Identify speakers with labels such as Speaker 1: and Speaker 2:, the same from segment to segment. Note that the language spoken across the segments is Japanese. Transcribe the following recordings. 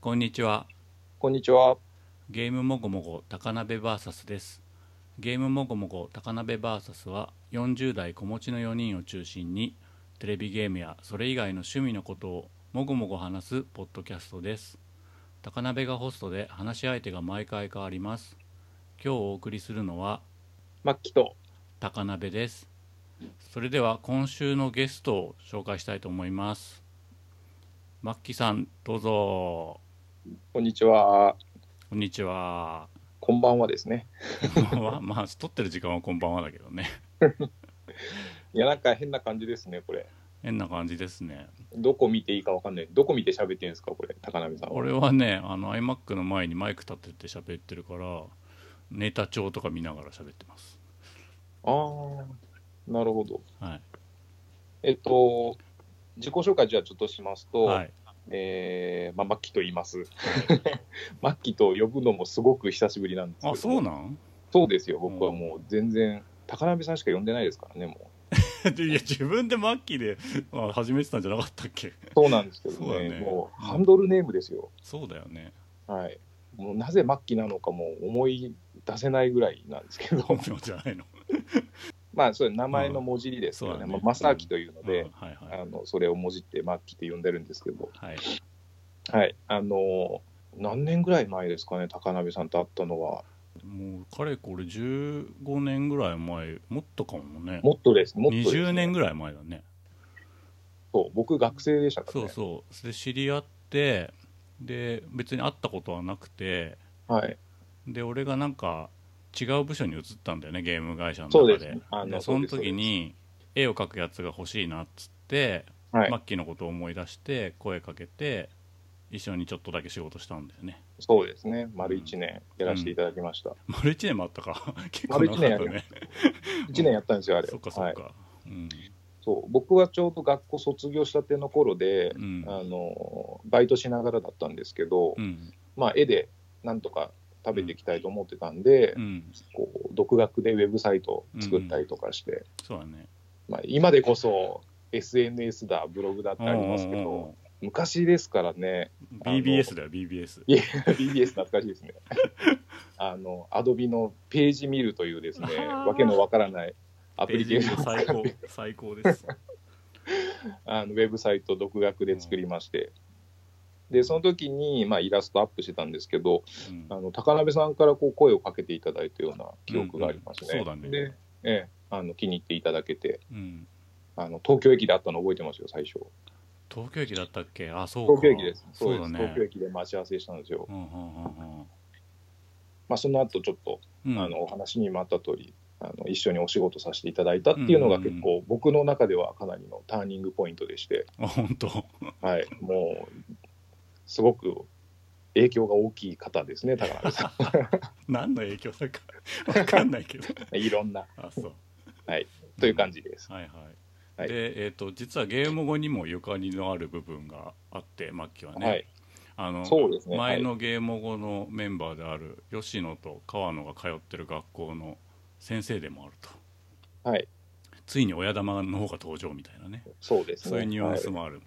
Speaker 1: こんにちは。
Speaker 2: こんにちは。
Speaker 1: ゲームもごもご高鍋 VS です。ゲームもごもご高鍋 VS は40代子持ちの4人を中心にテレビゲームやそれ以外の趣味のことをもごもご話すポッドキャストです。高鍋がホストで話し相手が毎回変わります。今日お送りするのは
Speaker 2: マッキーと。
Speaker 1: 高鍋ですそれでは今週のゲストを紹介したいと思いますマッキーさんどうぞ
Speaker 2: こんにちは。
Speaker 1: こんにちは
Speaker 2: こんばんはですね。
Speaker 1: こんばんはまあ撮ってる時間はこんばんはだけどね
Speaker 2: いや、なんか変な感じですね、これ。
Speaker 1: 変な感じですね
Speaker 2: どこ見ていいかわかんない。どこ見て喋ってんですか、これ、高波さんは。
Speaker 1: 俺はねあの iMac の前にマイク立てて喋ってるからネタ帳とか見ながら喋ってます
Speaker 2: あー、なるほど。
Speaker 1: はい
Speaker 2: えっと、自己紹介じゃあちょっとしますと、
Speaker 1: はい
Speaker 2: えー、まあ、マッキーと言います。 マッキーと呼ぶのもすごく久しぶりなんですけど。
Speaker 1: あそうなん
Speaker 2: そうですよ、僕はもう全然、高波さんしか呼んでないですからね、もう。
Speaker 1: いや自分でマッキーで、まあ、始めてたんじゃなかったっけ
Speaker 2: そうなんですけど
Speaker 1: そうだ
Speaker 2: ね、
Speaker 1: ね
Speaker 2: もう、ハンドルネームですよ。
Speaker 1: そうだよね
Speaker 2: はい。もうなぜ末期なのかも思い出せないぐらいなんですけど
Speaker 1: 本名じゃないの、
Speaker 2: まあそれ名前の文字入りですよ
Speaker 1: うん
Speaker 2: ね
Speaker 1: そうだね
Speaker 2: まあ、正明というの
Speaker 1: う
Speaker 2: で
Speaker 1: ん、はいはい
Speaker 2: あのそれを文字って末期って呼んでるんですけど、
Speaker 1: はい
Speaker 2: はい、あの何年ぐらい前ですかね高鍋さんと会ったのは
Speaker 1: もうかれこれ15年ぐらい前もっとかもね
Speaker 2: もっとですもっとです、
Speaker 1: 20年ぐらい前だね
Speaker 2: そう僕学生でしたから
Speaker 1: そう
Speaker 2: ね
Speaker 1: そうで知り合ってで別に会ったことはなくて
Speaker 2: はい
Speaker 1: で俺がなんか違う部署に移ったんだよねゲーム会社の
Speaker 2: そう
Speaker 1: 中で
Speaker 2: ですあの
Speaker 1: で
Speaker 2: そ
Speaker 1: そうの
Speaker 2: です
Speaker 1: 時に絵を描くやつが欲しいなっつって、
Speaker 2: はい
Speaker 1: マッキーのことを思い出して声かけて一緒にちょっとだけ仕事したんだよね
Speaker 2: そうですね丸1年やらせていただきました、
Speaker 1: 丸1年もあったか 結構長かった
Speaker 2: 丸一年
Speaker 1: ね
Speaker 2: 1年やったんですよあれ
Speaker 1: そっかそ
Speaker 2: は
Speaker 1: っ
Speaker 2: い
Speaker 1: か、、うん
Speaker 2: そう僕はちょうど学校卒業したての頃で
Speaker 1: う、ん
Speaker 2: あのバイトしながらだったんですけど、
Speaker 1: うん
Speaker 2: まあ、絵でなんとか食べていきたいと思ってたんで、
Speaker 1: うん
Speaker 2: こう独学でウェブサイトを作ったりとかして、
Speaker 1: そうだね
Speaker 2: まあ、今でこそ SNS だ、ブログだってありますけど、
Speaker 1: うんうんうんうん
Speaker 2: 昔ですからね、あの
Speaker 1: BBS だよ BBS
Speaker 2: いや BBS 懐かしいですね。 あの、アドビのページ見るというですね、
Speaker 1: あー
Speaker 2: わけのわからないアプリケーションを
Speaker 1: 最
Speaker 2: 使っ
Speaker 1: 高
Speaker 2: て、
Speaker 1: 最高です
Speaker 2: あのウェブサイトを独学で作りまして、で、その時に、まあ、イラストアップしてたんですけど、
Speaker 1: うん
Speaker 2: あの高鍋さんからこう声をかけていただいたような記憶がありますね。
Speaker 1: うんうんそうだね
Speaker 2: で、ええ、あの気に入っていただけて
Speaker 1: うん
Speaker 2: あの、東京駅で会ったの覚えてますよ、最初。
Speaker 1: 東京駅だったっけあそう
Speaker 2: 東
Speaker 1: か
Speaker 2: 京駅です。
Speaker 1: そう
Speaker 2: です
Speaker 1: だね
Speaker 2: 東京駅で待ち合わせしたんですよ。
Speaker 1: うんうんうんうん
Speaker 2: まあ、その後ちょっと、
Speaker 1: うん
Speaker 2: あのお話にもあった通りあの一緒にお仕事させていただいたっていうのが
Speaker 1: うんうんうん
Speaker 2: 結構、僕の中ではかなりのターニングポイントでして、
Speaker 1: あ本当
Speaker 2: はい、もうすごく影響が大きい方ですね、高 鍋さ
Speaker 1: 何の影響だかわかんない けど
Speaker 2: ん。いろんな
Speaker 1: あそう
Speaker 2: という感じです。
Speaker 1: はいはい、
Speaker 2: はい
Speaker 1: でえっ、と実はゲーム後にもゆかりのある部分があって末期はね、
Speaker 2: はい、
Speaker 1: あの
Speaker 2: そうですね
Speaker 1: 前のゲーム後のメンバーである吉野と川野が通ってる学校の先生でもあると
Speaker 2: はい、
Speaker 1: ついに親玉の方が登場みたいなね
Speaker 2: そうですね。
Speaker 1: そういうニュアン
Speaker 2: は
Speaker 1: スもある、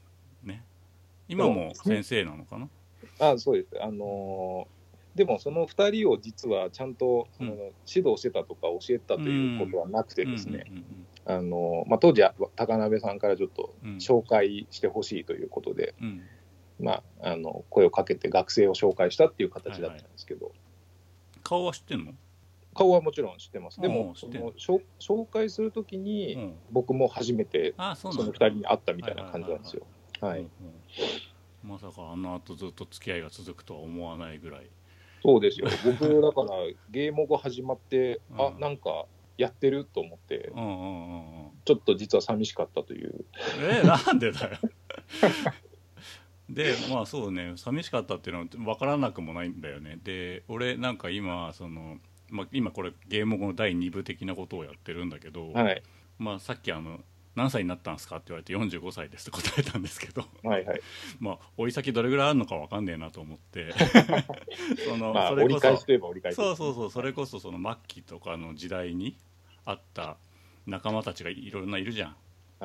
Speaker 1: ね今も先生なのかな
Speaker 2: あそうです、あのーでもその2人を実はちゃんと、
Speaker 1: うん
Speaker 2: あの指導してたとか教えてたということはなくてですね、
Speaker 1: うんうん
Speaker 2: あのーまあ、当時は高鍋さんからちょっと
Speaker 1: うん
Speaker 2: 紹介してほしいということで、
Speaker 1: うんうん
Speaker 2: まあ、あの声をかけて学生を紹介したっていう形だったんですけど、
Speaker 1: 顔は知ってんの、
Speaker 2: 顔はもちろん知ってます、で
Speaker 1: おう
Speaker 2: も
Speaker 1: 知
Speaker 2: そ
Speaker 1: ってる
Speaker 2: の紹紹介するときに、
Speaker 1: うん、
Speaker 2: 僕も初めて
Speaker 1: あそう
Speaker 2: そ
Speaker 1: な
Speaker 2: の
Speaker 1: ん
Speaker 2: 2
Speaker 1: だ
Speaker 2: 人に会ったみたいな感じなんですよ。は
Speaker 1: う
Speaker 2: い
Speaker 1: ん、うんまさかあの後ずっと付き合いが続くとは思わないぐらい
Speaker 2: そうですよ、僕、だから、ゲームが始まって、あ
Speaker 1: うん
Speaker 2: なんかやってると思って、
Speaker 1: うんうんうんうん
Speaker 2: ちょっと実は寂しかったという、
Speaker 1: えなんでだよでまあそうね寂しかったっていうのは分からなくもないんだよねで俺なんか今その、まあ、今これゲームの第2部的なことをやってるんだけど、
Speaker 2: はい、
Speaker 1: まあ、さっきあの「何歳になったんですか?」って言われて45歳ですって答えたんですけど
Speaker 2: はいはい、
Speaker 1: まあ追い先どれぐらいあるのか分かんねえなと思って その、
Speaker 2: まあ、
Speaker 1: そ
Speaker 2: 折
Speaker 1: れ
Speaker 2: り
Speaker 1: こ
Speaker 2: 返
Speaker 1: そ
Speaker 2: しといえば折り返し
Speaker 1: そうそうそうそれこそその末期とかの時代にあった仲間たちがいろんないるじゃん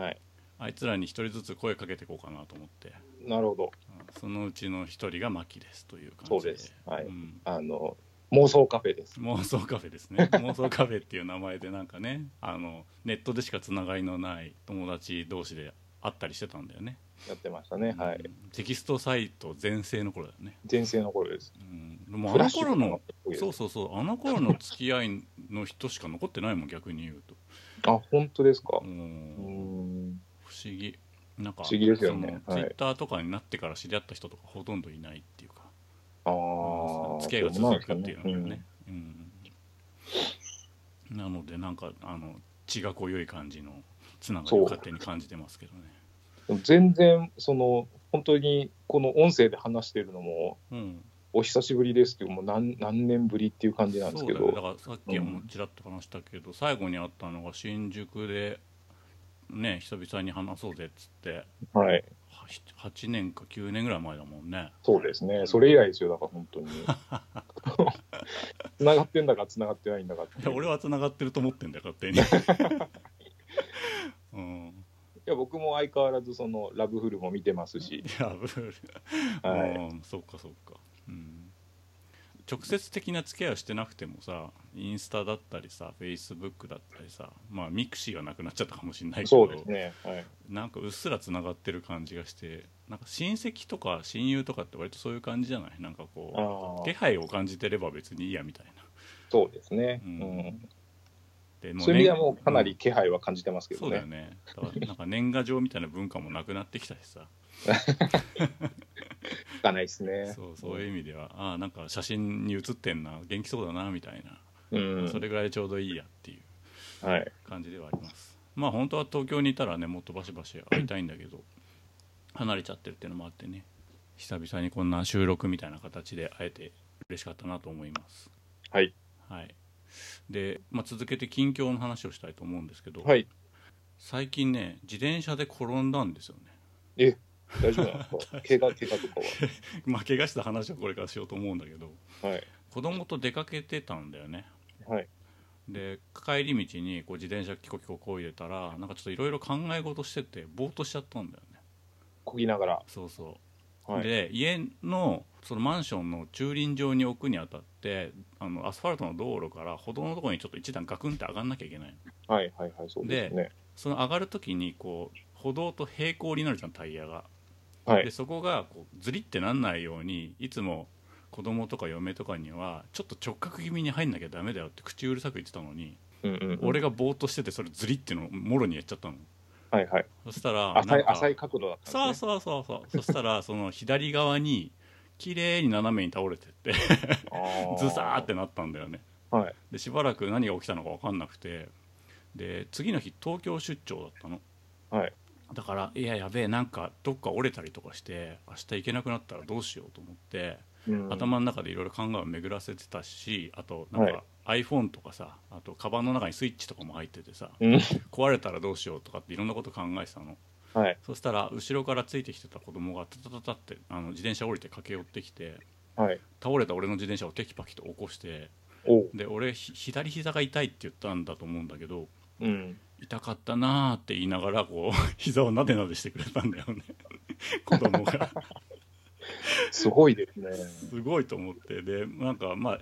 Speaker 2: はい
Speaker 1: あいつらに一人ずつ声かけていこうかなと思って、
Speaker 2: なるほど。
Speaker 1: うんそのうちの一人がマキですという感じ
Speaker 2: そうです。はい。
Speaker 1: うん
Speaker 2: あの、妄想カフェです。
Speaker 1: 妄想カフェです ね妄想カフェっていう名前でなんかねあのネットでしかつながりのない友達同士で会ったりしてたんだよね、
Speaker 2: やってましたね。は
Speaker 1: う
Speaker 2: い。
Speaker 1: んテキストサイト全盛の頃だよね、
Speaker 2: 前世の頃です。
Speaker 1: うん、でもあの頃の
Speaker 2: フラッシュとか
Speaker 1: そううそうそうあの頃の付き合いの人しか残ってないもん逆に言うと、
Speaker 2: あ、本当ですか
Speaker 1: う。
Speaker 2: うー
Speaker 1: ん、
Speaker 2: ん。
Speaker 1: 不思議なんか
Speaker 2: 不思議ですよね
Speaker 1: その
Speaker 2: はい
Speaker 1: ツイッターとかになってから知り合った人とかほとんどいないっていうか、
Speaker 2: あ
Speaker 1: う
Speaker 2: あ
Speaker 1: ん。付き合いが続くっていうのがねうんなのでなんかあの血が濃ゆい感じのつながりを勝手に感じてますけどね
Speaker 2: そうなんですよね。うん全然、その、本当に、この音声で話してるのも、
Speaker 1: うん
Speaker 2: お久しぶりですっていう、もう何何年ぶりっていう感じなんですけ
Speaker 1: そうだねだ
Speaker 2: ど、
Speaker 1: からさっきもちらっと話したけど、最後に会ったのが新宿でね久々に話そうぜっつって
Speaker 2: はい。
Speaker 1: はし8年か9年ぐらい前だもんね
Speaker 2: そうですね。それ以来ですよ、だから本 当に。繋がってんだか、繋がってないんだかって
Speaker 1: いや俺は繋がってると思ってんだよ勝手に、 うん、い
Speaker 2: いや、僕も相変わらず、その、ラブフルも見てますし、
Speaker 1: やブル
Speaker 2: はい。
Speaker 1: うんそっかそっか、うん、直接的な付き合いをしてなくてもさインスタだったりさフェイスブックだったりさまあミクシーがなくなっちゃったかもしれないけど
Speaker 2: そうですね。はい。
Speaker 1: なんかうっすらつながってる感じがしてなんか親戚とか親友とかって割とそういう感じじゃないなんかこ
Speaker 2: あ
Speaker 1: う
Speaker 2: あ
Speaker 1: 気。配を感じてれば別にいいやみたいな
Speaker 2: そうですね。
Speaker 1: う
Speaker 2: うんん。
Speaker 1: で
Speaker 2: そういう意味では
Speaker 1: ね
Speaker 2: もうかなり気配は感じてますけ
Speaker 1: そ
Speaker 2: ど
Speaker 1: うだよ
Speaker 2: ね。
Speaker 1: ねだからなんか年賀状みたいな文化もなくなってきたしさ
Speaker 2: 聞かないですね。
Speaker 1: そうそういう意味ではああなんか写真に写ってんな元気そうだなみたいな
Speaker 2: うん。
Speaker 1: それぐらいでちょうどいいやっていう
Speaker 2: はい。
Speaker 1: 感じではありますまあ本当は東京にいたらねもっとバシバシ会いたいんだけど離れちゃってるっていうのもあってね久々にこんな収録みたいな形で会えて嬉しかったなと思います
Speaker 2: はい。
Speaker 1: はいで、まあ、続けて近況の話をしたいと思うんですけど、
Speaker 2: はい。
Speaker 1: 最近ね自転車で転んだんですよね
Speaker 2: え、大丈夫なんですか怪我、怪我とか
Speaker 1: まあ怪我した話はこれからしようと思うんだけど
Speaker 2: は。はい。
Speaker 1: 子供と出かけてたんだよね
Speaker 2: はい。
Speaker 1: で帰り道にこう自転車キコキコこいでたらなんかちょっといろいろ考え事しててぼーっとしちゃったんだよね
Speaker 2: こぎながら。
Speaker 1: そうそう、
Speaker 2: はい。
Speaker 1: で家のそのマンションの駐輪場に置くにあたってあのアスファルトの道路から歩道のところにちょっと一段ガクンって上がんなきゃいけないの
Speaker 2: はい。はい。はい。そうですね。
Speaker 1: その上がる時にこう歩道と平行になるじゃんタイヤが、
Speaker 2: は
Speaker 1: で
Speaker 2: い。
Speaker 1: そこがこうずりってなんないようにいつも子供とか嫁とかにはちょっと直角気味に入んなきゃダメだよって口うるさく言ってたのに、
Speaker 2: うんうん。
Speaker 1: 俺がぼーっとしててそれずりってのをもろにやっちゃったの
Speaker 2: はい。はい。
Speaker 1: そしたら
Speaker 2: 浅
Speaker 1: なん
Speaker 2: い、
Speaker 1: か
Speaker 2: 浅い角度だったんですね
Speaker 1: そうそうそうそうそしたらその左側に綺麗に斜めに倒れてって
Speaker 2: あ
Speaker 1: ズサーってなったんだよね
Speaker 2: はい。
Speaker 1: でしばらく何が起きたのか分かんなくてで次の日東京出張だったの
Speaker 2: はい。
Speaker 1: だからいややべえなんかどっか折れたりとかして明日行けなくなったらどうしようと思って、
Speaker 2: うん
Speaker 1: 頭の中でいろいろ考えを巡らせてたしあとなんか iPhone とかさあとカバンの中にスイッチとかも入っててさ
Speaker 2: うん。
Speaker 1: 壊れたらどうしようとかっていろんなこと考えてたの
Speaker 2: はい。
Speaker 1: そしたら後ろからついてきてた子供がタタタタってあの自転車降りて駆け寄ってきて
Speaker 2: はい。
Speaker 1: 倒れた俺の自転車をテキパキと起こして
Speaker 2: おう。
Speaker 1: で俺ひ左膝が痛いって言ったんだと思うんだけど
Speaker 2: うん。
Speaker 1: 痛かったなーって言いながらこう 膝をなでなでしてくれたんだよね 子供 が
Speaker 2: すごい ですね。
Speaker 1: すごいと思ってでなんかまあ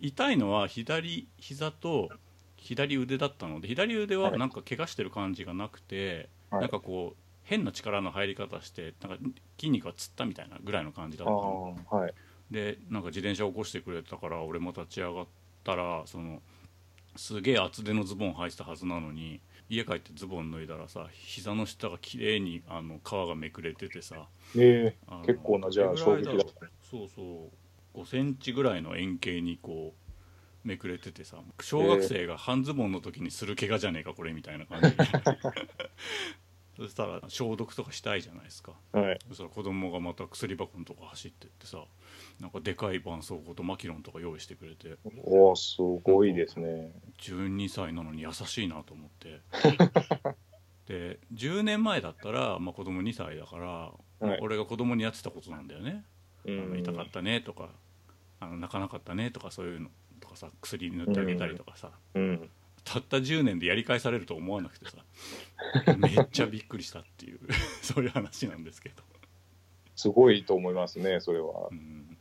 Speaker 1: 痛いのは左膝と左腕だったので左腕は
Speaker 2: はい
Speaker 1: なんか怪我してる感じがなくて、
Speaker 2: はい
Speaker 1: なんかこう変な力の入り方してなんか筋肉がつったみたいなぐらいの感じだっ
Speaker 2: あ
Speaker 1: た
Speaker 2: あ
Speaker 1: の
Speaker 2: ー、はい。
Speaker 1: でなんか自転車起こしてくれたから俺も立ち上がったらそのすげえ厚手のズボン履いてたはずなのに家帰ってズボン脱いだらさ膝の下が綺麗にあの皮がめくれててさ
Speaker 2: え
Speaker 1: あの
Speaker 2: 結構なじゃあ
Speaker 1: どれぐらい
Speaker 2: 衝撃
Speaker 1: だろうそうそう5センチぐらいの円形にこうめくれててさ小学生が半ズボンの時にする怪我じゃねえかこれみたいな感 じでそしたら消毒とかしたいじゃないですか
Speaker 2: えはい。
Speaker 1: そしたら子供がまた薬箱のとこ走ってってさなんかでかい絆創膏とマキロンとか用意してくれて
Speaker 2: おお、すごいですね。
Speaker 1: 12歳なのに優しいなと思って で10年前だったら、まあ、子供2歳だから、
Speaker 2: はい
Speaker 1: 俺が子供にやってたことなんだよね
Speaker 2: う
Speaker 1: 「あの痛かったね」とか「あの泣かなかったね」とかそういうのとかさ薬塗ってあげたりとかさ、
Speaker 2: うん。
Speaker 1: たった10年でやり返されると思わなくてさめっちゃびっくりしたっていう そういう話なんですけど、
Speaker 2: すごいと思いますね、それは
Speaker 1: う。ん、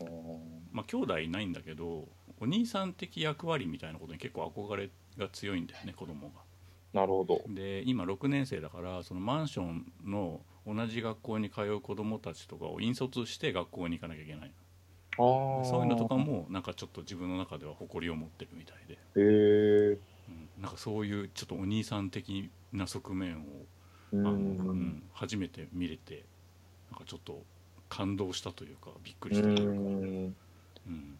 Speaker 2: うん
Speaker 1: まあ兄弟いないんだけどお兄さん的役割みたいなことに結構憧れが強いんだよね子供が。
Speaker 2: なるほど。
Speaker 1: で今6年生だからそのマンションの同じ学校に通う子供たちとかを引率して学校に行かなきゃいけない
Speaker 2: ああ。
Speaker 1: そういうのとか。もなんかちょっと自分の中では誇りを持ってるみたいで、
Speaker 2: へえ。
Speaker 1: うん、なんかそういうちょっとお兄さん的な側面を
Speaker 2: う。
Speaker 1: あの、うんん、初めて見れてなんかちょっと感動したというかびっくり
Speaker 2: う
Speaker 1: したというか、
Speaker 2: ん。
Speaker 1: うん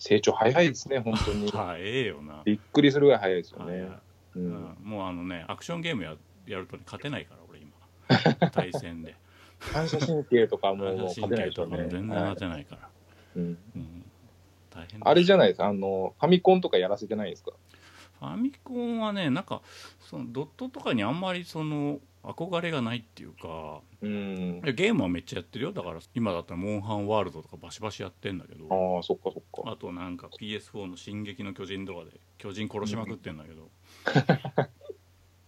Speaker 2: 成長早いですね、本当に。
Speaker 1: はいええよな、
Speaker 2: びっくりするぐらい早いですよ
Speaker 1: はい
Speaker 2: ね。う
Speaker 1: うんん。もうあのねアクションゲームややるとね勝てないから俺今 対戦で
Speaker 2: 反射神経とかも
Speaker 1: 反
Speaker 2: もう
Speaker 1: 射神
Speaker 2: 勝てない
Speaker 1: 経
Speaker 2: でし
Speaker 1: と
Speaker 2: ょう
Speaker 1: かも
Speaker 2: ね。
Speaker 1: 全然
Speaker 2: は
Speaker 1: 勝
Speaker 2: い
Speaker 1: てないから、
Speaker 2: うん
Speaker 1: うん、大変
Speaker 2: あれじゃ
Speaker 1: ゃ
Speaker 2: ないですか、あの、ファミコンとかやらせてないですか
Speaker 1: ファミコンはねなんかそのドットとかにあんまりその憧れがないっていうか
Speaker 2: うん。
Speaker 1: ゲームはめっちゃやってるよだから今だったら「モンハンワールド」とかバシバシやってんだけど
Speaker 2: ああ、そっかそっか。
Speaker 1: あとなんか PS4 の「進撃の巨人」とかで巨人殺しまくってんだけ ど、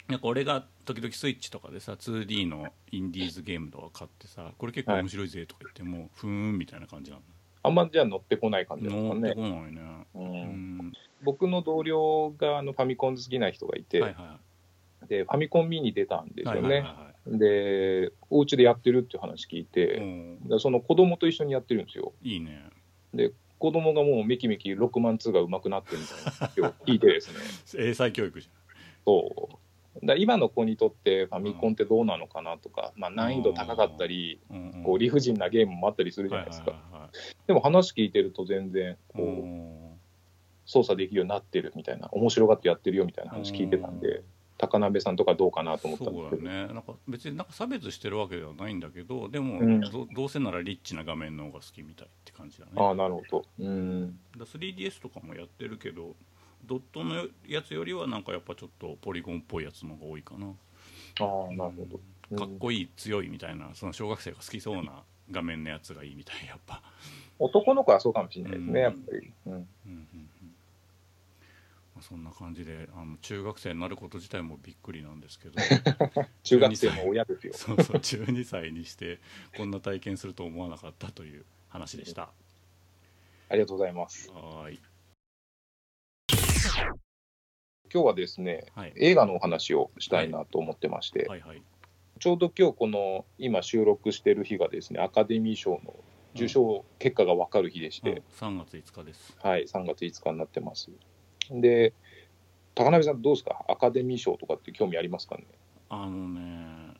Speaker 1: なんか俺が時々スイッチとかでさ 2D のインディーズゲームとか買ってさこれ結構面白いぜとか言っても、ふーんみたいな感じなの
Speaker 2: あんまじゃあ乗ってこない感じですか
Speaker 1: 乗って
Speaker 2: ね。
Speaker 1: こないね
Speaker 2: う、
Speaker 1: うんん
Speaker 2: 僕の同僚があのファミコン好きな人がいて、
Speaker 1: はいは
Speaker 2: でファミコン見に出たんで
Speaker 1: い
Speaker 2: す
Speaker 1: はい
Speaker 2: よ
Speaker 1: はい
Speaker 2: ね。
Speaker 1: は
Speaker 2: で、お家でやってるっていう話聞い
Speaker 1: いは
Speaker 2: て、
Speaker 1: い
Speaker 2: でその子供と一緒にやってるんですよ。
Speaker 1: いいね
Speaker 2: 子供がもうめきめき6万2が上手くなってるみたいな話を聞いてです ね。
Speaker 1: 英才教育じ
Speaker 2: そうだ今の子にとってファミコンってどうなのかなとか、まあ、難易度高かったり、
Speaker 1: ゃん、うんうん
Speaker 2: こう理不尽なゲームもあったりするじゃないですか。
Speaker 1: はいはいはいはい
Speaker 2: でも話聞いてると全然こう、
Speaker 1: お
Speaker 2: 操作できるようになってるみたいな、面白がってやってるよみたい
Speaker 1: ー
Speaker 2: な話聞いてたんで、高鍋さんとかどうかなと思ったんです
Speaker 1: そ
Speaker 2: け
Speaker 1: う
Speaker 2: ど、
Speaker 1: だよねなんか別になんか差別してるわけではないんだけどでも、
Speaker 2: うん
Speaker 1: どどうせならリッチな画面の方が好きみたいって感じだね
Speaker 2: ああ、なるほど。うん。
Speaker 1: だ 3DS とかもやってるけどドットのやつよりはなんかやっぱちょっとポリゴンっぽいやつの方が多いかな
Speaker 2: ああ、なるほど。うん
Speaker 1: かっこいい強いみたいなその小学生が好きそうな画面のやつがいいみたいやっぱ
Speaker 2: 男の子はそうかもしれないです
Speaker 1: うん
Speaker 2: ね、やっぱり。うん
Speaker 1: うんうんうんまあそんな感じであの中学生になること自体もびっくりなんですけ ど
Speaker 2: 中学生の親ですよ。
Speaker 1: そうそう12歳にしてこんな体験すると思わなかったという話で した。
Speaker 2: ありがとうございます。
Speaker 1: はーい、
Speaker 2: 今日はですね、
Speaker 1: はい、
Speaker 2: 映画のお話をしたいなと思ってまして、
Speaker 1: はいはい
Speaker 2: ちょうど今日この今収録してる日がですね、アカデミー賞の受賞結果が分かる日でして、
Speaker 1: 3月5日です
Speaker 2: はい、3月5日になってます。で、高鍋さん、どうですか、アカデミー賞とかって興味ありますかね。
Speaker 1: あのね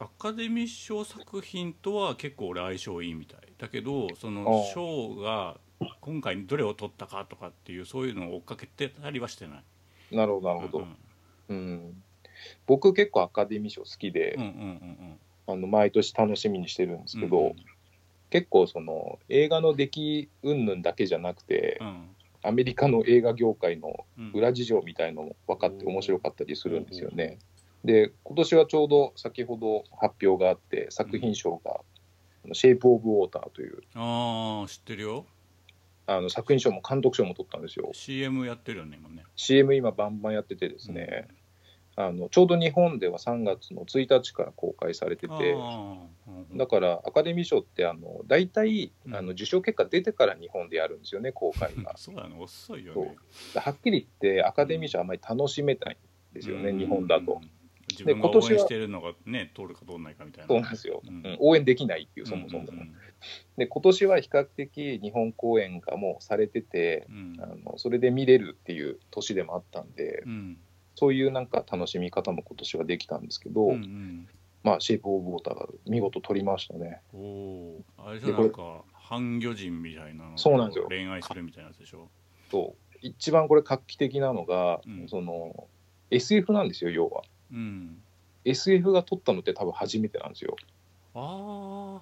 Speaker 1: アカデミー賞作品とは結構俺相性いいみたいだけどその
Speaker 2: ああ
Speaker 1: 賞が今回どれを取ったかとかっていうそういうのを追っかけてたりはしてない
Speaker 2: なるほど、なるほ
Speaker 1: う
Speaker 2: ど。
Speaker 1: ん
Speaker 2: うん、僕、結構アカデミー賞好きで
Speaker 1: うん、うんうん
Speaker 2: あの毎年楽しみにしてるんです
Speaker 1: うん
Speaker 2: けど、結構その、映画の出来云々だけじゃなくて、
Speaker 1: うん
Speaker 2: アメリカの映画業界の
Speaker 1: うん
Speaker 2: 裏事情みたいのも分かって面白かったりするんですよね。で、今年はちょうど先ほど発表があって、作品賞が、シェイプ・オブ・ウォーターという
Speaker 1: ああ知ってるよ
Speaker 2: あの作品賞も監督賞も取ったんですよ。
Speaker 1: CM やってるよね今ね
Speaker 2: CM 今バンバンやっててですね、あのちょうど日本では3月の1日から公開されて
Speaker 1: ああ
Speaker 2: て、
Speaker 1: うんうん
Speaker 2: だからアカデミー賞ってあの大体
Speaker 1: うん。
Speaker 2: あの受賞結果出てから日本でやるんですよね、公開 が
Speaker 1: そうだね遅いよ
Speaker 2: そ
Speaker 1: ね
Speaker 2: うはっきり言ってアカデミー賞あまり楽しめないんですよね、
Speaker 1: うん
Speaker 2: 日本だと。
Speaker 1: 自分が応援してるのがね通るか通んないかみたいな
Speaker 2: そうなんですよ、
Speaker 1: うん
Speaker 2: うん応援できないっていう、そもそも。で、今年は比較的日本公演がもうされてて、
Speaker 1: うん
Speaker 2: あのそれで見れるっていう年でもあったんで、
Speaker 1: うん
Speaker 2: そういうなんか楽しみ方も今年はできたんですけど、
Speaker 1: うんうん
Speaker 2: まあ、シェイプ・オブ・ウォーターが見事取りましたね。
Speaker 1: おおーあれじゃ
Speaker 2: で
Speaker 1: な
Speaker 2: これ
Speaker 1: んか半魚人みたいなのと
Speaker 2: そうなんですよ
Speaker 1: 恋愛するみたいなやつでしょ
Speaker 2: と一番これ画期的なのが、
Speaker 1: うん
Speaker 2: その SF なんですよ、要は。
Speaker 1: うん
Speaker 2: SF が撮ったのって多分初めてなんですよ。
Speaker 1: あ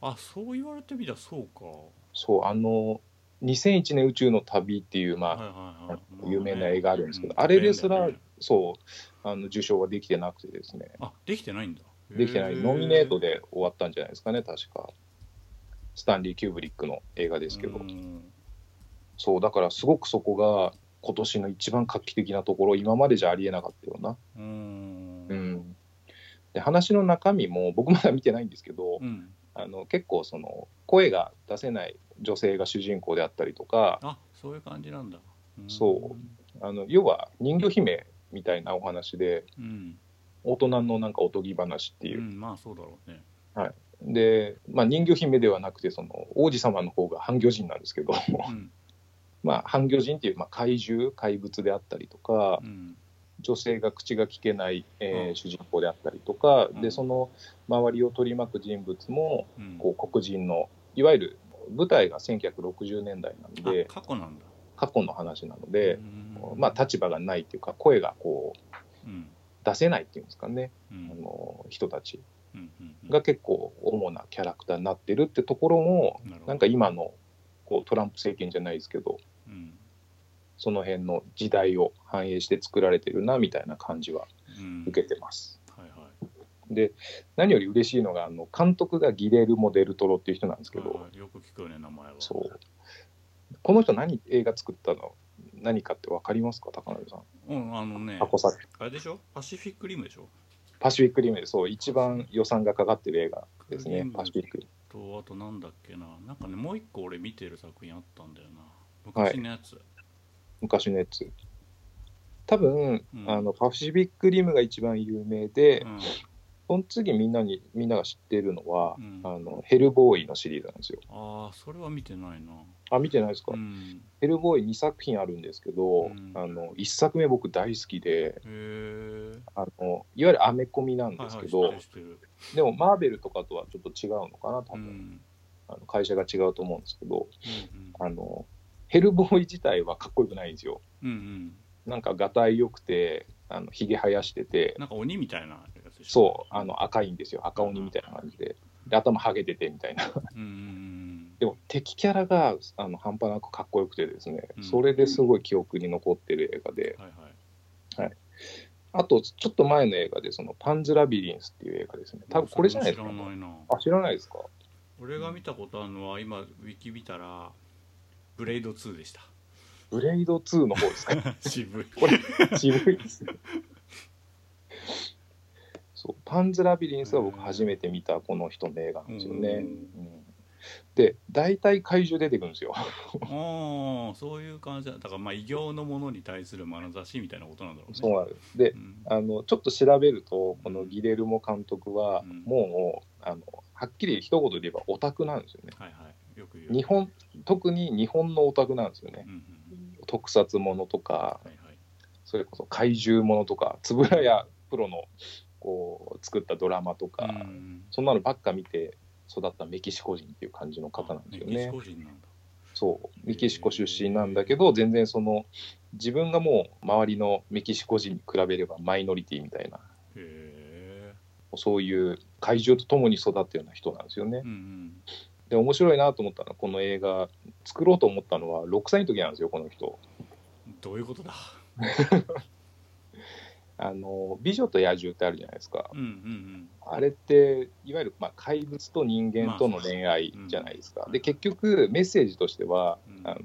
Speaker 1: ああそう言われてみたらそうか
Speaker 2: そう、あの、2001年宇宙の旅っていう、まあ、
Speaker 1: はいはいはい
Speaker 2: 有名な映画あるんですけど、
Speaker 1: う
Speaker 2: あれですら、
Speaker 1: 便利だね
Speaker 2: そう、あの受賞はできてなくてですね、
Speaker 1: あできてないんだ
Speaker 2: できてない、
Speaker 1: へ
Speaker 2: ノミネートで終わったんじゃないですかね、確か。スタンリー・キューブリックの映画ですけど
Speaker 1: う。ん
Speaker 2: そう、だからすごくそこが今年の一番画期的なところ今までじゃありえなかったような、
Speaker 1: うーん
Speaker 2: う
Speaker 1: うん
Speaker 2: ん、で話の中身も僕まだ見てないんですけど、
Speaker 1: うん
Speaker 2: あの結構その声が出せない女性が主人公であったりとか
Speaker 1: あそういう感じなんだん
Speaker 2: そあの要は人魚姫みたいなお話で
Speaker 1: うん
Speaker 2: 大人のなんかおとぎ話って
Speaker 1: う
Speaker 2: いう、
Speaker 1: んまあそうだろうね
Speaker 2: で、まあ、人魚姫ではなくてその王子様の方が半魚人なんですけど
Speaker 1: うん
Speaker 2: まあ半魚人っていう、まあ、怪獣怪物であったりとか
Speaker 1: うん
Speaker 2: 女性が口が聞けない、えー
Speaker 1: うん
Speaker 2: 主人公であったりとか
Speaker 1: うん
Speaker 2: でその周りを取り巻く人物も
Speaker 1: うん
Speaker 2: こう黒人のいわゆる舞台が1960年代なんで
Speaker 1: あ過去なんだ
Speaker 2: 過去の話なので
Speaker 1: う、ん
Speaker 2: まあ、立場がないっていうか声がこう
Speaker 1: うん
Speaker 2: 出せないっていうんですかね、
Speaker 1: うん
Speaker 2: あの人たち
Speaker 1: うんうんうん
Speaker 2: が結構主なキャラクターになってるってところも
Speaker 1: なるほど
Speaker 2: なんか今のこうトランプ政権じゃないですけど
Speaker 1: うん
Speaker 2: その辺の時代を反映して作られてるなみたいな感じは
Speaker 1: うん
Speaker 2: 受けてます。
Speaker 1: はいはい
Speaker 2: で何より嬉しいのがあの監督がギレルモ・デルトロっていう人なんですけど、
Speaker 1: はいはいよく聞くよね名前は
Speaker 2: そうこの人何映画作ったの何かって分かりますか高鍋さん。
Speaker 1: うんあのね
Speaker 2: 箱作
Speaker 1: あれでしょパシフィックリムでしょ
Speaker 2: パシフィックリムでそう一番予算がかかってる映画です
Speaker 1: クリ
Speaker 2: ね
Speaker 1: ム
Speaker 2: パシフィックリム
Speaker 1: とあとなんだっけななんかねもう一個俺見てる作品あったんだよな昔のやつ、
Speaker 2: 昔のやつ多分、
Speaker 1: うん
Speaker 2: あのパシフィックリムが一番有名で、
Speaker 1: うん
Speaker 2: その次みんなにみんなが知ってるのは、
Speaker 1: うん
Speaker 2: あのヘルボーイのシリーズなんですよ
Speaker 1: ああそれは見てないな
Speaker 2: あ見てないですか、
Speaker 1: うん
Speaker 2: ヘルボーイ2作品あるんですけど、
Speaker 1: うん
Speaker 2: あの1作目僕大好きで
Speaker 1: へえ
Speaker 2: あのいわゆるアメコミなん
Speaker 1: は
Speaker 2: で
Speaker 1: い
Speaker 2: す
Speaker 1: は
Speaker 2: け
Speaker 1: い
Speaker 2: ど、
Speaker 1: 知ってる知ってる
Speaker 2: でもマーベルとかとはちょっと違うのかな多
Speaker 1: う
Speaker 2: 分、
Speaker 1: ん
Speaker 2: あの会社が違うと思うんですけ
Speaker 1: う
Speaker 2: ど
Speaker 1: ん
Speaker 2: あのヘルボーイ自体はかっこよくないんですよ
Speaker 1: うんうん
Speaker 2: なんかがたいよくてあのひげ生やしてて
Speaker 1: なんか鬼みたいなやつでしょ
Speaker 2: そうあの赤いんですよ赤鬼みたいな感じでで頭はげててみたいな
Speaker 1: うんうん
Speaker 2: でも敵キャラがあの半端なくかっこよくてですね、
Speaker 1: うん
Speaker 2: それですごい記憶に残ってる映画で
Speaker 1: うんはいはい
Speaker 2: あとちょっと前の映画でその「パンズ・ラビリンス」っていう映画ですね多分これじゃないですか、
Speaker 1: 知らないな
Speaker 2: あ知らないですか
Speaker 1: 俺が見たことあるのは今ウィキ見たらブレイド2でした
Speaker 2: ブレイド2の方で すか
Speaker 1: 渋い
Speaker 2: これ渋いですねそうパンズ・ラビリンスは僕初めて見たこの人の映画なんですよね、
Speaker 1: うん
Speaker 2: うんで大体怪獣出てくるんですよ
Speaker 1: ああそういう感じだだからまあ異形のものに対する眼差しみたいなことなんだろうね
Speaker 2: そうなんですで
Speaker 1: うん
Speaker 2: あのちょっと調べるとこのギレルモ監督は
Speaker 1: うん
Speaker 2: もう、あのはっきり一言で言えばオタクなんですよね
Speaker 1: はいはいよく言う
Speaker 2: 日本特に日本のオタクなんですよね
Speaker 1: うんうん
Speaker 2: 特撮ものとか
Speaker 1: はいはい
Speaker 2: それこそ怪獣ものとか円谷プロのこう作ったドラマとか、
Speaker 1: うん
Speaker 2: そんなのばっか見て育ったメキシコ人っていう感じの方なんですよ
Speaker 1: あメキシ
Speaker 2: ね
Speaker 1: コ人なんだ
Speaker 2: そうメキシコ出身なんだけど全然その自分がもう周りのメキシコ人に比べればマイノリティみたいな
Speaker 1: へえ
Speaker 2: そういう怪獣と共に育ったような人なんですよね
Speaker 1: う。ん
Speaker 2: で、面白いなと思ったのは、この映画、作ろうと思ったのは6歳の時なんですよ、この人。
Speaker 1: うんどういうことだ
Speaker 2: あの、美女と野獣ってあるじゃないですか
Speaker 1: う。んうん
Speaker 2: あれって、いわゆる、まあ、怪物と人間との恋愛じゃないですか。
Speaker 1: まあそう
Speaker 2: で、
Speaker 1: ですね
Speaker 2: 結局、メッセージとしては、
Speaker 1: うん
Speaker 2: あの、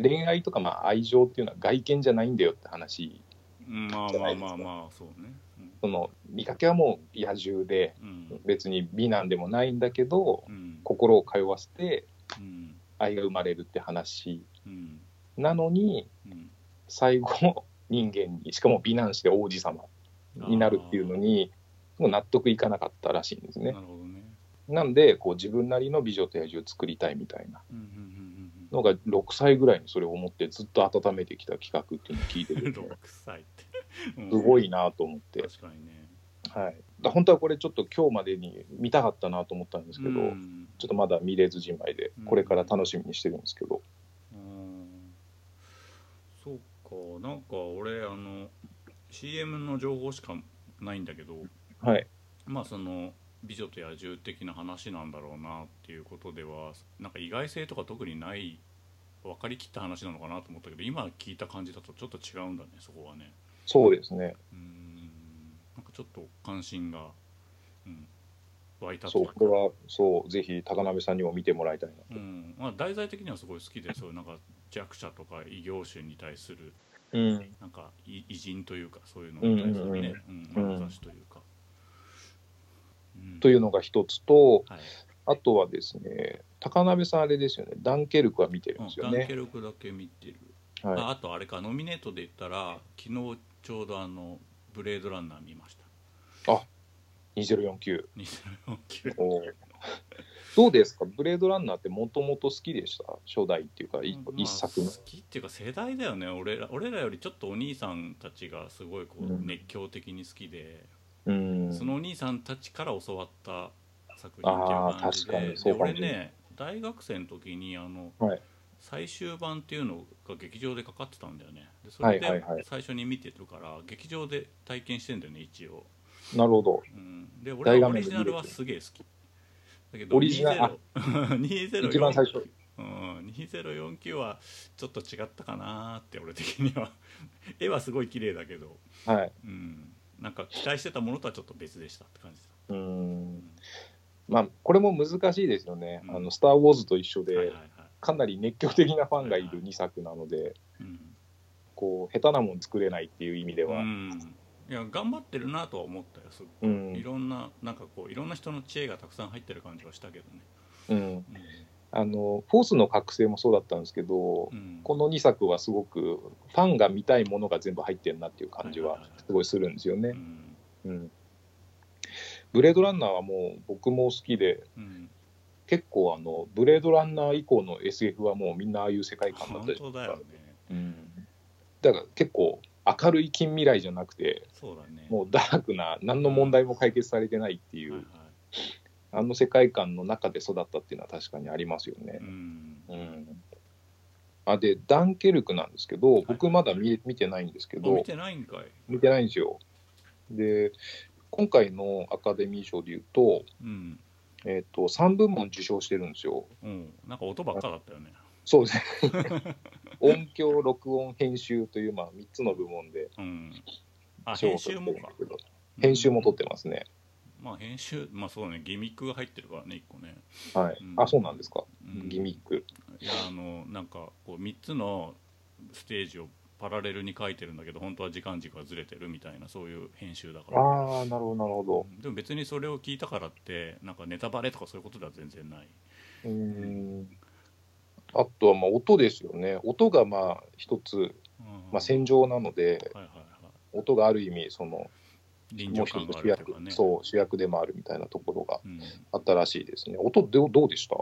Speaker 2: 恋愛とか、まあ、愛情っていうのは外見じゃないんだよって話。
Speaker 1: うんまあ
Speaker 2: じゃ
Speaker 1: まあ
Speaker 2: ないです
Speaker 1: ま
Speaker 2: か
Speaker 1: あまあそうね
Speaker 2: その、見かけはもう野獣で、
Speaker 1: うん
Speaker 2: 別に美なんでもないんだけど、
Speaker 1: うん
Speaker 2: 心を通わせて
Speaker 1: うん
Speaker 2: 愛が生まれるって話
Speaker 1: うん
Speaker 2: なのに、
Speaker 1: うん
Speaker 2: 最後人間にしかも美男子で王子様になるっていうのにもう納得いかなかったらしいんです
Speaker 1: な
Speaker 2: ね
Speaker 1: るほどね
Speaker 2: なんでこう自分なりの美女と野獣を作りたいみたいな
Speaker 1: うんうんうん
Speaker 2: のが6歳ぐらいにそれを思ってずっと温めてきた企画っていうのを聞い て
Speaker 1: うん
Speaker 2: る
Speaker 1: 6歳って
Speaker 2: すご
Speaker 1: い
Speaker 2: いなと思って、
Speaker 1: 確かにね
Speaker 2: はい、だ本当はこれちょっと今日までに見たかったなと思ったんですけど、
Speaker 1: うん
Speaker 2: ちょっとまだ見れずじまいで
Speaker 1: うん
Speaker 2: これから楽しみにしてるんですけど、
Speaker 1: うんそうかなんか俺あの CM の情報しかないんだけど
Speaker 2: はい
Speaker 1: まあその「美女と野獣」的な話なんだろうなっていうことではなんか意外性とか特にない分かりきった話なのかなと思ったけど今聞いた感じだとちょっと違うんだねそこはね
Speaker 2: そうですね
Speaker 1: うーんなんかちょっと関心が、うん、湧いた
Speaker 2: そう
Speaker 1: か
Speaker 2: これはそうぜひ高鍋さんにも見てもらいたいな
Speaker 1: うんまあ、題材的にはすごい好きでそういうなんか弱者とか異業種に対する
Speaker 2: うん、
Speaker 1: なんかい偉人というかそういうのに対するね
Speaker 2: うん
Speaker 1: うん眼差しというか。
Speaker 2: といううのが一つと、
Speaker 1: ん、はい
Speaker 2: あとはですね、高鍋さん、あれですよね、ダンケルクは見てるんです
Speaker 1: う
Speaker 2: よ
Speaker 1: ん、ダン
Speaker 2: ね
Speaker 1: ケ。ルクだけ見てる、
Speaker 2: はい、
Speaker 1: ああとあれかノミネートで言ったら昨日ちょうどあの「ブレードランナー」見ました
Speaker 2: 2049。
Speaker 1: 2049
Speaker 2: おーどうですか、ブレードランナーってもともと好きでした、初代っていうか、い
Speaker 1: まあ
Speaker 2: 一作の
Speaker 1: 好。きっていうか世代だよね俺ら俺らよりちょっとお兄さんたちがすごいこう
Speaker 2: うん
Speaker 1: 熱狂的に好きで、
Speaker 2: うん、
Speaker 1: そのお兄さんたちから教わった作品っていう感じで
Speaker 2: あー確かにそう
Speaker 1: で
Speaker 2: かもし
Speaker 1: 俺
Speaker 2: れない
Speaker 1: ね大学生の時にあの、
Speaker 2: はい
Speaker 1: 最終版っていうのが劇場でかかってたんだよねでそれ
Speaker 2: はい
Speaker 1: で
Speaker 2: はいはい
Speaker 1: 最初に見てるから、劇場で体験してんだよね一応、
Speaker 2: なるほど。
Speaker 1: うん、で
Speaker 2: 大
Speaker 1: 俺は
Speaker 2: 画
Speaker 1: オ
Speaker 2: 面
Speaker 1: リ
Speaker 2: で
Speaker 1: ジ
Speaker 2: 見れて
Speaker 1: ナルはすげえ好きだけど
Speaker 2: オリジナルあ
Speaker 1: 20
Speaker 2: 一番最初。
Speaker 1: うん、2049はちょっと違ったかなーって俺的には 絵はすごい綺麗だけど、
Speaker 2: はい。
Speaker 1: うん、なんか期待してたものとはちょっと別でしたって感じだ、
Speaker 2: う。
Speaker 1: うんん
Speaker 2: まあ、これも難しいですよね。
Speaker 1: うん
Speaker 2: あの、スター・ウォーズと一緒
Speaker 1: はい
Speaker 2: で
Speaker 1: はい、はい
Speaker 2: かなり熱狂的なファンがい
Speaker 1: はいは
Speaker 2: る
Speaker 1: い
Speaker 2: 2作なので、
Speaker 1: うん
Speaker 2: こう、下手なもん作れないっていう意味で
Speaker 1: う
Speaker 2: は。
Speaker 1: ん、いや頑張ってるなとは思ったよすご
Speaker 2: う
Speaker 1: くい
Speaker 2: ん。
Speaker 1: ろんななんかこういろんな人の知恵がたくさん入ってる感じはしたけどね、
Speaker 2: うん。あの、フォースの覚醒もそうだったんですけど
Speaker 1: う、ん、
Speaker 2: この2作はすごく、ファンが見たいものが全部入ってるなっていう感じ
Speaker 1: はい
Speaker 2: は
Speaker 1: はいはい、
Speaker 2: すごいするんですよ
Speaker 1: う
Speaker 2: ね。
Speaker 1: ん
Speaker 2: うん。ブレードランナーはもう、僕も好きで、
Speaker 1: うん、
Speaker 2: 結構、あの、ブレードランナー以降の SF はもうみんなああいう世界観だっ
Speaker 1: 本
Speaker 2: たり
Speaker 1: 当
Speaker 2: と
Speaker 1: だ
Speaker 2: か
Speaker 1: よ。ね
Speaker 2: だから結構明るい近未来じゃなくて
Speaker 1: そうだね
Speaker 2: もうダークな何の問題も解決されてないっていう、
Speaker 1: はいは
Speaker 2: あの世界観の中で育ったっていうのは確かにありますよ
Speaker 1: い、う
Speaker 2: ね。
Speaker 1: ん
Speaker 2: うんあでダンケルクなんですけど僕
Speaker 1: はい
Speaker 2: まだ見見てないんですけ
Speaker 1: あ
Speaker 2: ど、
Speaker 1: 見てないんかい、
Speaker 2: 見てないんですよ。で今回のアカデミー賞でいうと,、
Speaker 1: うん
Speaker 2: えっと3部門受賞してるんですよ。
Speaker 1: うん、なんか音ばっかだったよね
Speaker 2: そうですね 音響録音編集という、まあ、3つの部門で
Speaker 1: うん。あ、
Speaker 2: 賞
Speaker 1: 編
Speaker 2: を
Speaker 1: 集
Speaker 2: 取って
Speaker 1: も
Speaker 2: るんです
Speaker 1: か。
Speaker 2: けど編集も取
Speaker 1: っ
Speaker 2: ってますね。
Speaker 1: まあ編集、まあそうだね、ギミックが入ってるからね、一個ね。
Speaker 2: はい
Speaker 1: うん。
Speaker 2: あ、そうなんですか。
Speaker 1: うん
Speaker 2: ギミック。
Speaker 1: いや、あの、なんか、こう、3つのステージをパラレルに書いてるんだけど、本当は時間軸がずれてるみたいな、そういう編集だから。
Speaker 2: ああ、なるほど、なるほど。
Speaker 1: でも別にそれを聞いたからって、なんかネタバレとかそういうことでは全然ない。
Speaker 2: うーん。あとは、まあ、音ですよね。音が、まあ、一つ、まあ、
Speaker 1: うん
Speaker 2: 戦場なので、
Speaker 1: はいはいはい。
Speaker 2: 音がある意味、その、
Speaker 1: 臨
Speaker 2: もう
Speaker 1: 場
Speaker 2: 一
Speaker 1: 感
Speaker 2: つ
Speaker 1: があ
Speaker 2: 主
Speaker 1: るという
Speaker 2: 役、
Speaker 1: かね。
Speaker 2: そう、主役でもあるみたいなところが
Speaker 1: うん。
Speaker 2: あったらしいですね。音どう、どうでした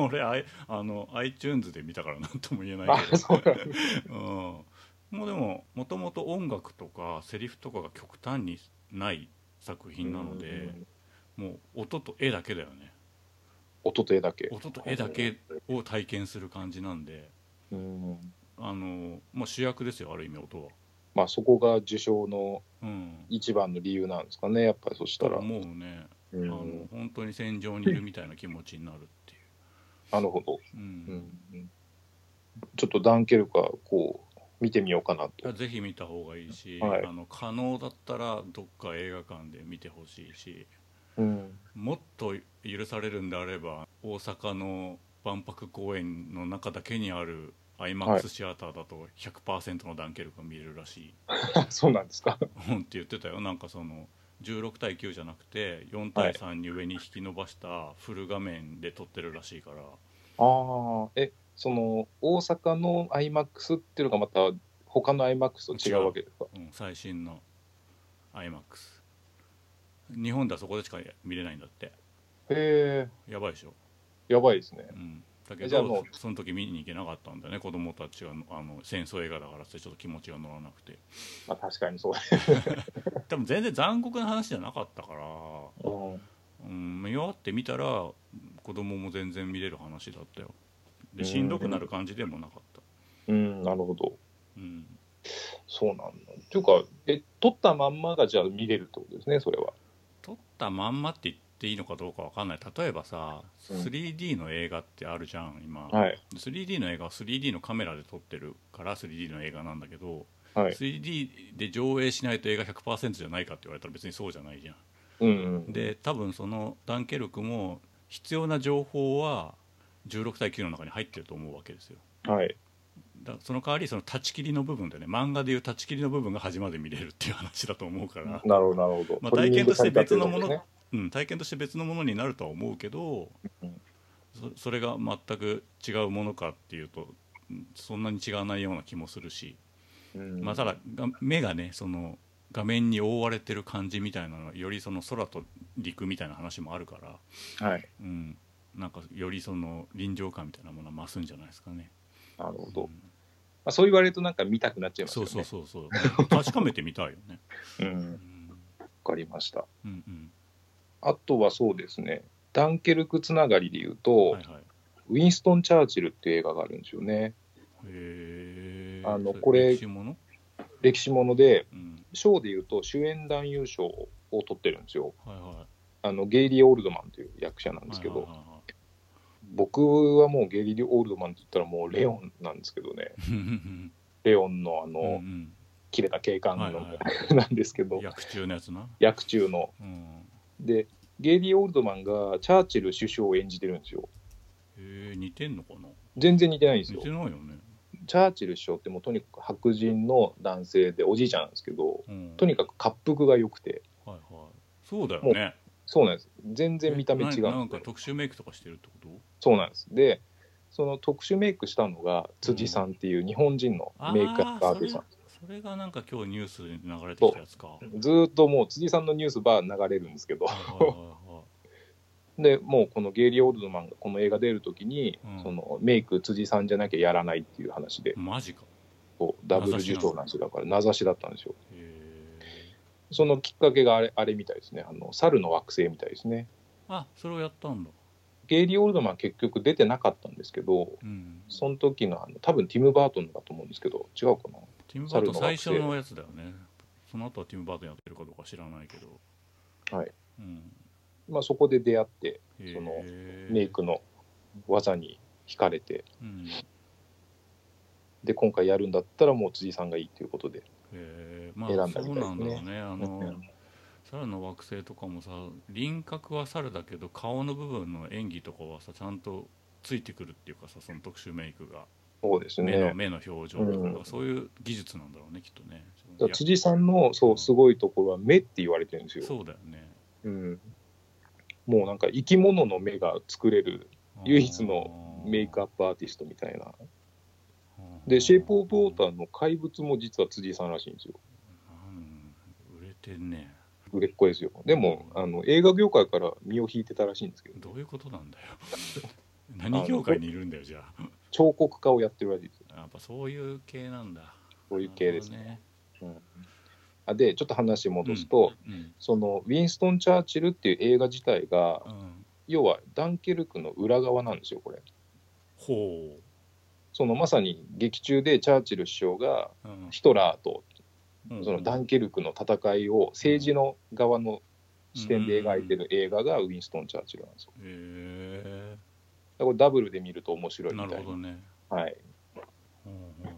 Speaker 1: 俺あいあの iTunes で見たからなんとも言えないけど
Speaker 2: あ、そうなんです
Speaker 1: うん、もうでももともと音楽とかセリフとかが極端にない作品なので
Speaker 2: うん
Speaker 1: もう音と絵だけだよね
Speaker 2: 音と絵だけ。
Speaker 1: 音と絵だけを体験する感じなんで
Speaker 2: うん。
Speaker 1: あの、まあ、主役ですよある意味音は
Speaker 2: まあ、そこが受賞の
Speaker 1: うん
Speaker 2: 一番の理由なんですかね、やっぱりそした
Speaker 1: と
Speaker 2: ら。
Speaker 1: 思うねあ
Speaker 2: うん
Speaker 1: の本当に戦場にいるみたいな気持ちになるってい
Speaker 2: なるほど。
Speaker 1: う、う
Speaker 2: うんんちょっとダンケルカーこう見てみようかなと。
Speaker 1: ぜひ見た方がいいし、
Speaker 2: はい
Speaker 1: あの可能だったらどっか映画館で見てほしいし
Speaker 2: うん、
Speaker 1: もっと許されるんであれば大阪の万博公園の中だけにある IMAX シアターだと100%のダンケルクが見れるらし
Speaker 2: そうなんですか。
Speaker 1: い、うんって言ってたよなんかその16対9じゃなくて4対3に上に引き伸ばしたフル画面で撮ってるらしいから、
Speaker 2: ああ、え、その大阪の IMAX っていうのがまた他の IMAX と違うわけですか。
Speaker 1: うん、最新の IMAX 日本ではそこでしか見れないんだって
Speaker 2: へ
Speaker 1: やばいでしょ、
Speaker 2: え、やばいですね
Speaker 1: う。ん、だけ
Speaker 2: じゃあも
Speaker 1: どその時見に行けなかったんだよね子供たちがあの戦争映画だからってちょっと気持ちが乗らなくて
Speaker 2: まあ確かにそう。
Speaker 1: 多分全然残酷な話じゃなかったから、
Speaker 2: うん、
Speaker 1: うん、見終わってみたら子供も全然見れる話だったよ
Speaker 2: う
Speaker 1: で
Speaker 2: ん
Speaker 1: しんどくなる感じでもなかった
Speaker 2: うん、なるほど。
Speaker 1: うん
Speaker 2: そうなんだ。っていうか、え、撮ったまんまがじゃあ見れるってことですね、それは。
Speaker 1: 撮ったまんまって言っていいのかどうかわかんない例えばさ
Speaker 2: うん
Speaker 1: 3D の映画ってあるじゃん今、
Speaker 2: はい。
Speaker 1: 3D の映画は 3D のカメラで撮ってるから 3D の映画なんだけど、
Speaker 2: はい。
Speaker 1: 3D で上映しないと映画100%じゃないかって言われたら別にそうじゃないじゃん
Speaker 2: うん、うん。
Speaker 1: で多分そのダンケルクも必要な情報は16対9の中に入ってると思うわけですよ
Speaker 2: はい。
Speaker 1: だその代わりその断ち切りの部分でね漫画でいう断ち切りの部分が端まで見れるっていう話だと思うから、
Speaker 2: なるほど、なるほど。
Speaker 1: まあ
Speaker 2: トリミ
Speaker 1: 体
Speaker 2: ング
Speaker 1: 験として別のもの
Speaker 2: されたって
Speaker 1: うん、体験として別のものになるとは思うけど
Speaker 2: うん
Speaker 1: そそれが全く違うものかっていうとうんそんなに違わないような気もするし、
Speaker 2: ことねうん
Speaker 1: まあ、ただが目がねその画面に覆われてる感じみたいなのはよりその空と陸みたいな話もあるから、
Speaker 2: はい。
Speaker 1: うん、なんかよりその臨場感みたいなものは増すんじゃないですかね。
Speaker 2: なるほ
Speaker 1: う
Speaker 2: ど。
Speaker 1: ん
Speaker 2: まあ、そう言われるとなんか見たくなっちゃいます
Speaker 1: そ
Speaker 2: よ
Speaker 1: う
Speaker 2: ね。
Speaker 1: そうそうそう 確かめてみたいよね。
Speaker 2: うん。
Speaker 1: う
Speaker 2: わ
Speaker 1: ん
Speaker 2: かりました。
Speaker 1: うんうん
Speaker 2: あとはそうですね。ダンケルクつながりで言うと、
Speaker 1: はいはい。
Speaker 2: ウィンストン・チャーチルっていう映画があるんですよね。
Speaker 1: へえ。
Speaker 2: あの
Speaker 1: そ
Speaker 2: これ
Speaker 1: 歴史もの
Speaker 2: 歴史もので、
Speaker 1: うん。
Speaker 2: 賞で言うと主演男優賞を取ってるんですよ。
Speaker 1: はいは
Speaker 2: あのゲイリー・オールドマンという役者なん
Speaker 1: い。
Speaker 2: ですけど、
Speaker 1: はいはいはいはい
Speaker 2: 僕はもうゲイリー・オールドマンって言ったらもうレオンなんですけどね。
Speaker 1: うん
Speaker 2: レオンのあの、
Speaker 1: うん
Speaker 2: 切れた警官の、
Speaker 1: はいは
Speaker 2: なんですけど、
Speaker 1: 役中のやつな。
Speaker 2: 役中の。
Speaker 1: うん。
Speaker 2: で、ゲイリー・オールドマンがチャーチル首相を演じてるんですよ。
Speaker 1: へえ似てんのかな。
Speaker 2: 全然似てないんです
Speaker 1: 似
Speaker 2: よ
Speaker 1: て。ないよね。
Speaker 2: チャーチル首相ってもうとにかく白人の男性でおじいちゃんなんですけど、
Speaker 1: うん。
Speaker 2: とにかく滑覆が良くて、
Speaker 1: はいはい。そうだよね。
Speaker 2: そうなんです。全然見た目違うんです
Speaker 1: な
Speaker 2: よ
Speaker 1: なんか特殊メイクとかしてるってこと？
Speaker 2: そうなんです。で、その特殊メイクしたのが辻さんっていう日本人のメイクアップアーティストさん
Speaker 1: あーそれそれがなんか今日ニュースで流れてきたやつか。はい
Speaker 2: ずーっともう辻さんのニュースば流れるんですけど、
Speaker 1: はいはいはい。
Speaker 2: でもうこのゲイリー・オールドマンがこの映画出るときに、
Speaker 1: うん
Speaker 2: そのメイク辻さんじゃなきゃやらないっていう話で、
Speaker 1: マジか。
Speaker 2: こうダブル受賞なんですよだから名指しだったんですよ
Speaker 1: へえ。
Speaker 2: そのきっかけがあれあれみたいですねあの猿の惑星みたいですね
Speaker 1: あそれをやったんだ。
Speaker 2: ゲイリー・オールドマン結局出てなかったんですけど
Speaker 1: うん。
Speaker 2: その時のあの多分ティム・バートンだと思うんですけど違うかな
Speaker 1: ティム・バートン
Speaker 2: 猿の惑
Speaker 1: 最
Speaker 2: 星
Speaker 1: 初のやつだよねその後はティム・バートンやってるかどうか知らないけど
Speaker 2: はい、
Speaker 1: うん、
Speaker 2: まあ、そこで出会ってその
Speaker 1: へー
Speaker 2: メイ、クの技に惹かれて
Speaker 1: うん、へ
Speaker 2: で今回やるんだったらもう辻さんがいいということで
Speaker 1: えまあ
Speaker 2: 選んだみた
Speaker 1: そ
Speaker 2: いですね
Speaker 1: うなんだろうねあ
Speaker 2: う
Speaker 1: の
Speaker 2: ん
Speaker 1: 猿の惑星とかもさ輪郭は猿だけど顔の部分の演技とかはさちゃんとついてくるっていうかさその特殊メイクが
Speaker 2: そうです
Speaker 1: 目の
Speaker 2: ね
Speaker 1: 目の表情とか、
Speaker 2: うん
Speaker 1: そういう技術なんだろうねきっとね
Speaker 2: だから辻さんのそうすごいところは目って言われてるんです
Speaker 1: いや
Speaker 2: よ、
Speaker 1: そうだよね
Speaker 2: うん、もうなんか生き物の目が作れる唯一
Speaker 1: の
Speaker 2: メイクアップアーティストみたいな
Speaker 1: う
Speaker 2: で
Speaker 1: ん
Speaker 2: シェイプ・オブ・ウォーターの怪物も実は辻さんらしいんですよ
Speaker 1: うん売れてんね
Speaker 2: 売れっ子ですよでもあの映画業界から身を引いてたらしいんですけど
Speaker 1: どういうことなん だよ何業界にいるんだよじゃあ
Speaker 2: 彫刻家をやってるらしいですよ
Speaker 1: やっぱそういう系なんだ
Speaker 2: そういう系ですね
Speaker 1: なる
Speaker 2: あでちょっと話戻すと、
Speaker 1: ほどね
Speaker 2: そのウィンストン・チャーチルっていう映画自体が
Speaker 1: うん、うん、
Speaker 2: 要はダンケルクの裏側なんですよこれ
Speaker 1: ほ
Speaker 2: そのまさに劇中でチャーチル首相が
Speaker 1: う、うん
Speaker 2: ヒトラーと
Speaker 1: うん、
Speaker 2: そのダンケルクの戦いを政治の側の視点で描いてる映画がウィンストン・チャーチルなんですよ。
Speaker 1: へ
Speaker 2: だからこれダブルで見ると面白
Speaker 1: え
Speaker 2: いみ
Speaker 1: な
Speaker 2: た
Speaker 1: る
Speaker 2: い
Speaker 1: ほ
Speaker 2: な。
Speaker 1: どね
Speaker 2: はい、
Speaker 1: ほうほうほう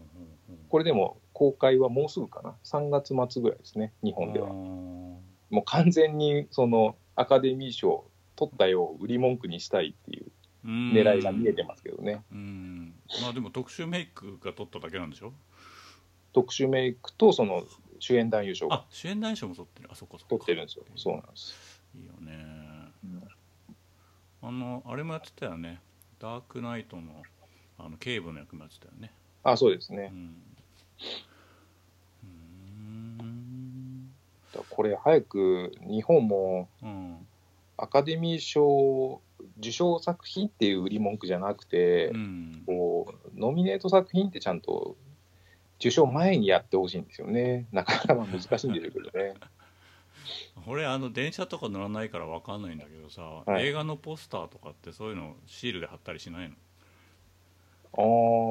Speaker 1: ほ
Speaker 2: これでも公開はもうすぐかな、3月末ぐらいですね、日
Speaker 1: う
Speaker 2: 本では。
Speaker 1: あ
Speaker 2: もう完全にそのアカデミー賞取ったよを売り文句にしたいっていう
Speaker 1: ー
Speaker 2: 狙いが見えてますけどね、
Speaker 1: うんまあでも特殊メイクが取っただけなんでしょ
Speaker 2: 特殊メイクとその主演男優賞が
Speaker 1: あ主演男優賞も取ってるあそっかそっか
Speaker 2: 取ってるんですよ、そうなんです。
Speaker 1: いいよね
Speaker 2: うん
Speaker 1: あのあれもやってたよねダークナイトのあの警部の役もやってたよね
Speaker 2: あそうです
Speaker 1: う
Speaker 2: ね、
Speaker 1: んうーん
Speaker 2: だからこれ、早く日本も
Speaker 1: うん
Speaker 2: アカデミー賞受賞作品っていう売り文句じゃなくて、
Speaker 1: うん
Speaker 2: こうノミネート作品ってちゃんと受賞前にやってほしいんですよね。なかなかまあ難しいんでしょうけど ね。
Speaker 1: 俺あの電車とか乗らないから分かんないんだけどさ、
Speaker 2: はい
Speaker 1: 映画のポスターとかってそういうのシールで貼ったりしないの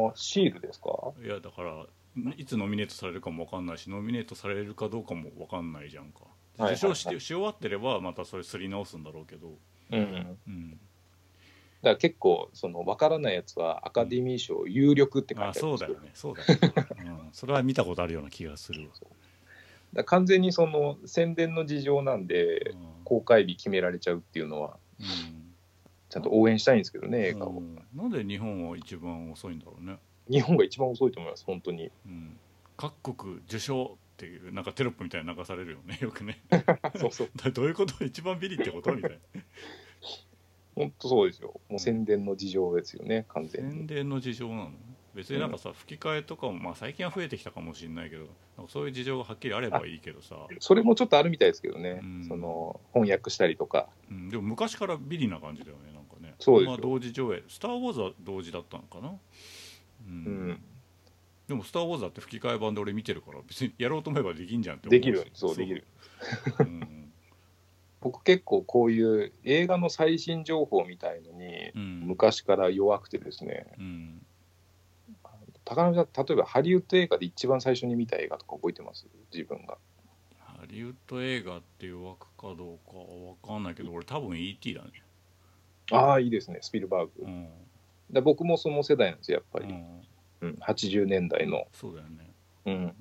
Speaker 2: ああ、シールですか
Speaker 1: いやだからいつノミネートされるかも分かんないしノミネートされるかどうかも分かんないじゃんか
Speaker 2: はいはい
Speaker 1: 受賞してし終わってればまたそれすり直すんだろうけど
Speaker 2: うん。だか
Speaker 1: うん
Speaker 2: ら結構、その、わからないやつはアカデミー賞有力って書い
Speaker 1: あ
Speaker 2: てあるんです
Speaker 1: そうだよねそうだよね、うん、それは見たことあるような気がするわ
Speaker 2: だから完全にその、宣伝の事情なんで、
Speaker 1: う
Speaker 2: 公開日決められちゃうっていうのは、
Speaker 1: んうん
Speaker 2: ちゃんと応援したいんですけどね、映画
Speaker 1: う
Speaker 2: を。
Speaker 1: んなんで日本は一番遅いんだろうね
Speaker 2: 日本が一番遅いと思います、本 当に。
Speaker 1: うん、各国受賞っていうなんかテロップみたいなの流されるよねよくね
Speaker 2: そうそう、
Speaker 1: だどういうこと一番ビリってことみた いな
Speaker 2: 本当そうですよ。もう宣伝の事情ですよね、完全
Speaker 1: 宣
Speaker 2: に。
Speaker 1: 伝の事情なの別になんかさ吹き替えとかも、まあ、最近は増えてきたかもしれないけどなんかそういう事情がはっきりあればいいけどさ、
Speaker 2: それもちょっとあるみたいですけどね、
Speaker 1: うん
Speaker 2: その翻訳したりとか、
Speaker 1: うん、でも昔からビリな感じだよねなんかね
Speaker 2: そうですよ
Speaker 1: まあ同時上映「スター・ウォーズ」は同時だったのかなうん、
Speaker 2: うん、
Speaker 1: でも「スター・ウォーズ」だって吹き替え版で俺見てるから別にやろうと思えばできんじゃんって思
Speaker 2: できる、そう、できる。
Speaker 1: うん
Speaker 2: 僕結構こういう映画の最新情報みたいのに、
Speaker 1: うん
Speaker 2: 昔から弱くてですね、
Speaker 1: うん
Speaker 2: 高波さん、例えばハリウッド映画で一番最初に見た映画とか覚えてます自分が。
Speaker 1: ハリウッド映画っていう枠かどうかは分かんないけど俺多分 E.T. だね
Speaker 2: ああ、いいですね、スピルバーグ。
Speaker 1: うん、
Speaker 2: で僕もその世代なんですよ、やっぱ
Speaker 1: う
Speaker 2: り。
Speaker 1: ん、
Speaker 2: うん、80年代の。
Speaker 1: そうだよね
Speaker 2: うん。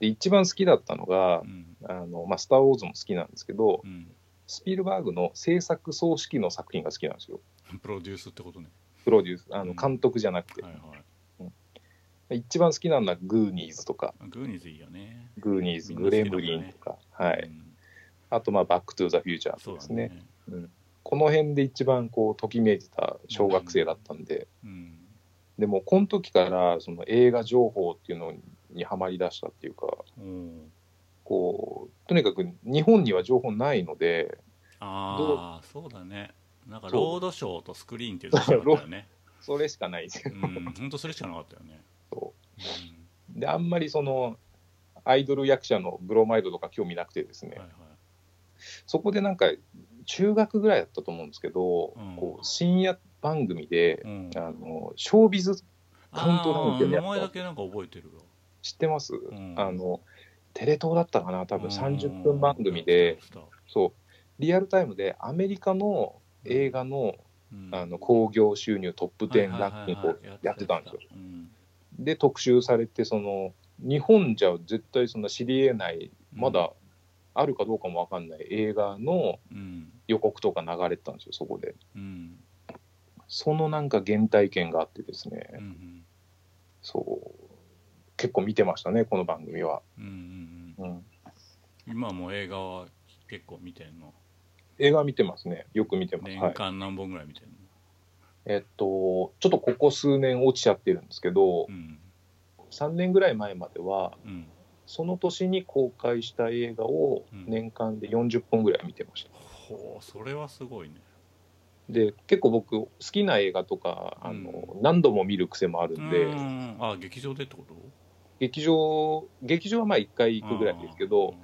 Speaker 2: で、一番好きだったのが
Speaker 1: う、ん
Speaker 2: あの、まあ、スター・ウォーズも好きなんですけど
Speaker 1: う、ん
Speaker 2: スピルバーグの制作総指揮の作品が好きなんですよ。
Speaker 1: プロデュースってことね
Speaker 2: プロデュース、あ
Speaker 1: う
Speaker 2: の、
Speaker 1: ん
Speaker 2: 監督じゃなくて。
Speaker 1: はいはい
Speaker 2: 一番好きなのはグーニーズとか、
Speaker 1: グーニーズいいよね
Speaker 2: グーニーズ、
Speaker 1: みん
Speaker 2: グ
Speaker 1: な好き
Speaker 2: レ
Speaker 1: だも
Speaker 2: ム
Speaker 1: んね
Speaker 2: リンとか、は
Speaker 1: う
Speaker 2: い。
Speaker 1: ん
Speaker 2: あと、まあ、バック・トゥ・ザ・フューチャー
Speaker 1: そ
Speaker 2: と
Speaker 1: う
Speaker 2: かで
Speaker 1: だ
Speaker 2: す
Speaker 1: ね
Speaker 2: ね。この辺で一番こう、ときめいてた小学生だったんで、
Speaker 1: うん
Speaker 2: でも、この時から、その映画情報っていうのにはまり出したっていうか、
Speaker 1: おー
Speaker 2: こう、とにかく日本には情報ないので、
Speaker 1: ああそうだねなんか
Speaker 2: そう
Speaker 1: ロードショーとスクリーンっていうのがあったよね
Speaker 2: それしかないです
Speaker 1: う
Speaker 2: よ。
Speaker 1: ん本当それしかなかったよね
Speaker 2: そ
Speaker 1: うん
Speaker 2: で、あんまりその、アイドル役者のブロマイドとか興味なくてですね、
Speaker 1: はいはい
Speaker 2: そこでなんか、中学ぐらいだったと思うんですけど、
Speaker 1: うん
Speaker 2: こう深夜番組で
Speaker 1: う、ん
Speaker 2: あの、ショービズカウントダウンって
Speaker 1: あー
Speaker 2: や
Speaker 1: 名
Speaker 2: った
Speaker 1: 前だけなんか覚えてるわ
Speaker 2: 知ってます、
Speaker 1: ん
Speaker 2: あの、テレ東だったかな多分30分番組
Speaker 1: う
Speaker 2: で
Speaker 1: ん、スター
Speaker 2: そう、リアルタイムでアメリカの映画の
Speaker 1: うん
Speaker 2: あの興行収入トップ10ランキングをやってたんですよ。で、特集されて、その、日本じゃ絶対そんな知り得ない、ま、だあるかどうかもわかんない映画の
Speaker 1: うんうん
Speaker 2: 予告とか流れてたんですよ、そこで。
Speaker 1: うん
Speaker 2: そのなんか原体験があってですね、
Speaker 1: うんうん
Speaker 2: そう、結構見てましたね、この番組は。
Speaker 1: うんうんうん
Speaker 2: うん、
Speaker 1: 今もう映画は結構見てんの
Speaker 2: 映画見てますね、よく見てます。は
Speaker 1: 年
Speaker 2: い、
Speaker 1: 間何本ぐらい見てんの、
Speaker 2: えっと、ちょっとここ数年落ちちゃってるんですけど、
Speaker 1: うん
Speaker 2: 3年ぐらい前までは、
Speaker 1: うん
Speaker 2: その年に公開した映画を
Speaker 1: うん
Speaker 2: 年間で40本ぐらい見てました。
Speaker 1: ほうそれはすごいね
Speaker 2: で、結構僕、好きな映画とか、あの、何度も見る癖もあるんで、
Speaker 1: うんあ劇場でってこと
Speaker 2: 劇場、劇場はまあ1回行くぐらいですけど、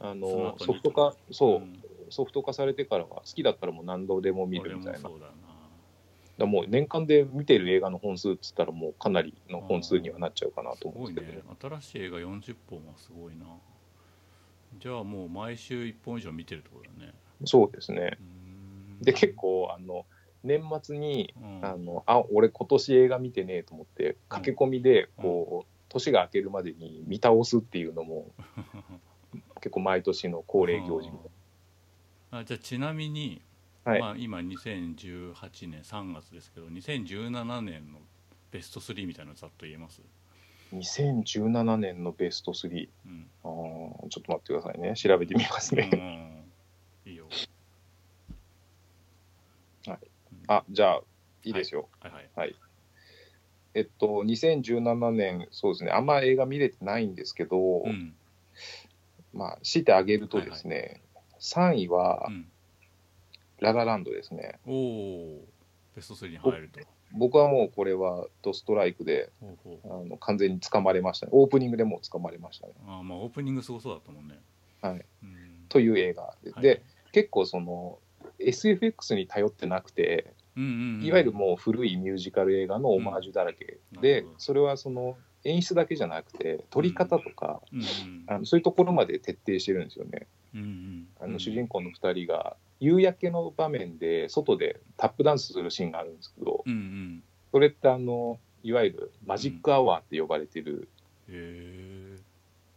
Speaker 2: あ
Speaker 1: その
Speaker 2: の、
Speaker 1: 後に
Speaker 2: ソフト化、そう、
Speaker 1: ん
Speaker 2: ソフト化されてからは好きだったらもう何度でも見るみたいな。
Speaker 1: 俺も
Speaker 2: だか
Speaker 1: そうだな
Speaker 2: らもう年間で見てる映画の本数っつったらもうかなりの本数にはなっちゃうかな
Speaker 1: す
Speaker 2: と思
Speaker 1: ご
Speaker 2: う
Speaker 1: い
Speaker 2: んですけど、
Speaker 1: ね新しい映画40本はすごいなじゃあもう毎週1本以上見てるってことだね
Speaker 2: そうですね。
Speaker 1: うーん
Speaker 2: で、結構、あの、年末に、
Speaker 1: うん
Speaker 2: あの、あ、俺今年映画見てねえと思って、駆け込みで、こう、年が明けるまでに見倒すっていうのも、 結構毎年の恒例行事みたい
Speaker 1: ああじゃあちなみに、
Speaker 2: はい
Speaker 1: まあ、今2018年3月ですけど2017年のベスト3みたいなのざっと言えます、
Speaker 2: な。2017年のベスト3。
Speaker 1: うん
Speaker 2: あーちょっと待ってくださいね。調べてみますね。
Speaker 1: うんいいよう
Speaker 2: はい
Speaker 1: ん
Speaker 2: あ、じゃあ、いいですよ。
Speaker 1: はいはい
Speaker 2: えっと、2017年、そうですね、あんま映画見れてないんですけど、
Speaker 1: うん
Speaker 2: まあ、強いてあげるとですね、3位は
Speaker 1: う、ん
Speaker 2: ララランドですね。
Speaker 1: おおベスト3に入ると
Speaker 2: 僕はもうこれは、ドストライクで、
Speaker 1: ほうほ
Speaker 2: あ
Speaker 1: う
Speaker 2: の完全に掴まれましたね。オープニングでもう掴まれましたね。
Speaker 1: あーまあオープニングすごそうだったもんね
Speaker 2: はい、
Speaker 1: うん
Speaker 2: という映画で、
Speaker 1: はい
Speaker 2: で結構その、SFX に頼ってなくて、
Speaker 1: うんうんうん
Speaker 2: いわゆるもう古いミュージカル映画のオマージュだらけ
Speaker 1: うんな
Speaker 2: で、
Speaker 1: るほど
Speaker 2: それはその、演出だけじゃなくて、撮り方とか、
Speaker 1: うんうん
Speaker 2: あのそういうところまで徹底してるんですよね。
Speaker 1: うんうん
Speaker 2: あの主人公の2人が夕焼けの場面で外でタップダンスするシーンがあるんですけど
Speaker 1: うんうん
Speaker 2: それってあのいわゆるマジックアワーって呼ばれてる、
Speaker 1: へ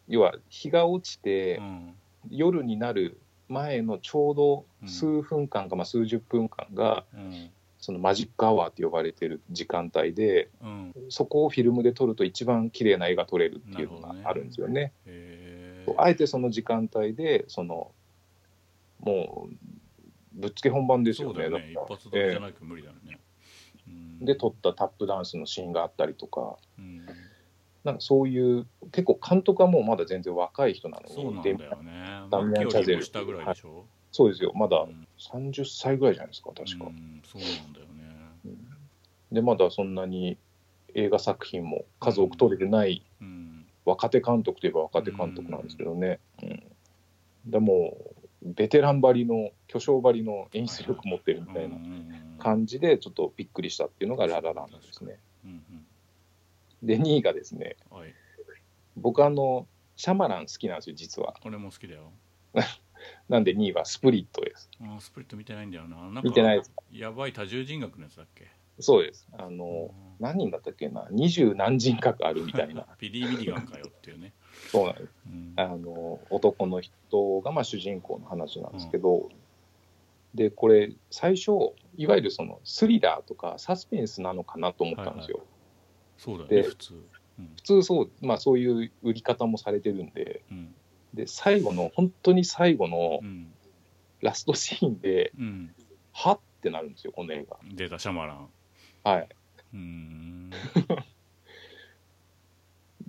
Speaker 2: 要は日が落ち
Speaker 1: え
Speaker 2: て
Speaker 1: うん
Speaker 2: 夜になる前のちょうど数分間か、まあ、数十分間が
Speaker 1: うん
Speaker 2: そのマジックアワーって呼ばれてる時間帯で、
Speaker 1: うん
Speaker 2: そこをフィルムで撮ると一番綺麗な絵が撮れるっていうのがあるんですよね。
Speaker 1: へ
Speaker 2: あえてその時間帯で、その、もう、ぶっつけ本番
Speaker 1: え
Speaker 2: です
Speaker 1: そ
Speaker 2: よ
Speaker 1: うだ
Speaker 2: ね。
Speaker 1: よね一
Speaker 2: だから
Speaker 1: 発撮りじゃ
Speaker 2: え
Speaker 1: なきゃ無理だよね、うん
Speaker 2: えで、撮ったタップダンスのシーンがあったりとか、
Speaker 1: うん
Speaker 2: なんかそういう、結構監督はもうまだ全然若い人なのに、
Speaker 1: そうなんだ
Speaker 2: で
Speaker 1: よね
Speaker 2: ダミアンチ
Speaker 1: マッキオ
Speaker 2: ャゼル
Speaker 1: リも下ぐらいでしょ、
Speaker 2: そうですよ、まだ
Speaker 1: うん
Speaker 2: 30歳ぐらいじゃないですか、確
Speaker 1: う
Speaker 2: か。
Speaker 1: んそうなんだよね
Speaker 2: で、まだそんなに映画作品も数多く撮れてない
Speaker 1: うん
Speaker 2: 若手監督といえば若手監督なんですけどね、うんでもうベテランばりの巨匠ばりの演出力持ってるみたいな
Speaker 1: うんうんうん
Speaker 2: 感じでちょっとびっくりしたっていうのがララランドですね
Speaker 1: うん
Speaker 2: で2位がですね
Speaker 1: うんはい
Speaker 2: 僕あのシャマラン好きなんですよ実は
Speaker 1: 俺も好きだよ
Speaker 2: なんで2位はスプリットです
Speaker 1: あースプリット見てないんだよななんか
Speaker 2: 見てないです
Speaker 1: やばい多重人格のやつだっけ
Speaker 2: そうですあの何人だったっけな二十何人格あるみたい な
Speaker 1: ビリー・ミリガンかよっていうね、
Speaker 2: そうなんです
Speaker 1: うん
Speaker 2: あの男の人がまあ主人公の話なんですけど、でこれ最初いわゆるそのスリラーとかサスペンスなのかなと思ったんですよ、
Speaker 1: そうだよね
Speaker 2: で
Speaker 1: 普通、うん
Speaker 2: 普通そう,、まあ、そういう売り方もされてるんで
Speaker 1: うん
Speaker 2: で最後の本当に最後の
Speaker 1: うん
Speaker 2: ラストシーンで、
Speaker 1: うん、
Speaker 2: はってなるんですよこの映
Speaker 1: 出たシャマラン
Speaker 2: 画はい
Speaker 1: うん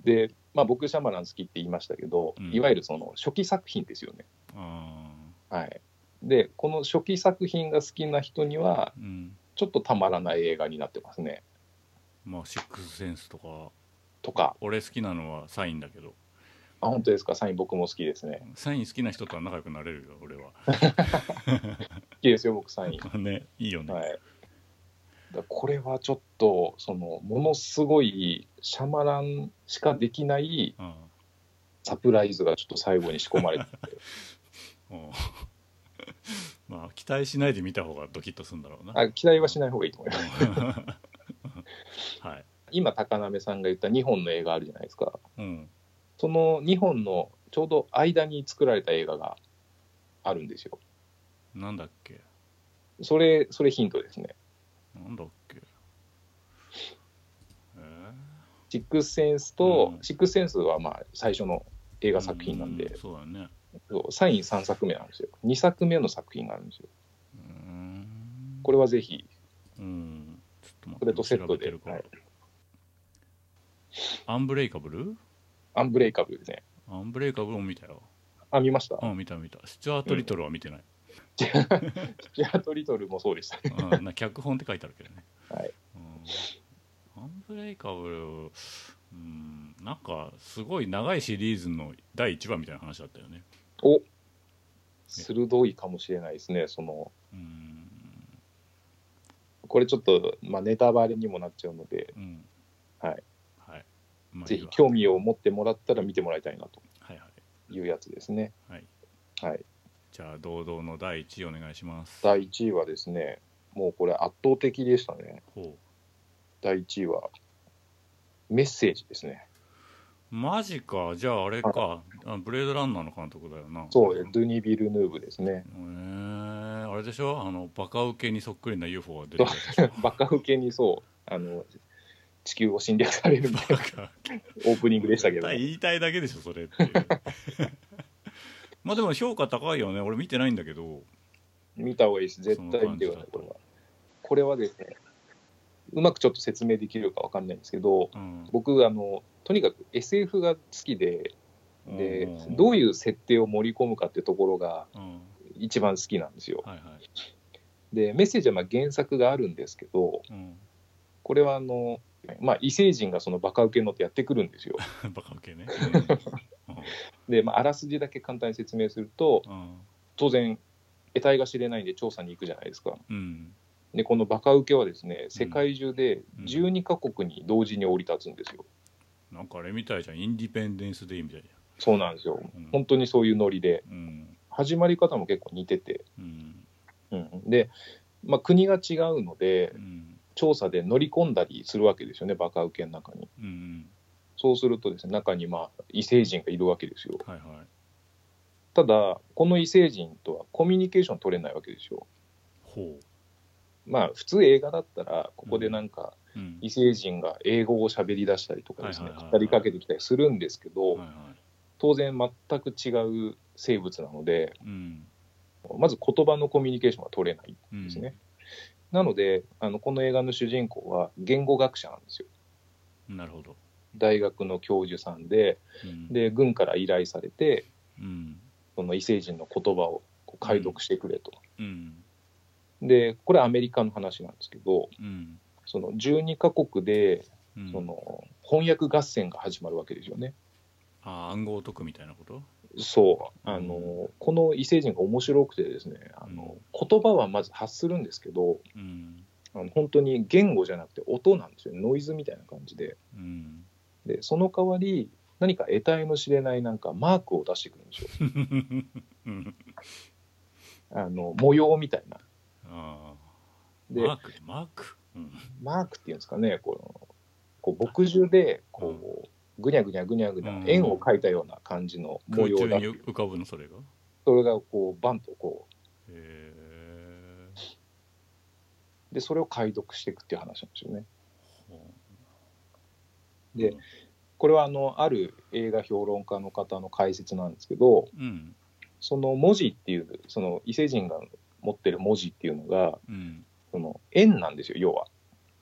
Speaker 2: で、まあ、僕シャマラン好きって言いましたけど、
Speaker 1: うん
Speaker 2: いわゆるその初期作品ですよね
Speaker 1: あ
Speaker 2: はいでこの初期作品が好きな人には
Speaker 1: ーうん
Speaker 2: ちょっとたまらない映画になってますね
Speaker 1: まあシックスセンスとか
Speaker 2: とか
Speaker 1: 俺好きなのはサインだけど
Speaker 2: あ、本当ですか、サイン僕も好きですね。
Speaker 1: サイン好きな人とは仲良くなれるよ俺は
Speaker 2: 好きですよ、僕、サイ
Speaker 1: ねいいよ
Speaker 2: ン。
Speaker 1: ね、
Speaker 2: はい。だからこれはちょっと、その、ものすごい、シャマランしかできない
Speaker 1: あ
Speaker 2: サプライズがちょっと最後に仕込まれてて、
Speaker 1: ーうん まあ期待しないで見た方がドキッとするんだろうな
Speaker 2: あ期待はしない方がいいと思います。
Speaker 1: はい。
Speaker 2: 今、高鍋さんが言った2本の映画あるじゃないですか。
Speaker 1: うん。
Speaker 2: その2本のちょうど間に作られた映画があるんですよ。
Speaker 1: なんだっけ
Speaker 2: それ、それヒントですね。
Speaker 1: なんだっけえ
Speaker 2: シックスセンスと、
Speaker 1: うん
Speaker 2: シックスセンスはまあ最初の映
Speaker 1: ー
Speaker 2: 画作品なんで
Speaker 1: う、そうだね。
Speaker 2: そうサイン3作目なんですよ。2作目の作品があるんですよ。
Speaker 1: うーん。
Speaker 2: これはぜひ、
Speaker 1: うん。ちょっと待って。
Speaker 2: これとセット
Speaker 1: 調べ
Speaker 2: で
Speaker 1: てるから
Speaker 2: はい
Speaker 1: アンブレイカブル
Speaker 2: アンブレイカブルですね。
Speaker 1: アンブレイカブルも見たよ。
Speaker 2: あ、見ました。
Speaker 1: うん、見た見た。スチュアート・リトルは見てない。
Speaker 2: ジェラトリトルもそうでした。
Speaker 1: うん、な脚本って書いてあるけどね。
Speaker 2: はい
Speaker 1: うん。アンブレイカブル、うん、なんかすごい長いシリーズの第1話みたいな話だったよね。
Speaker 2: お鋭いかもしれないですね。その、
Speaker 1: うん。
Speaker 2: これちょっと、まあ、ネタバレにもなっちゃうので、
Speaker 1: うん。
Speaker 2: はい。
Speaker 1: はい。まあ
Speaker 2: ぜ
Speaker 1: いい
Speaker 2: ひ
Speaker 1: わ
Speaker 2: 興味を持ってもらったら見てもらいたいなと
Speaker 1: はいはい。
Speaker 2: いうやつですね。
Speaker 1: はい。
Speaker 2: はい。
Speaker 1: じゃあ、堂々の第一位お願いします。
Speaker 2: 第1位はですね、もうこれ圧倒的でしたね。
Speaker 1: ほ
Speaker 2: 第1位は、メッセージですね。
Speaker 1: う。マジか。じゃあ、あれか。あブレードランナーの監督だよな。
Speaker 2: そう、
Speaker 1: へ
Speaker 2: ドゥニ・ビルヌーブですね。
Speaker 1: えあれでしょあの、バカウケにそっくりな UFO が出てくるやつでしょ
Speaker 2: バカ受けにそう、あの、地球を侵略されるみた いな
Speaker 1: バカ
Speaker 2: オープニングでしたけど。
Speaker 1: 言いたいだけでしょ、それ っていうまあでも評価高いよね。俺見てないんだけど。
Speaker 2: 見た方がいいです。絶対見てください、
Speaker 1: その感じだ
Speaker 2: こ
Speaker 1: と
Speaker 2: れは。これはですね、うまくちょっと説明できるかわかんないんですけど、
Speaker 1: うん。
Speaker 2: 僕、あの、とにかく SF が好きで、で、どう
Speaker 1: い
Speaker 2: いう設定を盛り込むかってところが
Speaker 1: うん。うん
Speaker 2: 一番好きなんですよ。
Speaker 1: はいはい。
Speaker 2: で、メッセージはまあ原作があるんですけど、
Speaker 1: うん。
Speaker 2: これはあの、まあ、異星人がそのバカ受けに乗ってやってくるんですよ。
Speaker 1: バカウケね。
Speaker 2: で、まあ、あらすじだけ簡単に説明すると、
Speaker 1: うん。うん
Speaker 2: 当然、得体が知れないんで調査に行くじゃないですか。
Speaker 1: うん。
Speaker 2: で、このバカ受けはですね、世界中で12カ国に同時に降り立つんですよ。
Speaker 1: なんかあれみたいじゃん。インディペンデンスデイみたいじ
Speaker 2: そうなんですよ。
Speaker 1: ゃん。うん
Speaker 2: 本当にそういうノリで、
Speaker 1: うん
Speaker 2: 始まり方も結構似てて、
Speaker 1: うん
Speaker 2: うん、で、まあ、国が違うので
Speaker 1: う、ん
Speaker 2: 調査で乗り込んだりするわけですよね、バカ受けの中に。
Speaker 1: うん
Speaker 2: そうするとですね、中にまあ異星人がいるわけですよ。
Speaker 1: はいはい
Speaker 2: ただ、この異星人とはコミュニケーション取れないわけですよ。
Speaker 1: ほ
Speaker 2: まあ普通映画だったらここでなんか
Speaker 1: うん
Speaker 2: 異星人が英語を喋り出したりとかですね
Speaker 1: はいはいはいはい
Speaker 2: 語りかけてきたりするんですけど、
Speaker 1: はいは
Speaker 2: 当然全く違う生物なので
Speaker 1: いうん
Speaker 2: まず言葉のコミュニケーションが取れない
Speaker 1: うん
Speaker 2: ですねなのであのこの映画の主人公は言語学者なんですよ
Speaker 1: なるほど、
Speaker 2: 大学の教授さんで
Speaker 1: うん、
Speaker 2: で軍から依頼されて
Speaker 1: うん
Speaker 2: その異星人の言葉をこう解読してくれと、
Speaker 1: うん
Speaker 2: でこれアメリカの話なんですけど
Speaker 1: うん
Speaker 2: その12カ国で
Speaker 1: うん
Speaker 2: その翻訳合戦が始まるわけですよね。
Speaker 1: あー暗号を解くみたいなこと
Speaker 2: そうあの、この異星人が面白くてですねあの言葉はまず発するんですけど
Speaker 1: うん
Speaker 2: あの本当に言語じゃなくて音なんですよねノイズみたいな感じで
Speaker 1: うん
Speaker 2: でその代わり何か得体の知れないなんかマークを出してくるんですよ
Speaker 1: うん
Speaker 2: あの模様みたいな
Speaker 1: あー
Speaker 2: で
Speaker 1: マークマーク、うん
Speaker 2: マークっていうんですかねこのこう墨汁でこう、ぐにゃぐにゃぐにゃぐにゃ
Speaker 1: うん
Speaker 2: 円を描いたような感じの模
Speaker 1: 空
Speaker 2: 様
Speaker 1: 中
Speaker 2: だ
Speaker 1: に浮かぶのそれが
Speaker 2: それがこうバンとこ
Speaker 1: へえ
Speaker 2: うでそれを解読していくっていう話なんですよねでこれはあのある映画評論家の方の解説なんですけど
Speaker 1: うん
Speaker 2: その文字っていうその異星人が持ってる文字っていうのが
Speaker 1: うん
Speaker 2: その円なんですよ要は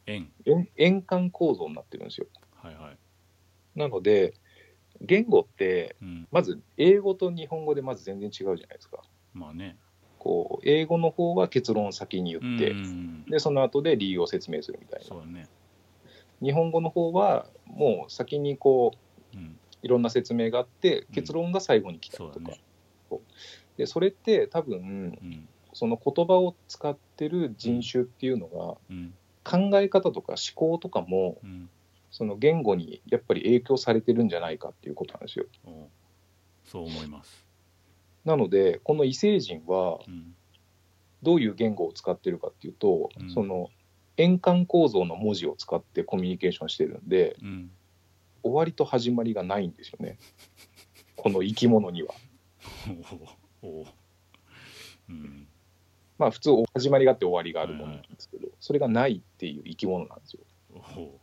Speaker 1: 円
Speaker 2: 円円環構造になってるんですよ
Speaker 1: はいはい
Speaker 2: なので言語って
Speaker 1: うん
Speaker 2: まず英語と日本語でまず全然違うじゃないですか
Speaker 1: まあね
Speaker 2: こう英語の方は結論を先に
Speaker 1: う
Speaker 2: 言って、
Speaker 1: ん
Speaker 2: でその後で理由を説明するみたい
Speaker 1: そ
Speaker 2: な
Speaker 1: うだね
Speaker 2: 日本語の方はもう先にこう
Speaker 1: うん
Speaker 2: いろんな説明があって
Speaker 1: うん
Speaker 2: 結論が最後に来たりとか、
Speaker 1: そうだね
Speaker 2: でそれって多分
Speaker 1: うん
Speaker 2: その言葉を使ってる人種っていうのが
Speaker 1: うん
Speaker 2: 考え方とか思考とかも
Speaker 1: うん
Speaker 2: その言語にやっぱり影響されてるんじゃないかっていうことなんですよ
Speaker 1: おそう思います
Speaker 2: なのでこの異星人は
Speaker 1: うん
Speaker 2: どういう言語を使ってるかっていうと、
Speaker 1: うん
Speaker 2: その円環構造の文字を使ってコミュニケーションしてるんで
Speaker 1: うん
Speaker 2: 終わりと始まりがないんですよねこの生き物には
Speaker 1: おおうん
Speaker 2: まあ普通始まりがあって終わりがあるものなんですけど、それがないっていう生き物なんですよ
Speaker 1: おお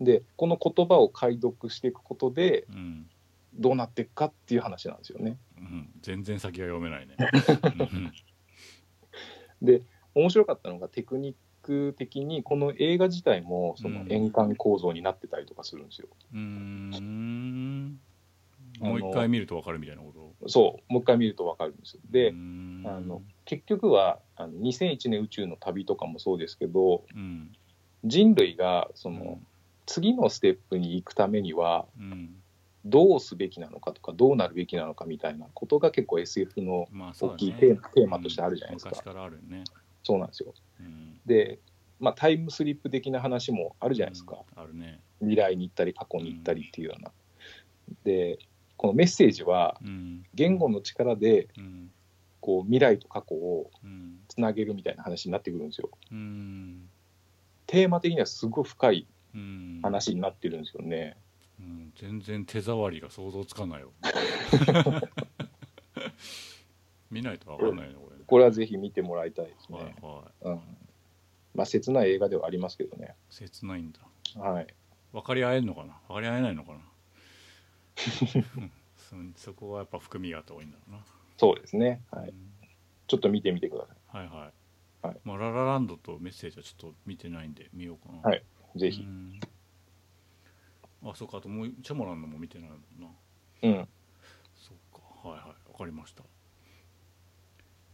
Speaker 2: でこの言葉を解読していくことで
Speaker 1: うん
Speaker 2: どうなっていくかっていう話なんですよね
Speaker 1: うん全然先が読めない ねうん
Speaker 2: 面白かったのがテクニック的にこの映画自体もその円環構造になってたりとかするんですよ、
Speaker 1: うーんもう一回見るとわかるみたいなこと
Speaker 2: そうもう一回見るとわかるんですよで、
Speaker 1: うーん
Speaker 2: あの結局はあの2001年宇宙の旅とかもそうですけど
Speaker 1: うん
Speaker 2: 人類がそうの、
Speaker 1: ん
Speaker 2: 次のステップに行くためには
Speaker 1: うん
Speaker 2: どうすべきなのかとかどうなるべきなのかみたいなことが結構 SF の
Speaker 1: まあそう
Speaker 2: 大
Speaker 1: だ
Speaker 2: きい
Speaker 1: ね
Speaker 2: テーマ,、テーマとしてあるじゃないですか、
Speaker 1: 昔からあるよね
Speaker 2: そうなんですよ
Speaker 1: うん
Speaker 2: で、まあ、タイムスリップ的な話もあるじゃないですか、
Speaker 1: あるね
Speaker 2: 未来に行ったり過去に行ったりっていうようなでこのメッセージは
Speaker 1: うん
Speaker 2: 言語の力で
Speaker 1: うん
Speaker 2: こう未来と過去を
Speaker 1: うん
Speaker 2: つなげるみたいな話になってくるんですよ
Speaker 1: うん
Speaker 2: テーマ的にはすごい深い
Speaker 1: うん
Speaker 2: 話になってるんですよね。
Speaker 1: うん全然手触りが想像つか ないよ見ないとわかんないねこれ
Speaker 2: これはぜひ見てもらいたいです
Speaker 1: はい
Speaker 2: ね。
Speaker 1: はい
Speaker 2: うん、まあ切ない映画ではありますけどね。
Speaker 1: 切ないんだ
Speaker 2: はい。
Speaker 1: 分かり合えるのかな分かり合えないのかなうんそそこはやっぱ含みが遠いんだろうな
Speaker 2: そうですね。はい。
Speaker 1: うん
Speaker 2: ちょっと見てみてくださ
Speaker 1: はいはい、
Speaker 2: はい
Speaker 1: まあ、ララランドとメッセージはちょっと見てないんで見ようかな、
Speaker 2: はいい。ぜ
Speaker 1: う
Speaker 2: ひ。
Speaker 1: んあそうかあともうチェモランのも見てないもんな
Speaker 2: うん。
Speaker 1: そうかはいはいわかりました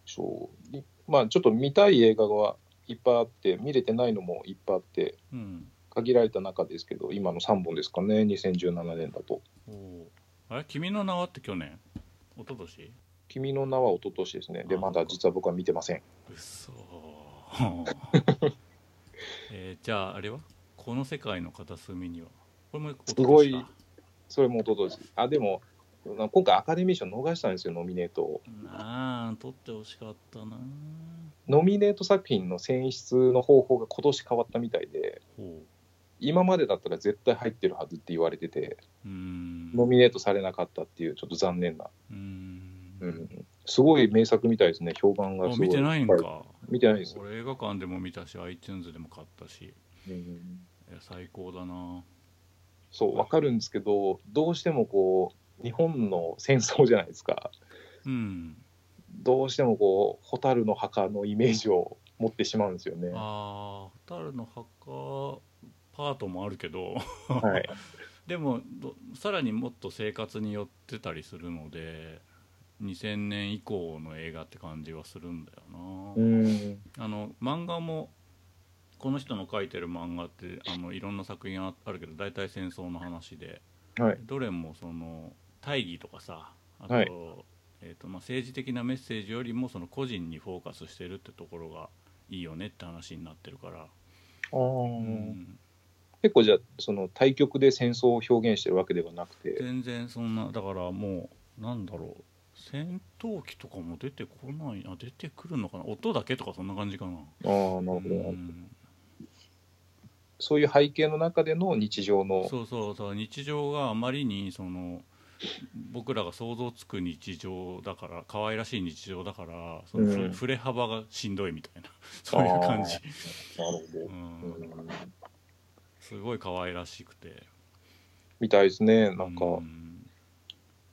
Speaker 2: そう。いまあちょっと見たい映画がいっぱいあって、見れてないのもいっぱいあって、
Speaker 1: うん
Speaker 2: 限られた中ですけど、今の3本ですかね、2017年だと。
Speaker 1: おおあれ君の名はって去年一昨年
Speaker 2: 君の名は一昨年ですね。で、
Speaker 1: あ
Speaker 2: まだ実は僕は見てません。
Speaker 1: うそ えーじゃああれはこの世界の片隅にはこれも一昨年か
Speaker 2: それも一昨年。あ、でも、な今回アカデミー賞逃したんですよ、ノミネートを。
Speaker 1: なあ取ってほしかったな
Speaker 2: ノミネート作品の選出の方法が今年変わったみたいで、
Speaker 1: ほ
Speaker 2: 今までだったら絶対入ってるはずって言われてて、
Speaker 1: ううーん
Speaker 2: ノミネートされなかったっていう、ちょっと残念な、
Speaker 1: うーん
Speaker 2: うん、すごい名作みたいですね、評判が
Speaker 1: あ
Speaker 2: すごい。
Speaker 1: 見てないんか、
Speaker 2: はい見てないですよ。
Speaker 1: 俺映画館でも見たし iTunes でも買ったし
Speaker 2: うん
Speaker 1: いや最高だな
Speaker 2: そう、わかるんですけど、どうしてもこう、日本の戦争じゃないですか。
Speaker 1: うん
Speaker 2: どうしてもこう、蛍の墓のイメージを持ってしまうんですよね。は
Speaker 1: ああ蛍の墓パートもあるけど
Speaker 2: い。
Speaker 1: でもどさらにもっと生活に寄ってたりするので2000年以降の映画って感じはするんだよ
Speaker 2: う
Speaker 1: な、
Speaker 2: ん。
Speaker 1: あの漫画もこの人の描いてる漫画ってあのいろんな作品ああるけど大体戦争の話で
Speaker 2: はい。
Speaker 1: どれもその大義とかさあと,、
Speaker 2: はい
Speaker 1: えーとまあ、政治的なメッセージよりもその個人にフォーカスしてるってところがいいよねって話になってるから、
Speaker 2: あ
Speaker 1: う
Speaker 2: ー
Speaker 1: ん、
Speaker 2: 結構じゃあ、その対局で戦争を表現してるわけではなくて、
Speaker 1: 全然そんなだからもうなんだろう戦闘機とかも出てこないあ出てくるのかな音だけとかそんな感じかな
Speaker 2: ああ、なるほど、
Speaker 1: うん
Speaker 2: そういう背景の中での日常の、
Speaker 1: そうそうそう日常があまりにその僕らが想像つく日常だから可愛らしい日常だからその、
Speaker 2: うん
Speaker 1: 触れ触れ幅がしんどいみたいな そういう感じ、
Speaker 2: なるほ
Speaker 1: う。、
Speaker 2: どうんん
Speaker 1: すごい可愛らしくて
Speaker 2: みたいですね。なんか、
Speaker 1: うん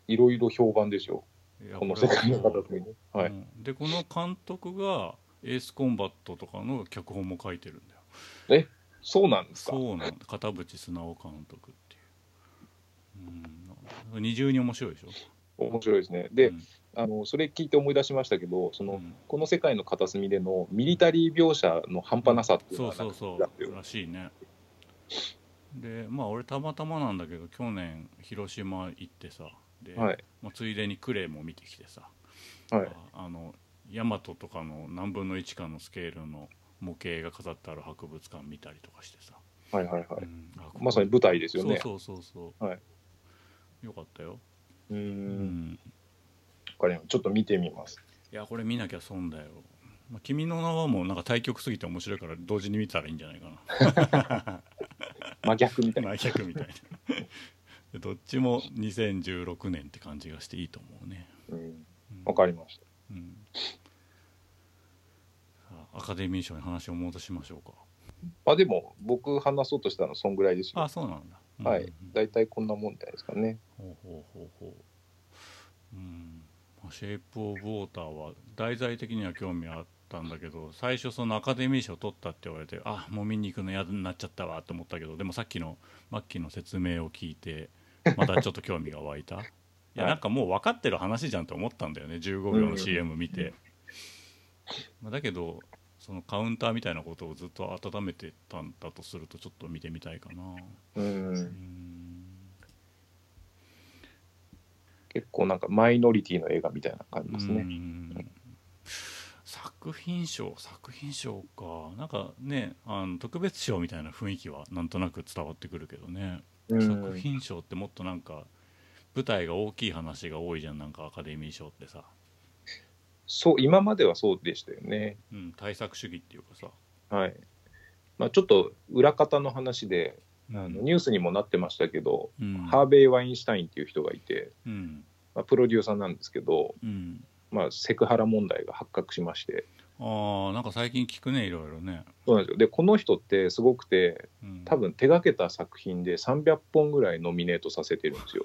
Speaker 2: いろいろ評判ですよ。
Speaker 1: いや
Speaker 2: この
Speaker 1: これ
Speaker 2: 世
Speaker 1: は
Speaker 2: 界の片隅に。は
Speaker 1: う
Speaker 2: い。
Speaker 1: んでこの監督がエースコンバットとかの脚本も書いてるんだよ
Speaker 2: そうなんですか。
Speaker 1: そうなんだ片渕素直監督っていう、うん、二重に面白いでしょ
Speaker 2: 面白いですね。で、
Speaker 1: うん
Speaker 2: あの、それ聞いて思い出しましたけど、その、
Speaker 1: うん
Speaker 2: この世界の片隅でのミリタリー描写の半端なさっていうの
Speaker 1: そう
Speaker 2: が
Speaker 1: そう
Speaker 2: な
Speaker 1: そ
Speaker 2: んか
Speaker 1: うらしいねでまあ俺たまたまなんだけど去年広島行ってさで、
Speaker 2: はい
Speaker 1: まあ、ついでにクレイも見てきてさ、
Speaker 2: はい
Speaker 1: ああのヤマトとかの何分の1かのスケールの模型が飾ってある博物館見たりとかしてさ、
Speaker 2: はいはいは
Speaker 1: う
Speaker 2: い。
Speaker 1: んあここ
Speaker 2: まさに舞台ですよね。
Speaker 1: そうそうそうそう、
Speaker 2: はい
Speaker 1: よかったよ、
Speaker 2: うー。
Speaker 1: うん
Speaker 2: わかりましたちょっと見てみます。
Speaker 1: いやこれ見なきゃ損だよ、まあ、君の名はもうなんか対局すぎて面白いから同時に見たらいいんじゃないかな
Speaker 2: 真逆みたいな。
Speaker 1: 真逆みたいなでどっちも2016年って感じがしていいと思うね
Speaker 2: うん。
Speaker 1: うん
Speaker 2: わかりまし
Speaker 1: うんさあアカデミー賞に話を戻しましょうか
Speaker 2: た。あ、でも、僕話そうとしたのはそんぐらいですよ
Speaker 1: あ。そうなんだ、うん
Speaker 2: はい。大体こんなもんじゃないですかね。
Speaker 1: ほうほうほうほううんまあシェイプ・オブ・ウォーターは題材的には興味あったんだけど最初そのアカデミー賞取ったって言われてあもう見に行くの嫌になっちゃったわと思ったけどでもさっきのマッキーの説明を聞いてまたちょっと興味が湧い たいやなんかもう分かってる話じゃんと思ったんだよね15秒の CM 見て、まあだけどそのカウンターみたいなことをずっと温めてたんだとするとちょっと見てみたいかな
Speaker 2: う。
Speaker 1: うんん
Speaker 2: 結構なんかマイノリティの映画みたいな感じです
Speaker 1: う
Speaker 2: ね。
Speaker 1: ん作品賞作品賞かなんかねあの特別賞みたいな雰囲気はなんとなく伝わってくるけどね、
Speaker 2: うん
Speaker 1: 作品賞ってもっとなんか舞台が大きい話が多いじゃんなんかアカデミー賞ってさ、
Speaker 2: そう、今まではそうでしたよね。
Speaker 1: うん、対策主義っていうかさ、
Speaker 2: はい。まあ、ちょっと裏方の話で、
Speaker 1: うん、
Speaker 2: あのニュースにもなってましたけど、
Speaker 1: うん
Speaker 2: ハーベイ・ワインシュタインっていう人がいて、
Speaker 1: うん
Speaker 2: まあ、プロデューサーなんですけど、
Speaker 1: うん
Speaker 2: まあ、セクハラ問題が発覚しまして、
Speaker 1: ああなんか最近聞くねいろいろね、
Speaker 2: そうなんですよ。で、この人ってすごくて、
Speaker 1: うん、
Speaker 2: 多分手がけた作品で300本ぐらいノミネートさせてるんですよ。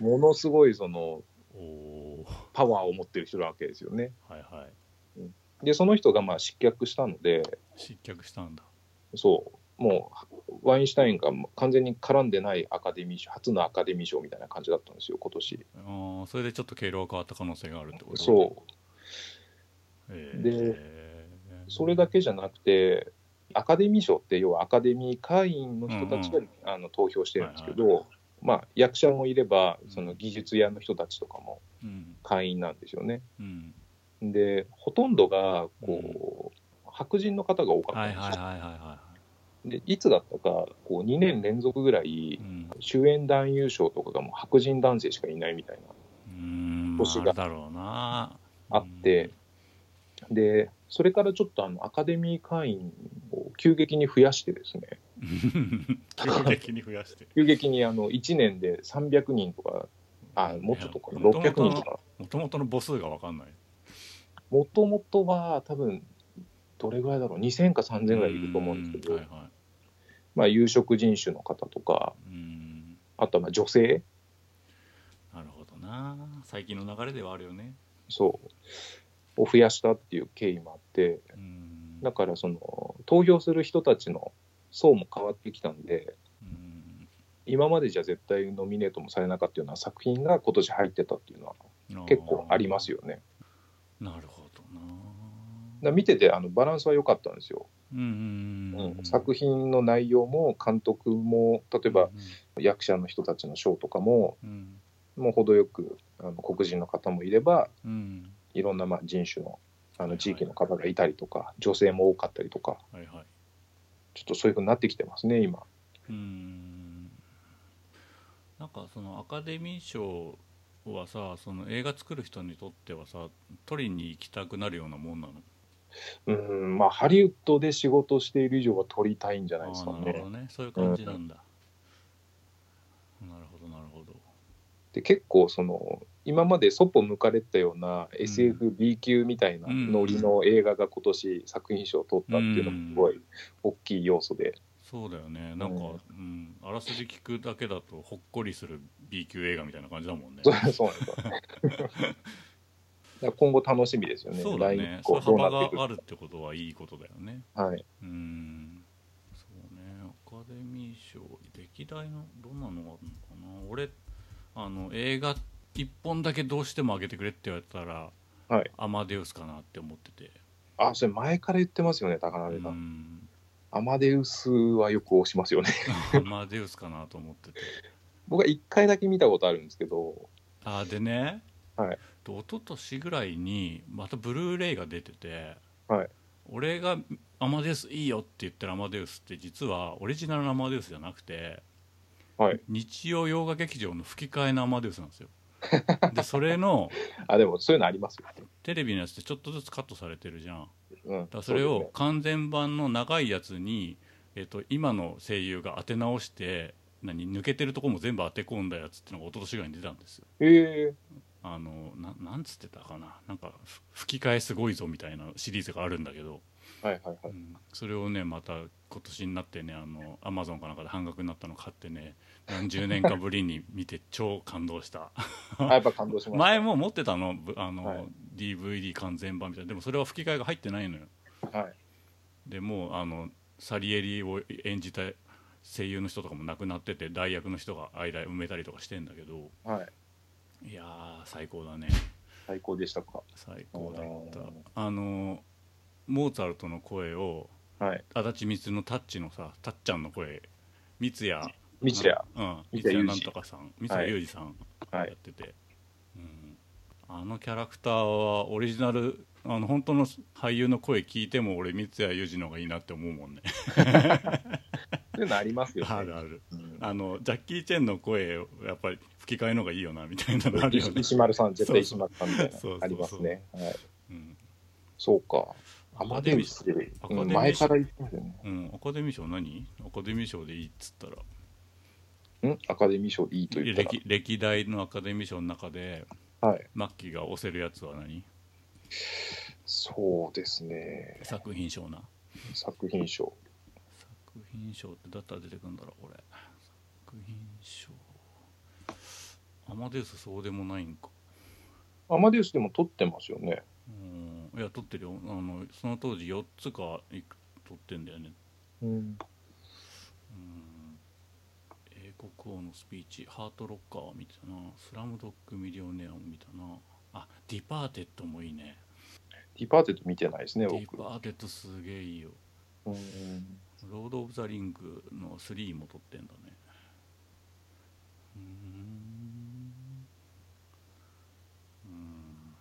Speaker 2: ものすごいその
Speaker 1: おお
Speaker 2: パワーを持ってる人なわけですよね。
Speaker 1: はいはい
Speaker 2: で、その人がまあ失脚したので、
Speaker 1: 失脚したんだ
Speaker 2: そう、もうワインシュタインが完全に絡んでないアカデミー賞、初のアカデミー賞みたいな感じだったんですよ、今年。
Speaker 1: あーそれでちょっと経路が変わった可能性があるってこと
Speaker 2: そう。
Speaker 1: え
Speaker 2: で
Speaker 1: ー
Speaker 2: それだけじゃなくて、アカデミー賞って、要はアカデミー会員の人たちが、
Speaker 1: うん
Speaker 2: あの投票してるんですけど、
Speaker 1: はいはい
Speaker 2: まあ、役者もいれば
Speaker 1: うん、
Speaker 2: その技術屋の人たちとかも
Speaker 1: うん
Speaker 2: 会員なんですよね。
Speaker 1: うん
Speaker 2: で、ほとんどがこう、白人の方が多かった
Speaker 1: は
Speaker 2: ん
Speaker 1: い
Speaker 2: ですよ。
Speaker 1: はいはいはいは
Speaker 2: でいつだったかこう、2年連続ぐらい
Speaker 1: い、うん
Speaker 2: 主演男優賞とかがもう白人男性しかいないみたいな。
Speaker 1: うーんま
Speaker 2: 年
Speaker 1: あ
Speaker 2: が
Speaker 1: あるだろうな
Speaker 2: あってで、それからちょっとあのアカデミー会員を急激に増やしてですね、
Speaker 1: うん急激に増やして
Speaker 2: 急激にあの1年で300人とかあもうちょっとかない
Speaker 1: や元々
Speaker 2: 600人とか
Speaker 1: もともとの母数が分かんない
Speaker 2: もともとは多分どれぐらいだろう2000か3000ぐらいいると思うんですけど、
Speaker 1: はいは
Speaker 2: まあ、有色人種の方とか
Speaker 1: いうん
Speaker 2: あとはまあ女性
Speaker 1: なるほどな最近の流れではあるよね
Speaker 2: そうを増やしたっていう経緯もあって
Speaker 1: うん
Speaker 2: だからその投票する人たちの層も変わってきたんで
Speaker 1: うん
Speaker 2: 今までじゃ絶対ノミネートもされなかったような作品が今年入ってたっていうのは結構ありますよね。
Speaker 1: なるほどな
Speaker 2: だから見ててあのバランスは良かったんですよ。
Speaker 1: うんうんうん
Speaker 2: 作品の内容も監督も例えば役者の人たちのショーとかも
Speaker 1: うん
Speaker 2: もう程よくあの黒人の方もいれば
Speaker 1: うんうん
Speaker 2: いろんなまあ人種の
Speaker 1: はい
Speaker 2: あ
Speaker 1: は
Speaker 2: の
Speaker 1: い
Speaker 2: 地域の方がいたりとか女性も多かったりとか
Speaker 1: はいはい
Speaker 2: ちょっとそういうふうになってきてますね今。
Speaker 1: うんなんかそのアカデミー賞はさその映画作る人にとってはさ取りに行きたくなるようなもんなの
Speaker 2: うんまあハリウッドで仕事している以上は撮りたいんじゃないですか
Speaker 1: あーなる
Speaker 2: ね
Speaker 1: ほ。どねそういう感じなんだ、なるほどなるほど
Speaker 2: で結構その今までそっぽ向かれてたような SFB 級みたいなノリの映画が今年作品賞を取ったっていうのもすごい大きい要素で
Speaker 1: そうだよねなんか、うんあらすじ聞くだけだとほっこりする B 級映画みたいな感じだもんね
Speaker 2: そうそ うなんですよ。だから今後楽しみですよね。
Speaker 1: そうだ
Speaker 2: 来年
Speaker 1: ね
Speaker 2: 以
Speaker 1: そうい
Speaker 2: 降
Speaker 1: う
Speaker 2: どう
Speaker 1: 幅
Speaker 2: なっていく
Speaker 1: が
Speaker 2: か
Speaker 1: あるってことはいいことだよね
Speaker 2: はい。
Speaker 1: うんそうねアカデミー賞歴代のどんなのがあるのかな俺あの映画一本だけどうしても上げてくれって言われたら「
Speaker 2: はい
Speaker 1: アマデウス」かなって思ってて
Speaker 2: あ、それ前から言ってますよね、高
Speaker 1: う
Speaker 2: 鍋さん。
Speaker 1: ん
Speaker 2: アマデウスはよく押しますよね。
Speaker 1: アマデウスかなと思ってて
Speaker 2: 僕は一回だけ見たことあるんですけど、
Speaker 1: あーでね、
Speaker 2: はい
Speaker 1: と一昨年ぐらいにまたブルーレイが出てて、
Speaker 2: はい
Speaker 1: 俺が「アマデウスいいよ」って言ってるアマデウスって実はオリジナルのアマデウスじゃなくて、
Speaker 2: はい
Speaker 1: 日曜洋画劇場の吹き替えのアマデウスなん ですよでそれの
Speaker 2: あ、でもそういうのありますよ。
Speaker 1: テレビのやつってちょっとずつカットされてるじゃんだか
Speaker 2: うん。
Speaker 1: らそれを完全版の長いやつに、えっと今の声優が当て直して何抜けてるとこも全部当て込んだやつってのが一昨年ぐらいに出たんですよ
Speaker 2: そうですね。え
Speaker 1: あのななんつってたかななんかふ吹き替えすごいぞみたいなシリーズがあるんだけど、
Speaker 2: えはいはいは
Speaker 1: う
Speaker 2: い。
Speaker 1: んそれをねまた今年になってねあのアマゾンかなんかで半額になったの買ってね何十年かぶりに見て超感動 した
Speaker 2: あ、やっぱ感動しました。
Speaker 1: 前。も持ってたのぶあの、
Speaker 2: はい
Speaker 1: DVD 完全版みたいなでもそれは吹き替えが入ってないのよ
Speaker 2: はい。
Speaker 1: でもうあのサリエリを演じた声優の人とかも亡くなってて代役の人が間埋めたりとかしてんだけど
Speaker 2: はい。
Speaker 1: いやー最高だね
Speaker 2: 最高でしたか。
Speaker 1: 最高だった
Speaker 2: うん
Speaker 1: あのモーツァルトの声を
Speaker 2: はい。
Speaker 1: 足立みつのタッチのさタッちゃんの声三ツ矢う
Speaker 2: 道也。
Speaker 1: ん
Speaker 2: 三
Speaker 1: 三
Speaker 2: ツ
Speaker 1: ツ
Speaker 2: 矢
Speaker 1: 矢
Speaker 2: 裕二
Speaker 1: なんとかさん三ツ矢裕二さん
Speaker 2: は
Speaker 1: や
Speaker 2: い
Speaker 1: ってて、うん、あのキャラクターはオリジナルあの本当の俳優の声聞いても俺三ツ矢裕二の方がいいなって思うもんね
Speaker 2: そういうのありますよ
Speaker 1: あ
Speaker 2: ね
Speaker 1: る。ある
Speaker 2: うん
Speaker 1: あのジャッキー・チェンの声をやっぱり吹き替えの方がいいよなみたいなのあるよね、
Speaker 2: 石丸さん、絶対石
Speaker 1: そう
Speaker 2: 丸さんみたい
Speaker 1: そうそうそう
Speaker 2: な。ありますね。はい。
Speaker 1: うん、
Speaker 2: そうか。ア
Speaker 1: ア
Speaker 2: マ
Speaker 1: マ
Speaker 2: デ
Speaker 1: デ
Speaker 2: ウ
Speaker 1: ミ
Speaker 2: ス
Speaker 1: ス
Speaker 2: で
Speaker 1: アカデミー賞
Speaker 2: 前から言ってますよね。
Speaker 1: うん、アカデミー賞何アカデミー賞でいいっつったら
Speaker 2: んアカデミー賞でいいと言ったら
Speaker 1: 歴歴代のアカデミー賞の中で
Speaker 2: はい、
Speaker 1: マッキーが押せるやつは何
Speaker 2: そうですね、
Speaker 1: 作品賞な
Speaker 2: 作品賞。
Speaker 1: 作品賞ってだったら出てくるんだろう俺作品賞アマデウスそうでもないんか
Speaker 2: アマデウスでも撮ってますよね。
Speaker 1: うんいや撮ってるよあのその当時4つかいく撮ってんだよね
Speaker 2: うん、
Speaker 1: うん英国王のスピーチハートロッカーを見たなスラムドッグミリオネアも見たなあディパーテッドもいいね
Speaker 2: ディパーテッド見てないですね、
Speaker 1: ディ
Speaker 2: 僕。
Speaker 1: パーテッドすげえいいよ
Speaker 2: うん、
Speaker 1: ロード・オブ・ザ・リングの3も撮ってんだねうーんうーん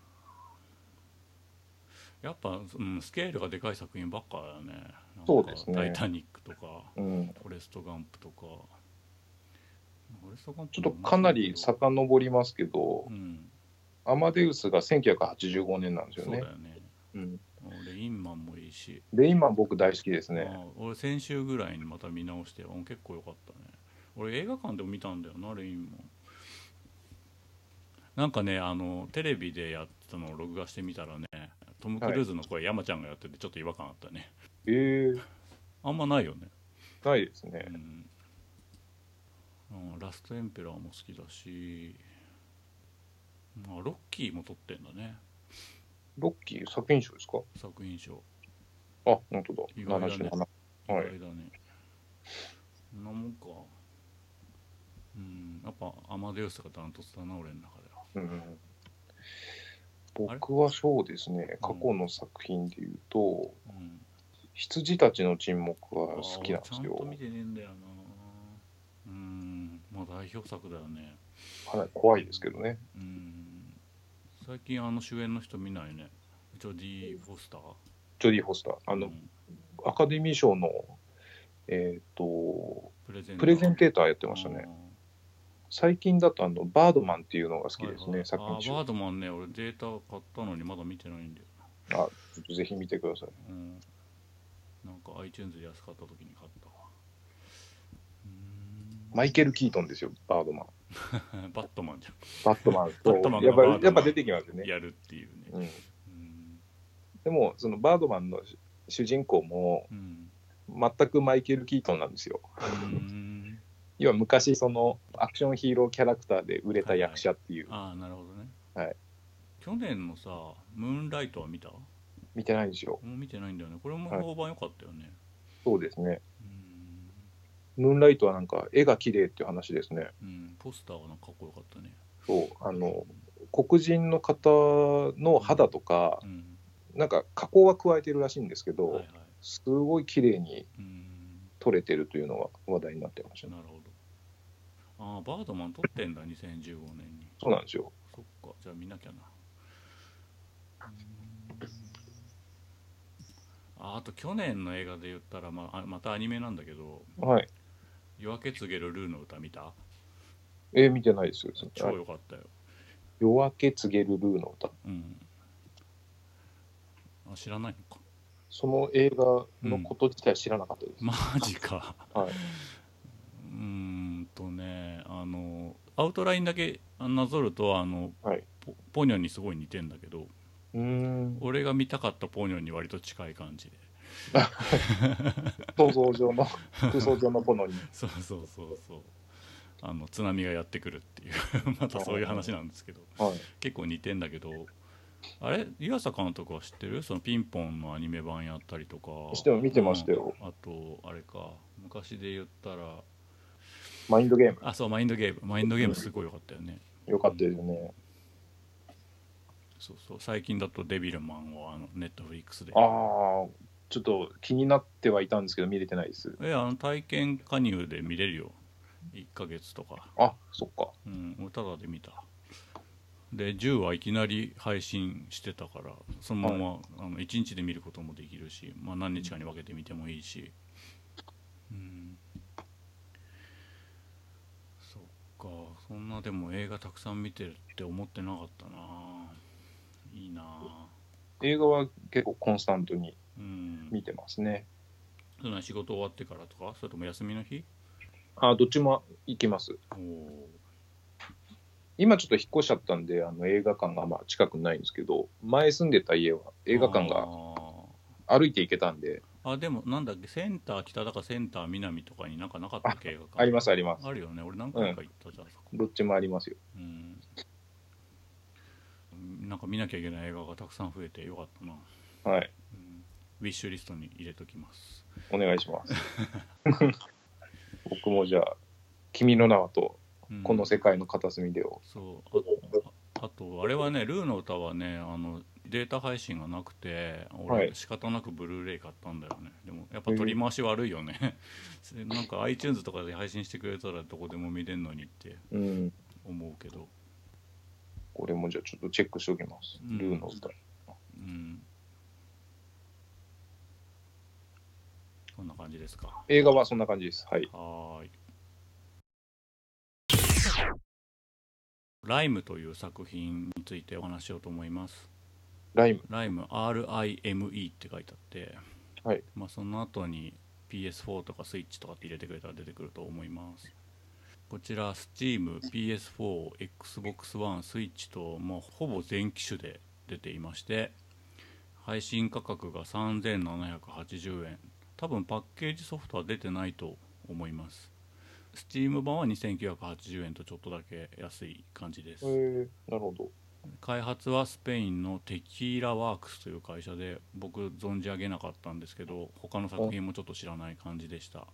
Speaker 1: やっぱ、うん、スケールがでかい作品ばっかだよねなんか
Speaker 2: そうですね
Speaker 1: タイタニック」とか
Speaker 2: うん
Speaker 1: 「フォレスト・ガンプ」とか「フォレスト・ガン
Speaker 2: ち
Speaker 1: プ
Speaker 2: ょっ
Speaker 1: も
Speaker 2: と
Speaker 1: 面白いけど」
Speaker 2: かなり遡りますけど
Speaker 1: う、ん
Speaker 2: アマデウスが1985年なんですよ
Speaker 1: そうだ
Speaker 2: ね。
Speaker 1: よね
Speaker 2: うん、
Speaker 1: 俺インマンもいいし、
Speaker 2: で、今、僕大好きですね。
Speaker 1: あ俺先週ぐらいにまた見直してうん結構良かったね俺映画館でも見たんだよなレインマンなんかねあのテレビでやってたのを録画してみたらねトム・クルーズの声、山ちゃんがやっててちょっと違和感あったね
Speaker 2: えー、
Speaker 1: あんまないよね、
Speaker 2: ないですね。
Speaker 1: うんうんラストエンペラーも好きだし、まあ、ロッキーも撮ってんだね
Speaker 2: ロッキー作品賞ですか
Speaker 1: 作品賞
Speaker 2: あ、本当だ。
Speaker 1: 意外だね
Speaker 2: 77。
Speaker 1: 意外
Speaker 2: はい。
Speaker 1: だね、そんなもんかうんやっぱアマデウスがダントツだな俺の中では
Speaker 2: うん、僕はそうですね、過去の作品でいうと、
Speaker 1: うん
Speaker 2: 羊たちの沈黙
Speaker 1: あ
Speaker 2: は
Speaker 1: ー
Speaker 2: 好きなんで
Speaker 1: 俺ち
Speaker 2: す
Speaker 1: ゃんと
Speaker 2: よ
Speaker 1: 見。てねえんだよなうんまあ代表作だよね
Speaker 2: かなり怖いですけどね。
Speaker 1: うん最近あの主演の人見ないねジョディ・フォスター
Speaker 2: ジョディ・フォスター。あ
Speaker 1: う
Speaker 2: の、
Speaker 1: ん
Speaker 2: アカデミー賞の、えっ、と、
Speaker 1: プレゼン
Speaker 2: プレゼン
Speaker 1: ー
Speaker 2: テーターやってましたね。最近だと、あの、バードマンっていうのが好きですね、作品
Speaker 1: あバー
Speaker 2: 賞。
Speaker 1: ドマンね俺データ買ったのにまだ見てないんだよ
Speaker 2: あ、ぜひ見てください。
Speaker 1: うんなんか iTunes で安かった時に買ったわうーん
Speaker 2: マイケル・キートンですよ、バードマン。
Speaker 1: バットマンじゃ
Speaker 2: バットマン
Speaker 1: バットマン
Speaker 2: と、
Speaker 1: が
Speaker 2: やっぱ
Speaker 1: バードマン
Speaker 2: やっぱ出てきますよ
Speaker 1: ん、
Speaker 2: ね。
Speaker 1: やるっていうね
Speaker 2: うん、
Speaker 1: うん
Speaker 2: でも、そのバードマンの主人公も、
Speaker 1: うん
Speaker 2: 全くマイケル・キートンなんですよ。
Speaker 1: うーん
Speaker 2: 要は昔、そのアクションヒーローキャラクターで売れた役者っていう、
Speaker 1: ああなるほどね
Speaker 2: はい
Speaker 1: 去年のさ「ムーンライト」は見た
Speaker 2: 見てないんですよ。
Speaker 1: もう見てないんだよねこれも
Speaker 2: はい
Speaker 1: 評判良かったよね、
Speaker 2: そうですね。
Speaker 1: うん
Speaker 2: ムーンライトはなんか絵が綺麗っていう話ですね。
Speaker 1: うんポスターがなんかかっこよかったね
Speaker 2: そうあの黒人の方の肌とか
Speaker 1: う、ん
Speaker 2: なんか加工は加えてるらしいんですけど、
Speaker 1: はいはい
Speaker 2: すごい綺麗に
Speaker 1: うん
Speaker 2: 撮れてるというのが話題になってましたね。
Speaker 1: なるほどああバードマン撮ってんだ2015年に
Speaker 2: そうなんですよ。
Speaker 1: そっかじゃあ見なきゃなああと去年の映画で言ったら、まあ、あまたアニメなんだけど
Speaker 2: はい。
Speaker 1: 「夜明け告げるルーの歌」見た
Speaker 2: えー見てないですよ。
Speaker 1: 超良かったよ、
Speaker 2: 夜明け告げるルーの歌。
Speaker 1: うんあ知らないのか
Speaker 2: その映画のこと自体知らなかったです。
Speaker 1: マジか
Speaker 2: はいう
Speaker 1: ーんとねあのアウトラインだけなぞるとあの、
Speaker 2: はい
Speaker 1: ポポニョにすごい似てんだけど
Speaker 2: うーん。
Speaker 1: 俺が見たかったポニョに割と近い感じで
Speaker 2: 想像上 の、空想上のものに。
Speaker 1: そうそうそうそうあの津波がやってくるっていう またそういう話なんですけど
Speaker 2: はい。
Speaker 1: 結構似てんだけどあれ湯浅監督は知ってるそのピンポンのアニメ版やったりとか
Speaker 2: しても見てましたよ。
Speaker 1: うんあとあれか昔で言ったら
Speaker 2: マインドゲーム。
Speaker 1: あそうマインドゲームマインドゲームすごい良かったよね
Speaker 2: よかったですね。
Speaker 1: そうそう最近だと「デビルマン」をあのネットフリックスで
Speaker 2: ああ、ちょっと気になってはいたんですけど、見れてないです。
Speaker 1: えあの体験加入で見れるよ1ヶ月とか
Speaker 2: あ、そっか。
Speaker 1: うん俺ただで見たで10はいきなり配信してたからそのまま、あの1日で見ることもできるし、まあ、何日かに分けて見てもいいしうんそっかそんなでも映画たくさん見てるって思ってなかったないいな
Speaker 2: 映画は結構コンスタントに
Speaker 1: うん
Speaker 2: 見てますね。
Speaker 1: そんな仕事終わってからとかそれとも休みの日
Speaker 2: あどっちも行きます。
Speaker 1: おお
Speaker 2: 今ちょっと引っ越しちゃったんで、あの映画館がまあ近くないんですけど、前住んでた家は映画館が歩いて行けたんで、
Speaker 1: あーあでもなんだっけセンター北だかセンター南とかになんかなかったっけ映画館
Speaker 2: ありますあります。
Speaker 1: あるよね俺何回か行ったじゃん、そこ
Speaker 2: どっちもありますよ。
Speaker 1: うんなんか見なきゃいけない映画がたくさん増えてよかったな、
Speaker 2: はい。
Speaker 1: うん、ウィッシュリストに入れときます
Speaker 2: お願いし ます。僕もじゃあ、君の名はと、
Speaker 1: うん
Speaker 2: この世界の片隅でを。
Speaker 1: そうあああとあれはねルーの歌はねあのデータ配信がなくて
Speaker 2: は
Speaker 1: 俺
Speaker 2: い
Speaker 1: 仕方なくブルーレイ買ったんだよねでもやっぱ取り回し悪いよね なんか iTunes とかで配信してくれたらどこでも見れるのにって
Speaker 2: うん。
Speaker 1: 思うけど
Speaker 2: これもじゃあちょっとチェックしておきます。
Speaker 1: うん
Speaker 2: ルーの歌。
Speaker 1: うんこんな感じですか
Speaker 2: 映画はそんな感じです。はい。
Speaker 1: はーい。ライムという作品についてお話しようと思います。
Speaker 2: ライム。
Speaker 1: ライム RIME って書いてあって、
Speaker 2: はい
Speaker 1: まあ、その後に PS4 とか Switch とかって入れてくれたら出てくると思います。こちら Steam、PS4、Xbox One、Switch と、まあ、ほぼ全機種で出ていまして配信価格が3780円多分パッケージソフトは出てないと思います Steam 版は2980円とちょっとだけ安い感じです、
Speaker 2: えー、なるほど。
Speaker 1: 開発はスペインのテキーラワークスという会社で僕存じ上げなかったんですけど他の作品もちょっと知らない感じでした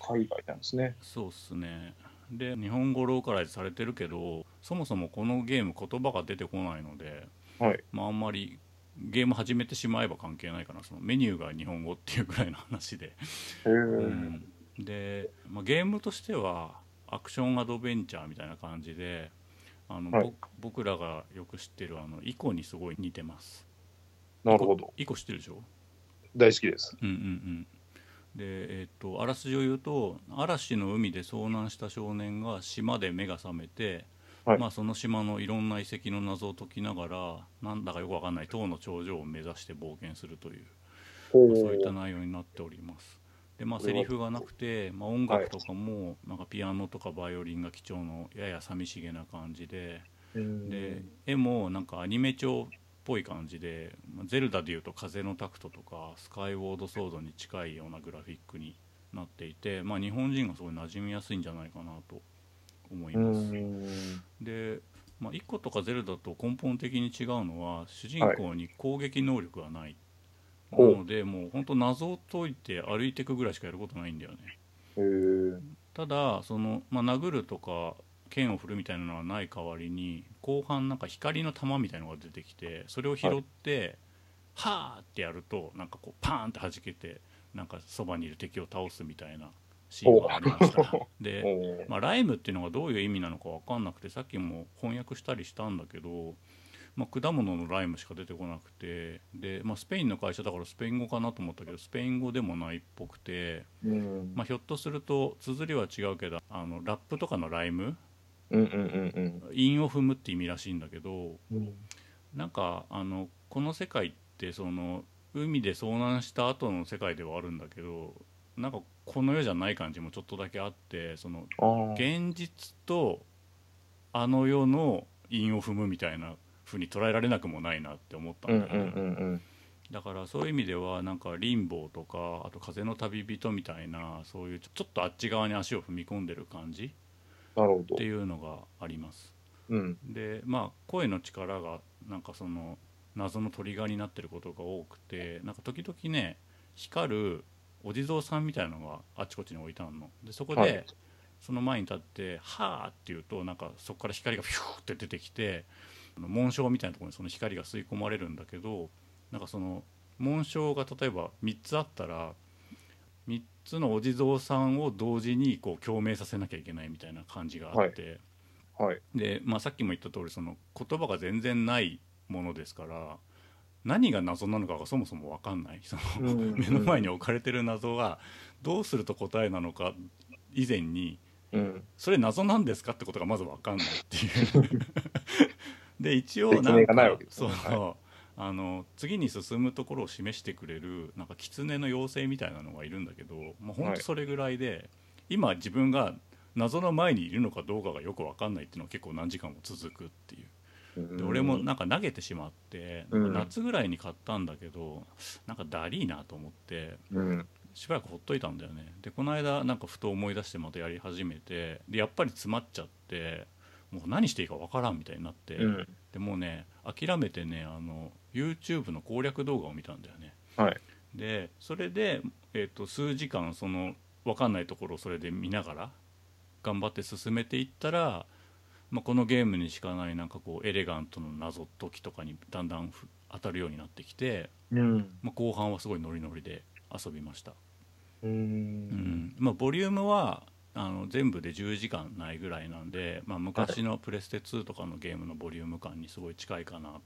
Speaker 2: 海外なんですね。
Speaker 1: そうっすねで日本語ローカライズされてるけどそもそもこのゲーム言葉が出てこないので、
Speaker 2: はい。
Speaker 1: まあ、あんまりゲーム始めてしまえば関係ないかなそのメニューが日本語っていうぐらいの話で
Speaker 2: え
Speaker 1: う
Speaker 2: ー、
Speaker 1: んで、まあ、ゲームとしてはアクションアドベンチャーみたいな感じであの、ぼ
Speaker 2: はい
Speaker 1: 僕らがよく知ってるあのイコにすごい似てます
Speaker 2: なるほど。
Speaker 1: イコ知ってるでしょ
Speaker 2: 大好きです。
Speaker 1: うんうんうんでえっとあらすじを言うと嵐の海で遭難した少年が島で目が覚めて、
Speaker 2: はい
Speaker 1: まあ、その島のいろんな遺跡の謎を解きながらなんだかよくわかんない塔の頂上を目指して冒険するという
Speaker 2: ほ
Speaker 1: まあそういった
Speaker 2: う。
Speaker 1: 内容になっております。でまあ、
Speaker 2: これ
Speaker 1: セ
Speaker 2: は
Speaker 1: リフがなくて、まあ、音楽とかも、なんかピアノとかバイオリンが貴重のやや寂しげな感じで
Speaker 2: うん
Speaker 1: で絵もなんかアニメ調っぽい感じで、まあゼルダでいうと「風のタクト」とか「スカイウォードソード」に近いようなグラフィックになっていて、まあ、日本人がすごい馴染みやすいんじゃないかなと思いうます。
Speaker 2: ん。
Speaker 1: で、まあ、1個とかゼルダと根本的に違うのは主人公に攻撃能力がない、
Speaker 2: ほう
Speaker 1: なのでもう本当謎を解いて歩いていくぐらいしかやることないんだよね
Speaker 2: えー、
Speaker 1: ただその、まあ、殴るとか剣を振るみたいなのはない代わりに後半なんか光の玉みたいのが出てきてそれを拾って「はーってやるとなんかこうパーンって弾けてなんかそばにいる敵を倒すみたいなシーンがありました で
Speaker 2: お
Speaker 1: まあ、ライムっていうのがどういう意味なのか分かんなくてさっきも翻訳したりしたんだけど、まあ、果物のライムしか出てこなくてで、まあ、スペインの会社だからスペイン語かなと思ったけどスペイン語でもないっぽくて、
Speaker 2: うん
Speaker 1: まあ、ひょっとすると綴りは違うけどあのラップとかのライム
Speaker 2: うんうん
Speaker 1: 韻を踏むって意味らしいんだけど
Speaker 2: うんうん。
Speaker 1: なんかあのこの世界ってその海で遭難した後の世界ではあるんだけどなんかこの世じゃない感じもちょっとだけあってその
Speaker 2: ああ。
Speaker 1: 現実とあの世の韻を踏むみたいな風に捉えられなくもないなって思った
Speaker 2: うんん
Speaker 1: だ
Speaker 2: う
Speaker 1: よ
Speaker 2: ん
Speaker 1: ね、
Speaker 2: うん
Speaker 1: だからそういう意味ではなんか「リンボー」とかあと「風の旅人」みたいなそういうちょちょっとあっち側に足を踏み込んでる感じ
Speaker 2: うん。なるほど
Speaker 1: って。いうのがあります
Speaker 2: うん。
Speaker 1: でまあ声の力がなんかその謎のトリガーになってることが多くてなんか時々ね光るお地蔵さんみたいなのがあちこちに置いてあるのでそこで、
Speaker 2: はい
Speaker 1: その前に立って「はあ」って言うとなんかそこから光がピューって出てきてあの紋章みたいなところにその光が吸い込まれるんだけどなんかその紋章が例えば3つあったら3つのお地蔵さんを同時にこう共鳴させなきゃいけないみたいな感じがあって、
Speaker 2: はい。
Speaker 1: で、まあ、さっきも言った通りその言葉が全然ないものですから何が謎なのかがそもそも分かんないその
Speaker 2: うんうん
Speaker 1: 目の前に置かれてる謎がどうすると答えなのか以前に
Speaker 2: うん。
Speaker 1: それ謎なんですかってことがまず分かんないっていう で一応
Speaker 2: 説明がないわけです
Speaker 1: そ
Speaker 2: ね
Speaker 1: うあの次に進むところを示してくれるなんか狐の妖精みたいなのがいるんだけど、まあ、ほん
Speaker 2: は
Speaker 1: と
Speaker 2: い
Speaker 1: それぐらいで、今自分が謎の前にいるのかどうかがよく分かんないっていうのが結構何時間も続くっていうで俺もなんか投げてしまって、
Speaker 2: うん
Speaker 1: 夏ぐらいに買ったんだけどなんかだりーなと思って
Speaker 2: うん。
Speaker 1: しばらくほっといたんだよねでこの間なんかふと思い出してまたやり始めてでやっぱり詰まっちゃってもう何していいかわからんみたいになって、
Speaker 2: うん。
Speaker 1: でもうね諦めてねあの YouTube の攻略動画を見たんだよね
Speaker 2: はい。
Speaker 1: でそれで、えー、と数時間その分かんないところをそれで見ながら頑張って進めていったら、まあ、このゲームにしかないなんかこうエレガントの謎解きとかにだんだんふ当たるようになってきて、
Speaker 2: うん。
Speaker 1: まあ、後半はすごいノリノリで遊びました
Speaker 2: う。
Speaker 1: うんんまあ、ボリュームはあの全部で10時間ないぐらいなんで、まあ、昔のプレステ2とかのゲームのボリューム感にすごい近いかなと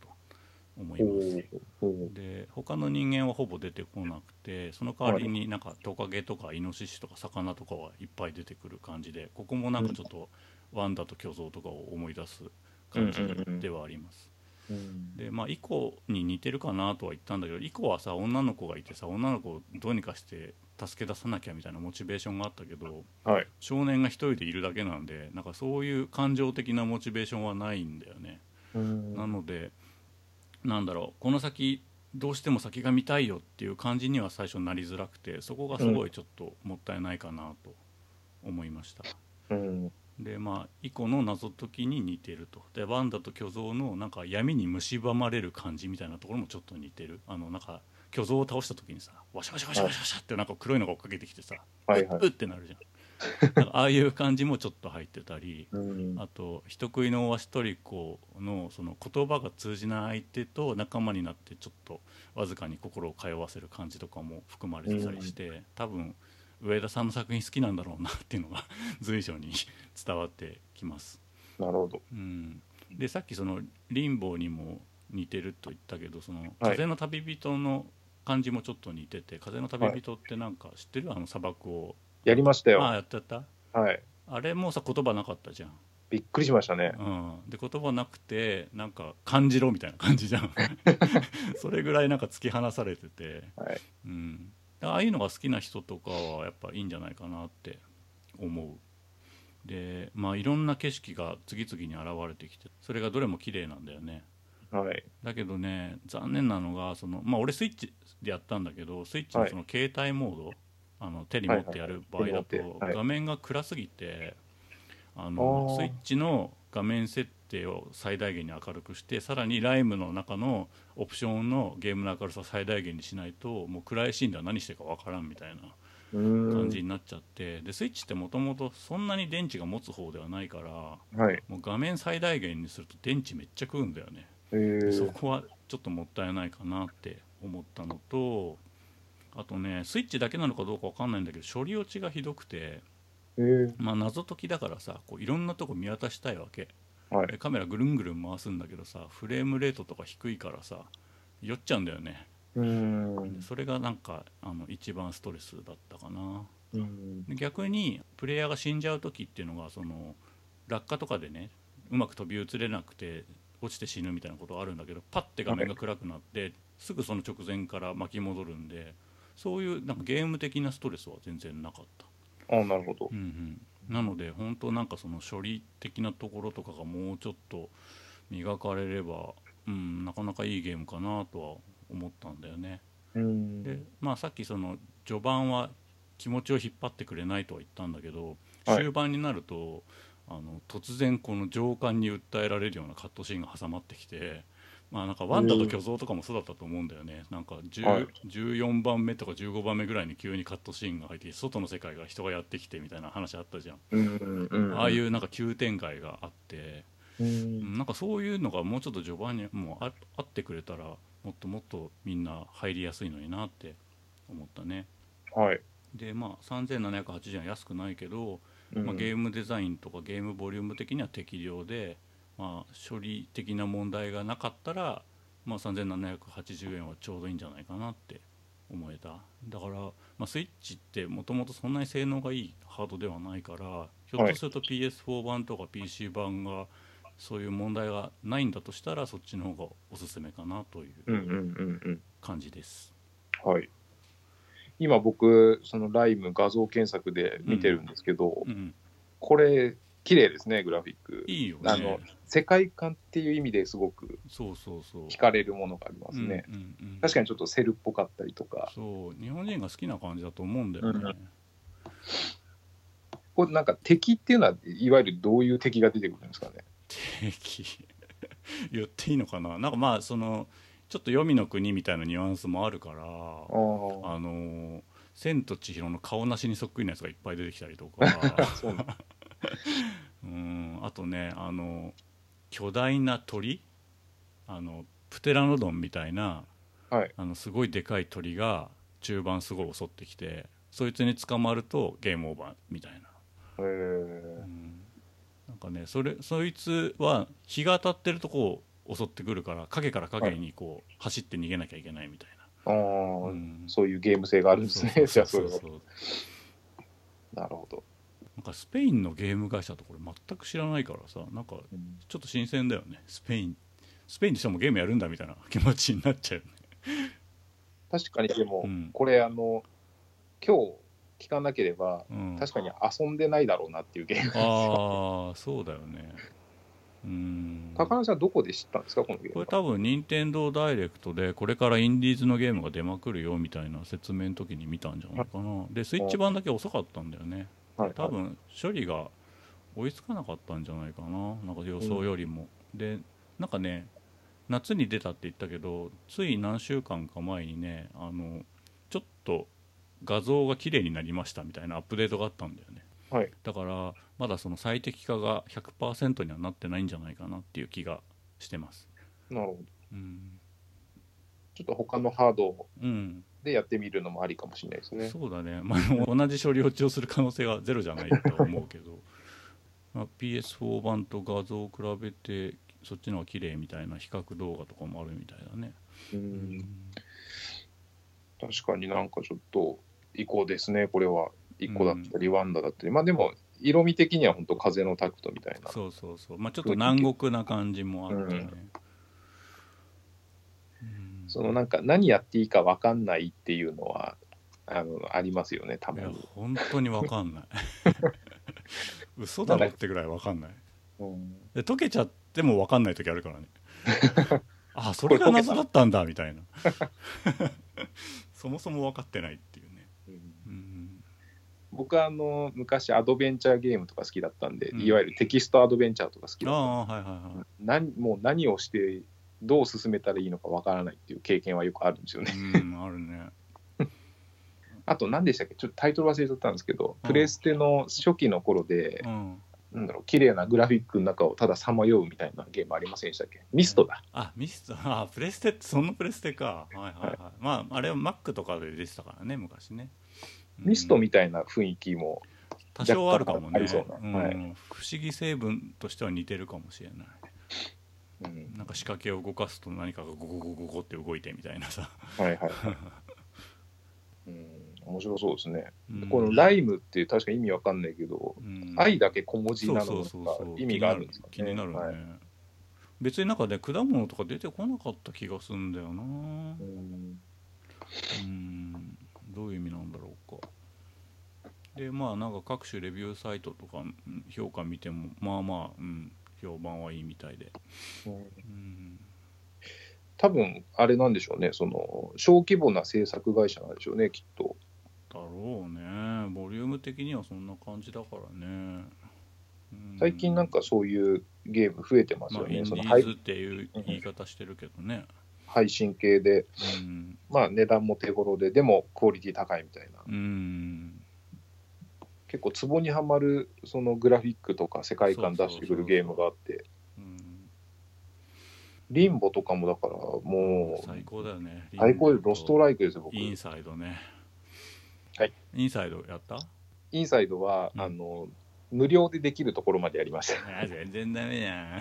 Speaker 1: 思います
Speaker 2: おお。
Speaker 1: で他の人間はほぼ出てこなくてその代わりになんかトカゲとかイノシシとか魚とかはいっぱい出てくる感じでここもなんかちょっとワンダと巨像とかを思い出す感じではあります
Speaker 2: うん。
Speaker 1: でまあイコに似てるかなとは言ったんだけどイコはさ女の子がいてさ女の子をどうにかして助け出さなきゃみたいなモチベーションがあったけど、
Speaker 2: はい
Speaker 1: 少年が一人でいるだけなんでなんかそういう感情的なモチベーションはないんだよね。
Speaker 2: うん
Speaker 1: なのでなんだろうこの先どうしても先が見たいよっていう感じには最初なりづらくてそこがすごいちょっともったいないかなと思いました。
Speaker 2: うん
Speaker 1: でまあイコの謎解きに似てるとでワンダと巨像のなんか闇に蝕まれる感じみたいなところもちょっと似てるあのなんか巨像を倒した時にさワシャワシャワシャワシャワシャってなんか黒いのが追っかけてきてさ、
Speaker 2: はいはいう
Speaker 1: っってなるじゃんなんかああいう感じもちょっと入ってたり
Speaker 2: うん
Speaker 1: あと人食いのオアシトリコのその言葉が通じない相手と仲間になってちょっとわずかに心を通わせる感じとかも含まれてたりして、多分上田さんの作品好きなんだろうなっていうのが随所に伝わってきます。
Speaker 2: なるほど
Speaker 1: うん、でさっきその「リンボー」にも似てると言ったけどその「
Speaker 2: はい
Speaker 1: 風の旅人」の感じもちょっと似てて「風の旅人」ってなんか知ってるあの砂漠を。
Speaker 2: やりました
Speaker 1: ああ
Speaker 2: よ
Speaker 1: やったやった
Speaker 2: はい
Speaker 1: あれもさ言葉なかったじゃん。
Speaker 2: びっくりしましたね
Speaker 1: うん、で言葉なくてなんか感じろみたいな感じ じゃんそれぐらいなんか突き放されてて、
Speaker 2: はい
Speaker 1: うん、ああいうのが好きな人とかはやっぱいいんじゃないかなって思うでまあいろんな景色が次々に現れてきてそれがどれも綺麗なんだよね
Speaker 2: はい
Speaker 1: だけどね残念なのがそのまあ俺スイッチでやったんだけどスイッチの
Speaker 2: はい
Speaker 1: その携帯モード、あの手に持ってやる場合だ
Speaker 2: 手に持
Speaker 1: と
Speaker 2: ってはい
Speaker 1: 画面が暗すぎてあ
Speaker 2: あ
Speaker 1: の
Speaker 2: ー
Speaker 1: スイッチの画面設定を最大限に明るくしてさらにライムの中のオプションのゲームの明るさを最大限にしないともう暗いシーンでは何してるかわからんみたいな
Speaker 2: う
Speaker 1: 感
Speaker 2: ん
Speaker 1: じになっちゃってでスイッチってもともとそんなに電池が持つ方ではないから
Speaker 2: はい
Speaker 1: もう画面最大限にすると電池めっちゃ食うんだよね。
Speaker 2: えー
Speaker 1: そこはちょっともったいないかなって思ったのとあとねスイッチだけなのかどうかわかんないんだけど処理落ちがひどくて、
Speaker 2: えー
Speaker 1: まあ、謎解きだからさこういろんなとこ見渡したいわけ
Speaker 2: はい
Speaker 1: でカメラぐるんぐるん回すんだけどさフレームレートとか低いからさ酔っちゃうんだよね
Speaker 2: うん
Speaker 1: でそれがなんかあの一番ストレスだったかな
Speaker 2: うん
Speaker 1: で逆にプレイヤーが死んじゃう時っていうのがその落下とかでねうまく飛び移れなくて落ちて死ぬみたいなことあるんだけどパッて画面が暗くなってすぐその直前から巻き戻るんでそういうなんかゲーム的なストレスは全然なかった、
Speaker 2: あなるほど
Speaker 1: うんうん、なので本当なんかその処理的なところとかがもうちょっと磨かれれば、うん、なかなかいいゲームかなとは思ったんだよね。
Speaker 2: うん
Speaker 1: でまあさっきその序盤は気持ちを引っ張ってくれないとは言ったんだけど、
Speaker 2: はい
Speaker 1: 終盤になるとあの突然この上官に訴えられるようなカットシーンが挟まってきて。まあ、なんかワンダと巨像とかもそうだったと思うんだよね、なんか10
Speaker 2: はい
Speaker 1: 14番目とか15番目ぐらいに急にカットシーンが入ってきて外の世界が人がやってきてみたいな話あったじゃん、
Speaker 2: うんうん
Speaker 1: ああいううなんか急展開があって、
Speaker 2: ん
Speaker 1: なんかそういうのがもうちょっと序盤にもうああってくれたらもっともっとみんな入りやすいのになって思ったね
Speaker 2: はい
Speaker 1: でまあ3780円は安くないけど、
Speaker 2: うん
Speaker 1: まあ、ゲームデザインとかゲームボリューム的には適量で、まあ、処理的な問題がなかったら、まあ、3780円はちょうどいいんじゃないかなって思えただから、まあ、スイッチってもともとそんなに性能がいいハードではないからひょっとすると PS4 版とか PC 版がそういう問題がないんだとしたらそっちの方がおすすめかなという
Speaker 2: うんうんうんうん
Speaker 1: 感じです。
Speaker 2: はい。今僕、そのライム画像検索で見てるんですけど、
Speaker 1: うん、
Speaker 2: これ、綺麗ですね、グラフィック。
Speaker 1: いいよ
Speaker 2: あの
Speaker 1: ね。
Speaker 2: 世界観っていう意味ですごく
Speaker 1: そうそうそう。
Speaker 2: 惹かれるものがありますね。
Speaker 1: うんうんうん
Speaker 2: 確かにちょっとセルっぽかったりとか、
Speaker 1: そう日本人が好きな感じだと思うんだよね、
Speaker 2: これなんか敵っていうのは、いわゆるどういう敵が出てくるんですかね。
Speaker 1: 敵 言っていいのかななんかまあそのちょっと黄泉の国みたいなニュアンスもあるから
Speaker 2: あー
Speaker 1: あのー千と千尋の顔なしにそっくりなやつがいっぱい出てきたりと か
Speaker 2: そうなんだ
Speaker 1: うんあとねあの巨大な鳥あのプテラノドンみたいな、
Speaker 2: はい
Speaker 1: あのすごいでかい鳥が中盤すごい襲ってきてそいつに捕まるとゲームオーバーみたいな
Speaker 2: へー
Speaker 1: うんなんかねそれそいつは日が当たってるとこを襲ってくるから影から影にこう走って逃げなきゃいけないみたい
Speaker 2: あ
Speaker 1: な、
Speaker 2: ー
Speaker 1: うん
Speaker 2: そういうゲーム性があるんですね。じゃあ、それは。
Speaker 1: う
Speaker 2: なるほど。
Speaker 1: なんかスペインのゲーム会社とこれ全く知らないからさなんか
Speaker 2: うん
Speaker 1: ちょっと新鮮だよねスペインスペインで人もゲームやるんだみたいな気持ちになっちゃうよね
Speaker 2: 確かに、でも、
Speaker 1: うん
Speaker 2: これ、あの、今日聞かなければ、
Speaker 1: うん、
Speaker 2: 確かに遊んでないだろうなっていうゲームなんですよ。
Speaker 1: ああそうだよねうん
Speaker 2: 高梨さん、どこで知ったんですか、このゲーム。
Speaker 1: これ多分任天堂ダイレクトでこれからインディーズのゲームが出まくるよみたいな説明の時に見たんじゃないかなでスイッチ版だけ遅かったんだよね
Speaker 2: はい
Speaker 1: 多分処理が追いつかなかったんじゃないかななんか予想よりも、でなんかね夏に出たって言ったけどつい何週間か前にねあのちょっと画像が綺麗になりましたみたいなアップデートがあったんだよね、
Speaker 2: はい
Speaker 1: だからまだその最適化が100%にはなってないんじゃないかなっていう気がしてます
Speaker 2: なるほど。
Speaker 1: うん、
Speaker 2: ちょっと他のハード
Speaker 1: うん
Speaker 2: でやってみるのもありかもしれないですね。
Speaker 1: そうだね、 まあ、でも同じ処理落ちをする可能性はゼロじゃないとは思うけど、 まあ、PS4 版と画像を比べてそっちの方が綺麗みたいな比較動画とかもあるみたいだね、
Speaker 2: う、
Speaker 1: うん
Speaker 2: 確かになんかちょっと移行ですね、これは。一個だったり、ワンダだったり。まあでも、色味的には本当風のタクトみたいな。
Speaker 1: そうそうそうまあちょっと南国な感じもあってね、うん
Speaker 2: そのなんか何やっていいか分かんないっていうのは、あの、ありますよね、た
Speaker 1: い
Speaker 2: ま
Speaker 1: や
Speaker 2: に。
Speaker 1: 本当に分か んない嘘だろってぐらい分かんない
Speaker 2: うん
Speaker 1: で溶けちゃっても分かんない時あるから ねあそれが謎だったんだみたいな そもそも分かってないっていうねうん
Speaker 2: 僕はあの、昔アドベンチャーゲームとか好きだったんで、
Speaker 1: うん
Speaker 2: いわゆるテキストアドベンチャーとか好き
Speaker 1: あ
Speaker 2: だったんで
Speaker 1: あはいはいは
Speaker 2: 何もう何をしてどう進めたらいいのかわからないっていう経験はよくあるんですよね。
Speaker 1: いうんあるね
Speaker 2: あと何でしたっけちょっとタイトル忘れちゃったんですけど、
Speaker 1: うん
Speaker 2: プレステの初期の頃で
Speaker 1: う、ん
Speaker 2: なんだろう綺麗なグラフィックの中をたださまようみたいなゲームありませんでしたっけミストだ。
Speaker 1: あミストあプレステってそのプレステかはいはいはい、まああれは Mac とかで出てたからね昔ね、うん
Speaker 2: ミストみたいな雰囲気も、
Speaker 1: 多少あるかもね
Speaker 2: 若干ありそうなはい
Speaker 1: ん、不思議成分としては似てるかもしれない
Speaker 2: うん、
Speaker 1: なんか仕掛けを動かすと何かがゴゴゴゴゴって動いてみたいなさ、
Speaker 2: はい はいはい。うん、面白そうですね。
Speaker 1: うん
Speaker 2: このライムって確か意味わかんないけど、
Speaker 1: うん
Speaker 2: 愛だけ小文字
Speaker 1: そう
Speaker 2: な
Speaker 1: そ
Speaker 2: の
Speaker 1: う
Speaker 2: と
Speaker 1: そう
Speaker 2: か
Speaker 1: そう
Speaker 2: 意味があるんですかね。
Speaker 1: 気になるね、
Speaker 2: はい
Speaker 1: 別になんかね果物とか出てこなかった気がすんだよなうん
Speaker 2: うん
Speaker 1: どういう意味なんだろうかでまあなんか各種レビューサイトとかうん評価見てもまあまあ、うん、評判はいいみたいで、
Speaker 2: うん
Speaker 1: うん、
Speaker 2: 多分あれなんでしょうね、その小規模な制作会社なんでしょうね、きっと。
Speaker 1: だろうねボリューム的にはそんな感じだからね、うん
Speaker 2: 最近なんかそういうゲーム増えてます
Speaker 1: ま
Speaker 2: よ
Speaker 1: あ、イ
Speaker 2: ね、
Speaker 1: ンデ
Speaker 2: そ
Speaker 1: ィ
Speaker 2: の
Speaker 1: ーズ
Speaker 2: 配
Speaker 1: っていう言い方してるけどね、
Speaker 2: 配信系で、
Speaker 1: うん
Speaker 2: まあ、値段も手頃で、でもクオリティ高いみたいな、
Speaker 1: うん、
Speaker 2: 結構、ツボにはまるそのグラフィックとか世界観出してくるゲームがあって、
Speaker 1: うん、
Speaker 2: リンボとかもだから、もう
Speaker 1: 最高だよね
Speaker 2: 最高でロスト
Speaker 1: ラ
Speaker 2: ライクですよ、僕。
Speaker 1: イ
Speaker 2: イ
Speaker 1: ンサイドね
Speaker 2: はい
Speaker 1: インサイドやった
Speaker 2: ンサイドは、
Speaker 1: うん
Speaker 2: あの無料でできるところまでやりました。
Speaker 1: あ全然ダメやん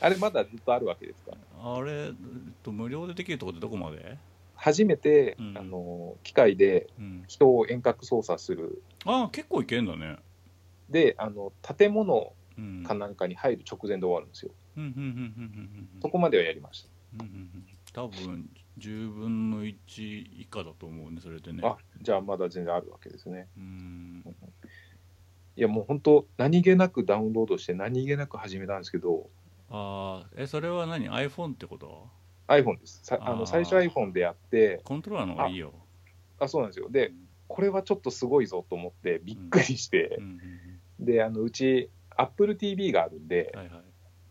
Speaker 2: あれ、まだずっとあるわけですか
Speaker 1: あれ、えっと、無料でできるとこってどこまで、
Speaker 2: 初めて、
Speaker 1: うん
Speaker 2: あの機械で
Speaker 1: うん、
Speaker 2: 人を遠隔操作する
Speaker 1: あ結構いけんだね、
Speaker 2: であの建物
Speaker 1: うん、
Speaker 2: かなんかに入る直前で終わるんですよ、
Speaker 1: うんうんうんうんうんうん
Speaker 2: そこまではやりまし
Speaker 1: うんうん多分10分の1以下だと思うねそれでね
Speaker 2: た、あじゃあまだ全然あるわけですね
Speaker 1: うん
Speaker 2: いやもう本当何気なくダウンロードして何気なく始めたんですけど
Speaker 1: あーえそれは何 iPhone ってこと
Speaker 2: iPhone ですさあ
Speaker 1: あー
Speaker 2: の最初 iPhone でやって
Speaker 1: コントローラーの方がいいよ
Speaker 2: あそうなんですよでこれはちょっとすごいぞと思ってびっくりして
Speaker 1: う、んうん
Speaker 2: であのうち AppleTV があるんで
Speaker 1: うん、はいはい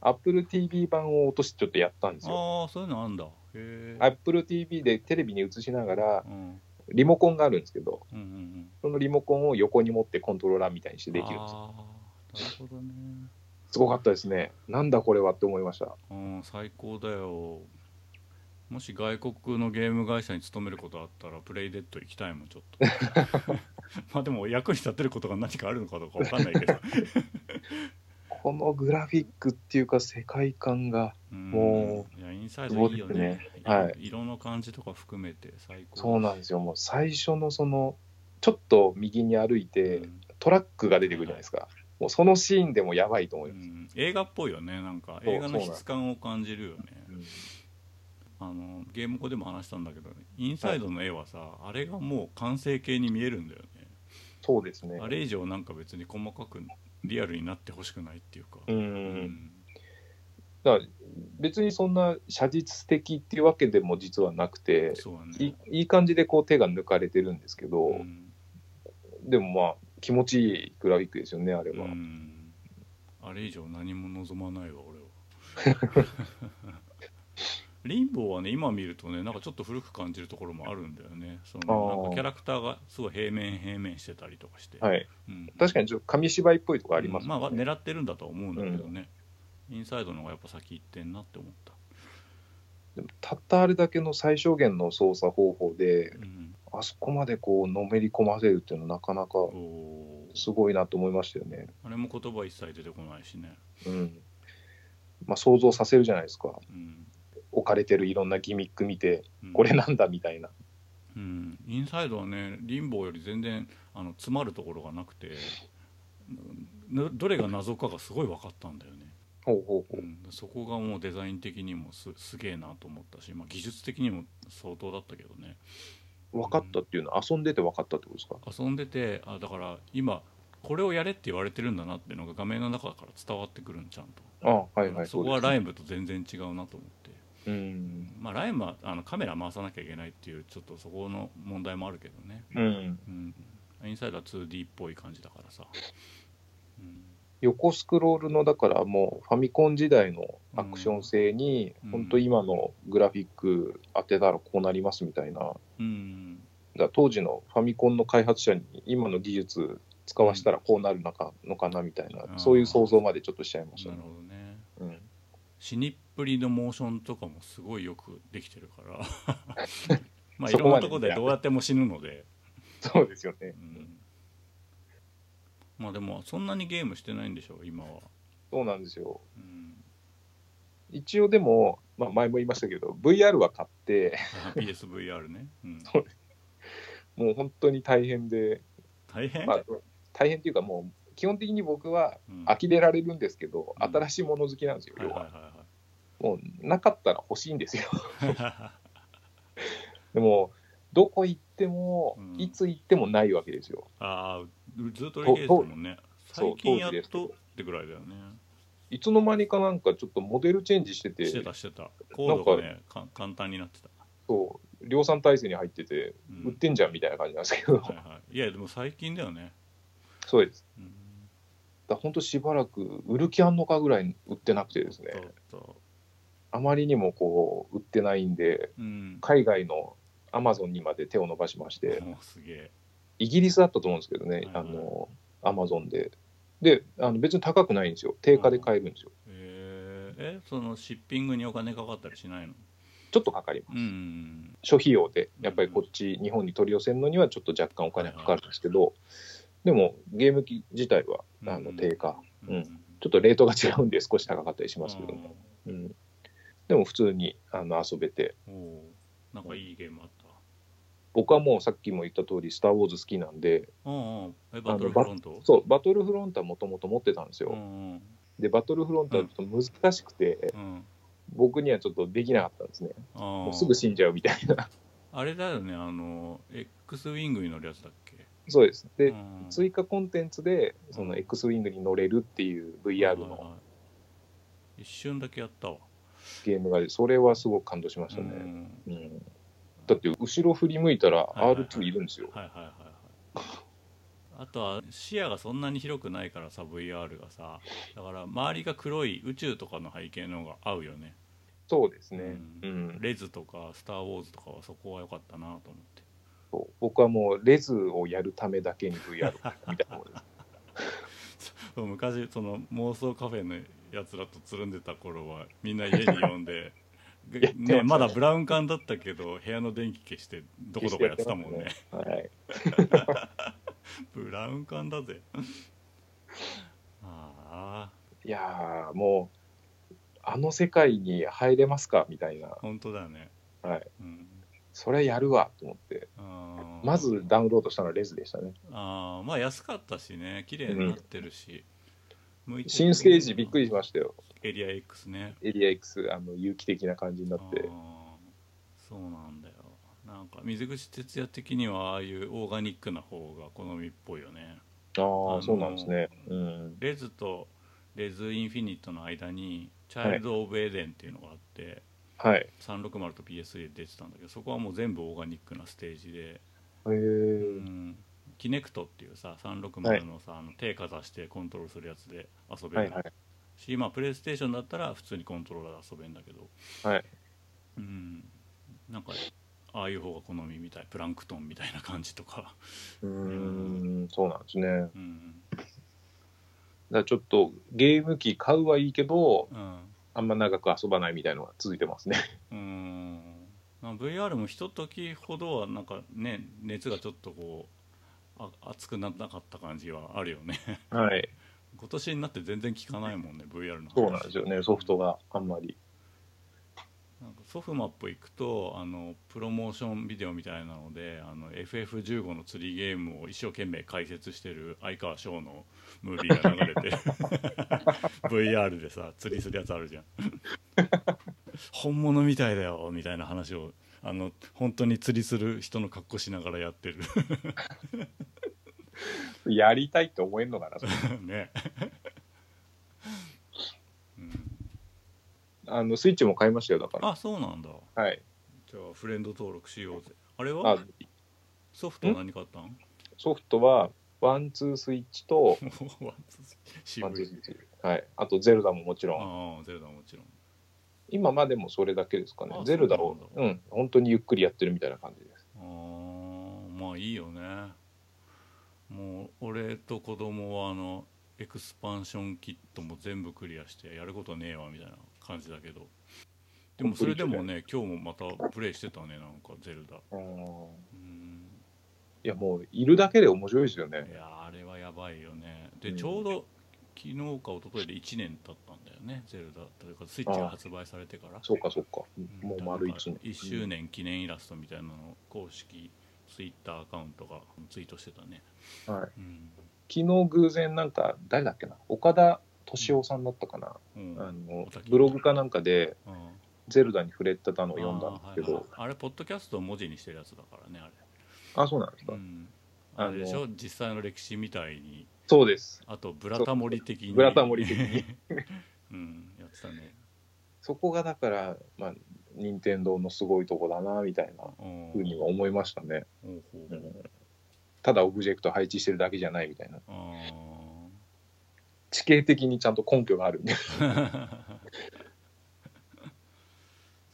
Speaker 2: AppleTV 版を落としてちょっとやったんですよ
Speaker 1: ああそういうのあんだへえ、
Speaker 2: AppleTV でテレビに映しながら
Speaker 1: うん
Speaker 2: リモコンがあるんですけど
Speaker 1: うんうんうん
Speaker 2: そのリモコンを横に持ってコントローラーみたいにしてできるんですよ
Speaker 1: ああなるほどね
Speaker 2: すごかったですね。なんだこれはって思いました。
Speaker 1: うん最高だよもし外国のゲーム会社に勤めることあったらプレイデッド行きたいもんちょっと まあでも役に立てることが何かあるのかどうかわかんないけど、
Speaker 2: このグラフィックっていうか世界観が、
Speaker 1: うん
Speaker 2: も
Speaker 1: いやインサイドいいよね
Speaker 2: そうですねはい
Speaker 1: 色の感じとか含めて最高
Speaker 2: そうなんですすよ。もう最初のその、ちょっと右に歩いて、トラックが出てくるじゃないですか。もうそのシーンでもやばいと思
Speaker 1: う
Speaker 2: います。
Speaker 1: ん映画っぽいよねなんか
Speaker 2: そう
Speaker 1: 映画の質感を感じるよね
Speaker 2: うん
Speaker 1: あのゲーム庫でも話したんだけどインサイドの絵はさ、あれがもう完成形に見えるんだよね
Speaker 2: そうですね
Speaker 1: あれ以上なんか別に細かくリアルになってほしくないっていうか
Speaker 2: うん
Speaker 1: うん
Speaker 2: だから別にそんな写実的っていうわけでも実はなくて
Speaker 1: そうだね
Speaker 2: いいい感じでこう手が抜かれてるんですけど、
Speaker 1: うん
Speaker 2: でもまあ気持ちいいグラフィックですよねあれ
Speaker 1: う
Speaker 2: は、
Speaker 1: んあれ以上何も望まないわ 俺はリンボーはね今見るとねなんかちょっと古く感じるところもあるんだよねそ
Speaker 2: あ
Speaker 1: の
Speaker 2: ー
Speaker 1: なんかキャラクターがすごい平面平面してたりとかして、
Speaker 2: はい
Speaker 1: うん
Speaker 2: 確かにちょっと紙芝居っぽいとこあります
Speaker 1: うん
Speaker 2: も
Speaker 1: まあ
Speaker 2: んね、
Speaker 1: 狙ってるんだとは思うんだけどね、インサイドの方がやっぱ先行ってんなって思った、
Speaker 2: でもたったあれだけの最小限の操作方法で
Speaker 1: うん、
Speaker 2: あそこまでこうのめり込ませるっていうのはなかなか
Speaker 1: おー
Speaker 2: すごいなと思いましたよね、
Speaker 1: あれも言葉一切出てこないしね、
Speaker 2: うんまあ、想像させるじゃないですか
Speaker 1: うん
Speaker 2: 置かれてるいろんなギミック見て
Speaker 1: うん
Speaker 2: これなんだみたいな、
Speaker 1: うん、インサイドはねリンボーより全然あの詰まるところがなくてぬどれが謎かがすごい分かったんだよね、
Speaker 2: ほうほ
Speaker 1: う、
Speaker 2: うほうん
Speaker 1: そこがもうデザイン的にもすすげえなと思ったし、まあ、技術的にも相当だったけどね
Speaker 2: 分かったっていうのは遊んでて分かったってことですか
Speaker 1: 遊んでてあだから今これをやれって言われてるんだなっていうのが画面の中から伝わってくるんちゃんと、
Speaker 2: ああはいはい
Speaker 1: そこ
Speaker 2: う
Speaker 1: は
Speaker 2: ですね
Speaker 1: ライムと全然違うなと思って、
Speaker 2: うん
Speaker 1: まあ、ライムはあのカメラ回さなきゃいけないっていうちょっとそこの問題もあるけどね
Speaker 2: うん
Speaker 1: うん、インサイドは 2D っぽい感じだからさ、うん
Speaker 2: 横スクロールのだからもうファミコン時代のアクション性に、
Speaker 1: うん
Speaker 2: 本当今のグラフィック当てたらこうなりますみたいなだか
Speaker 1: うん、
Speaker 2: ら当時のファミコンの開発者に今の技術使わせたらこうなるのかのかなみたいな、
Speaker 1: うん
Speaker 2: そういう想像までちょっとしちゃいました
Speaker 1: な
Speaker 2: ね
Speaker 1: る。ほどね
Speaker 2: うん
Speaker 1: 死にっぷりのモーションとかもすごいよくできてるから まあい
Speaker 2: そ
Speaker 1: ろ
Speaker 2: こ
Speaker 1: んな
Speaker 2: まで
Speaker 1: とこでどうやっても死ぬので、
Speaker 2: そうですよね
Speaker 1: う。ん、まあでもそんなにゲームしてないんでしょ今は、
Speaker 2: そうなんですよ。
Speaker 1: うん、
Speaker 2: 一応でも、まあ、前も言いましたけど、VR は買って、
Speaker 1: あ PSVR ね、うん、
Speaker 2: もう本当に大変で、
Speaker 1: 大変、
Speaker 2: まあ、大変っていうか、もう基本的に僕は
Speaker 1: うん
Speaker 2: 呆れられるんですけど、
Speaker 1: うん
Speaker 2: 新しいもの好きなんですよ、
Speaker 1: はい
Speaker 2: 要は。
Speaker 1: はい
Speaker 2: もうなかったら欲しいんですよ。
Speaker 1: はいは
Speaker 2: でも、どこ行っても
Speaker 1: う、ん
Speaker 2: いつ行ってもないわけですよ。
Speaker 1: いああずっとリゲートもんね
Speaker 2: そう
Speaker 1: 最近や
Speaker 2: 当
Speaker 1: っ
Speaker 2: 時ですけ
Speaker 1: と
Speaker 2: ど
Speaker 1: ってぐらいだよね
Speaker 2: いつの間にかなんかちょっとモデルチェンジしてて、
Speaker 1: してたしてたコードがねか簡単になってた、
Speaker 2: そう、量産体制に入ってて、
Speaker 1: うん
Speaker 2: 売ってんじゃんみたいな感じなんですけど、
Speaker 1: はいはい、いやでも最近だよね、
Speaker 2: そうです。
Speaker 1: うん、
Speaker 2: だ本当しばらく売る気あんのかぐらい売ってなくてですね、
Speaker 1: そうそ
Speaker 2: あまりにもこう、売ってないんで、
Speaker 1: ううん
Speaker 2: 海外のアマゾンにまで手を伸ばしまして、
Speaker 1: もうすげえ
Speaker 2: イギリスだったと思うんですけど
Speaker 1: い
Speaker 2: ね、
Speaker 1: はい
Speaker 2: あの、アマゾンで。で、あの別に高くないんですよ。定価で買えるんですよ。
Speaker 1: えー、えそのシッピングにお金かかったりしないの
Speaker 2: ちょっとかかります
Speaker 1: うんうん
Speaker 2: 諸費用で、やっぱりこっち、日本に取り寄せるのにはちょっと若干お金がかかるんですけど、でもゲーム機自体は
Speaker 1: うん
Speaker 2: あの定価、
Speaker 1: うん
Speaker 2: うんちょっとレートが違うんで少し高かったりしますけど、うん、でも普通にあの遊べて、
Speaker 1: あーおーなんかいいゲームあった
Speaker 2: 僕はもうさっきも言った通り、スター・ウォーズ好きなんで、
Speaker 1: うんうんえバトルフロント
Speaker 2: そう、バトルフロンターもともと持ってたんです
Speaker 1: う
Speaker 2: よ。
Speaker 1: んうん
Speaker 2: で、バトルフロンターちょっと難しくて、
Speaker 1: うん
Speaker 2: 僕にはちょっとできなかったんですね。
Speaker 1: あ
Speaker 2: も
Speaker 1: ー
Speaker 2: うすぐ死んじゃうみたいな。
Speaker 1: あれだよねあの X ウィングに乗るやつだっけ
Speaker 2: そうです。で、
Speaker 1: うん
Speaker 2: 追加コンテンツで、その X ウィングに乗れるっていう VR の
Speaker 1: はいはい一瞬だけやったわ、
Speaker 2: ゲームが、それはすごく感動しまし
Speaker 1: う
Speaker 2: たね。
Speaker 1: ん
Speaker 2: うんだって、後ろ振り向いた
Speaker 1: い
Speaker 2: ら
Speaker 1: はいはい
Speaker 2: R2 いるんですよ。
Speaker 1: はいはいはいはいあとは視野がそんなに広くないからさ VR がさだから周りが黒い宇宙とかの背景の方が合うよね
Speaker 2: そうですね。
Speaker 1: う
Speaker 2: うん
Speaker 1: レズとかスター・ウォーズとかはそこは良かったなと思って
Speaker 2: そう僕はもう、レズをやるためだけに VR みたいなものです。
Speaker 1: そう昔その妄想カフェのやつらとつるんでた頃はみんな家に呼ん で
Speaker 2: ってました
Speaker 1: ね、まだブラウン管だったけど部屋の電気消してどこどこやってた もんね
Speaker 2: はい。
Speaker 1: ブラウン管だぜああ
Speaker 2: いやー、もう、あの世界に入れますかみたいな。
Speaker 1: 本当だよね
Speaker 2: はい。
Speaker 1: うん
Speaker 2: それやるわと思って。
Speaker 1: あー
Speaker 2: まずダウンロードしたのはレズでしたね。
Speaker 1: あーまあ安かったしね綺麗になってるし、向いてる
Speaker 2: 新ステージびっくりしましたよ。
Speaker 1: エリア X ね
Speaker 2: エリア X、あの、有機的な感じになって
Speaker 1: あ。ーなんか水口哲也的にはああいうオーガニックな方が好みっぽいよね
Speaker 2: ああ、そうなんですね。うん。
Speaker 1: レズとレズインフィニットの間にチャイルド・オブ・エデンっていうのがあって、
Speaker 2: はい。へ
Speaker 1: 360と PS で出てたんだけどそこはもう全部オーガニックなステージで、
Speaker 2: え。
Speaker 1: うん、キネクトっていうさ360のさ、あの手かざしてコントロールするやつで遊べる、
Speaker 2: はいはい。
Speaker 1: し、まあ、プレイステーションだったら普通にコントローラーで遊べるんだけど、
Speaker 2: はい
Speaker 1: うん、なんかああいう方が好みみたいプランクトンみたいな感じとか、
Speaker 2: うーん、そうなんですね。だか
Speaker 1: うん
Speaker 2: らちょっとゲーム機買うはいいけど、
Speaker 1: うん
Speaker 2: あんま長く遊ばないみたいのが続いてますね。
Speaker 1: うんまあ VR もひとときほどはなんかね熱がちょっとこうあ熱くならなかった感じはあるよね
Speaker 2: はい。
Speaker 1: 今年になって全然聞かないもんね VR の話
Speaker 2: そうなんですよね、ソフトがあんまり。
Speaker 1: なんかソフマップ行くとあのプロモーションビデオみたいなのであの FF15 の釣りゲームを一生懸命解説してる相川翔のムービーが流れて VR でさ釣りするやつあるじゃん本物みたいだよみたいな話をあの本当に釣りする人の格好しながらやってる
Speaker 2: やりたいって思えんのかな、それ
Speaker 1: ね、うん、
Speaker 2: あのスイッチも買いましたよ、だか
Speaker 1: あそうなんだ
Speaker 2: ら。はい。
Speaker 1: じゃあフレンド登録しようぜあれ
Speaker 2: あ
Speaker 1: はソフト何買ったん
Speaker 2: ソフトは、ワン、ツースイッチと、
Speaker 1: もう渋
Speaker 2: ワン、ツースイ
Speaker 1: い
Speaker 2: ッ チ。はい。あと、ゼルダももちろん。
Speaker 1: ああゼルダもちろん
Speaker 2: 今までもそれだけですかね
Speaker 1: あ。
Speaker 2: ゼルダを
Speaker 1: そう、
Speaker 2: うん本当にゆっくりやってるみたいな感じです。
Speaker 1: ああまあいいよねもう俺と子供はあのエクスパンションキットも全部クリアしてやることねえわみたいな感じだけどでもそれでもね今日もまたプレイしてたねなんかゼルダ
Speaker 2: うん。
Speaker 1: うん
Speaker 2: いや、もう、いるだけで面白いですよね
Speaker 1: い。やーあれはやばいよねで
Speaker 2: うん
Speaker 1: ちょうど昨日か一昨日で1年経ったんだよねゼルダというかスイッチが発売されてから
Speaker 2: そうか、そうか。
Speaker 1: ん
Speaker 2: もう丸一年。
Speaker 1: 1周年記念イラストみたいなのを公式ツイッターアカウントがツイートしてたね、
Speaker 2: うん。はい。
Speaker 1: うん
Speaker 2: 昨日偶然なんか、誰だっけな、岡田敏夫さんだったかな。
Speaker 1: うん
Speaker 2: あの
Speaker 1: おたき、
Speaker 2: ブログかなんかで、
Speaker 1: うんあ
Speaker 2: ゼルダに触れてたのを
Speaker 1: ー
Speaker 2: 読んだんですけ
Speaker 1: はい
Speaker 2: ど
Speaker 1: はい、あれポッドキャストを文字にしてるやつだからねあ
Speaker 2: あ、そうなんです
Speaker 1: れ、
Speaker 2: か
Speaker 1: う。ん、あれでしょ実際の歴史みたいに
Speaker 2: そうです。
Speaker 1: あとブラタモリ的に
Speaker 2: ブラタモリ的に
Speaker 1: うんやってたね
Speaker 2: そこがだから、まあ、任天堂のすごいとこだな、みたいな
Speaker 1: うん
Speaker 2: ふうには思いましたね。
Speaker 1: ほうほう
Speaker 2: うんただオブジェクト配置してるだけじゃないみたいな。
Speaker 1: あー
Speaker 2: 地形的にちゃんと根拠 があるんで。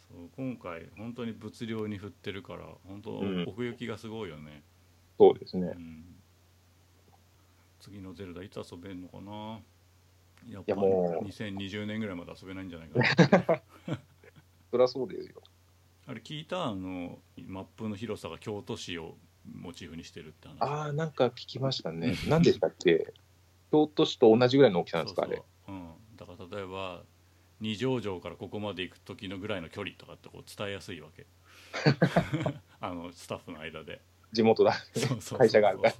Speaker 1: そう今回本当に物量に振ってるから本当
Speaker 2: うん
Speaker 1: 奥行きがすごいよね、
Speaker 2: そうです
Speaker 1: うん
Speaker 2: ね。
Speaker 1: 次の「ゼルダ」いつ遊べるのかなやっ
Speaker 2: い
Speaker 1: ぱ
Speaker 2: やもう
Speaker 1: 2020年ぐらいまで遊べないんじゃない かな
Speaker 2: そりゃそうですよ。
Speaker 1: あれ聞いたあのマップの広さが京都市をモチーフにしてるって話
Speaker 2: ああ、なんか聞きましたね。何でしたっけ京都市と同じぐらいの大きさなんですか、あれ。
Speaker 1: そうそう、うん、だから例えば二条城からここまで行く時のぐらいの距離とかってこう伝えやすいわ けあのスタッフの間で
Speaker 2: 地元だ。
Speaker 1: そうそうそう
Speaker 2: 会社があるから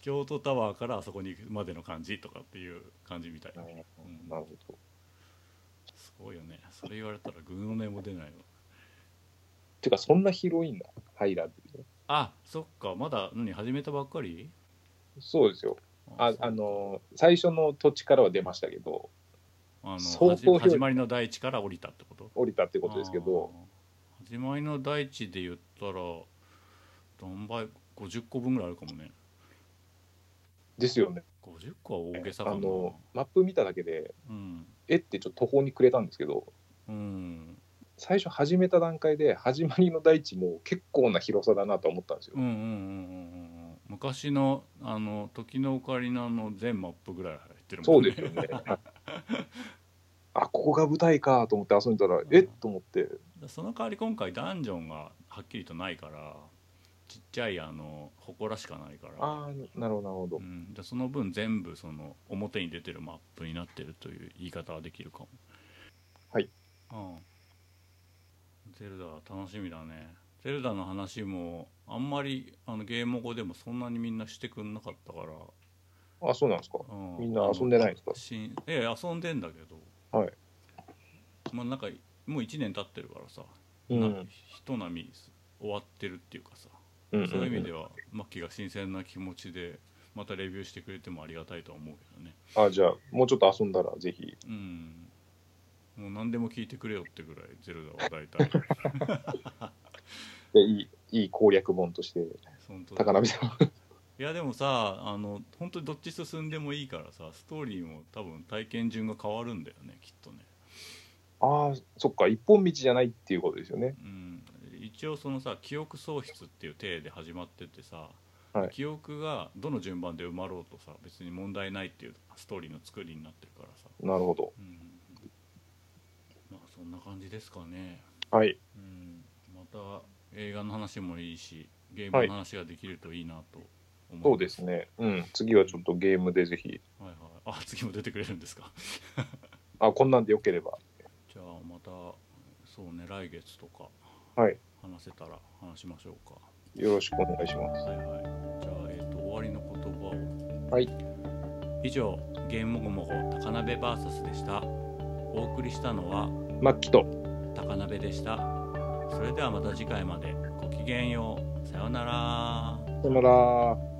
Speaker 1: 京都タワーからあそこに行くまでの感じとかっていう感じみたい、
Speaker 2: うんなる
Speaker 1: うん
Speaker 2: ほど。
Speaker 1: すごいよねそれ言われたら群の音も出ないわ
Speaker 2: てか、そんな広いんだ。ハイランド。
Speaker 1: あそっかまだ何始めたばっかり
Speaker 2: そうですよ。あ
Speaker 1: そう
Speaker 2: あの最初の土地からは出ましたけど
Speaker 1: あの
Speaker 2: 相当
Speaker 1: 始
Speaker 2: 広い
Speaker 1: 始まりの大地から降りたってこと
Speaker 2: 降りたってことですけど
Speaker 1: あー始まりの大地で言ったら何倍50個分ぐらいあるかもね
Speaker 2: ですよね
Speaker 1: 50個は大げさ
Speaker 2: あ
Speaker 1: かな
Speaker 2: のマップ見ただけで
Speaker 1: うん
Speaker 2: 絵ってちょっと途方に暮れたんですけど
Speaker 1: うん
Speaker 2: 最初始めた段階で始まりの大地も結構な広さだなと思ったんですよ、
Speaker 1: うんうんうんうんうんうん昔のあの時のオカリナの全マップぐらい入ってる
Speaker 2: そ
Speaker 1: もん
Speaker 2: う
Speaker 1: ね
Speaker 2: ですよね あここが舞台かと思って遊んでたらえっと思って
Speaker 1: その代わり今回ダンジョンがはっきりとないからちっちゃいあの祠しかないから、
Speaker 2: ああなるほどなるほど、
Speaker 1: うん、でその分全部その表に出てるマップになってるという言い方はできるかも
Speaker 2: はい
Speaker 1: うんゼルダ楽しみだねゼルダの話もあんまりあのゲーム語でもそんなにみんなしてくんなかったから、
Speaker 2: あそうなんですか
Speaker 1: うん、
Speaker 2: みんな遊んでないんですか
Speaker 1: しいや遊んでんだけど
Speaker 2: はい
Speaker 1: まあなんかもう1年経ってるからさ、
Speaker 2: う、
Speaker 1: なんひと波終わってるっていうかさ、
Speaker 2: うんうん
Speaker 1: そういう意味ではマッキーが新鮮な気持ちでまたレビューしてくれてもありがたいとは思うけどね
Speaker 2: あじゃあもうちょっと遊んだらぜひ
Speaker 1: うんもう何でも聞いてくれよってぐらいゼルダは大 体
Speaker 2: でいいいい攻略本として
Speaker 1: 本当だ
Speaker 2: 高波さん
Speaker 1: いやでもさあの本当にどっち進んでもいいからさストーリーも多分体験順が変わるんだよねきっとね
Speaker 2: ああそっか一本道じゃないっていうことですよね
Speaker 1: うん、一応そのさ記憶喪失っていう体で始まってってさ、
Speaker 2: はい
Speaker 1: 記憶がどの順番で埋まろうとさ別に問題ないっていうストーリーの作りになってるからさ、
Speaker 2: なるほど
Speaker 1: うん、まあそんな感じですかね、
Speaker 2: はい
Speaker 1: うん、また映画の話もいいしゲームの話ができるといいなと思います、
Speaker 2: そうですねうん次はちょっとゲームでぜひ
Speaker 1: はいはい、あ次も出てくれるんですか
Speaker 2: あこんなんでよければ
Speaker 1: じゃあまたそうね来月とか
Speaker 2: はい
Speaker 1: 話せたら話しましょうか
Speaker 2: よろしくお願いします
Speaker 1: はいはい。じゃあ、えっ、と、終わりの言葉を。
Speaker 2: はい。
Speaker 1: 以上、ゲームもごもご高鍋 VS でした。お送りしたのは
Speaker 2: マッキと
Speaker 1: 高鍋でした。それではまた次回まで。ごきげんよう。さようなら。
Speaker 2: さよなら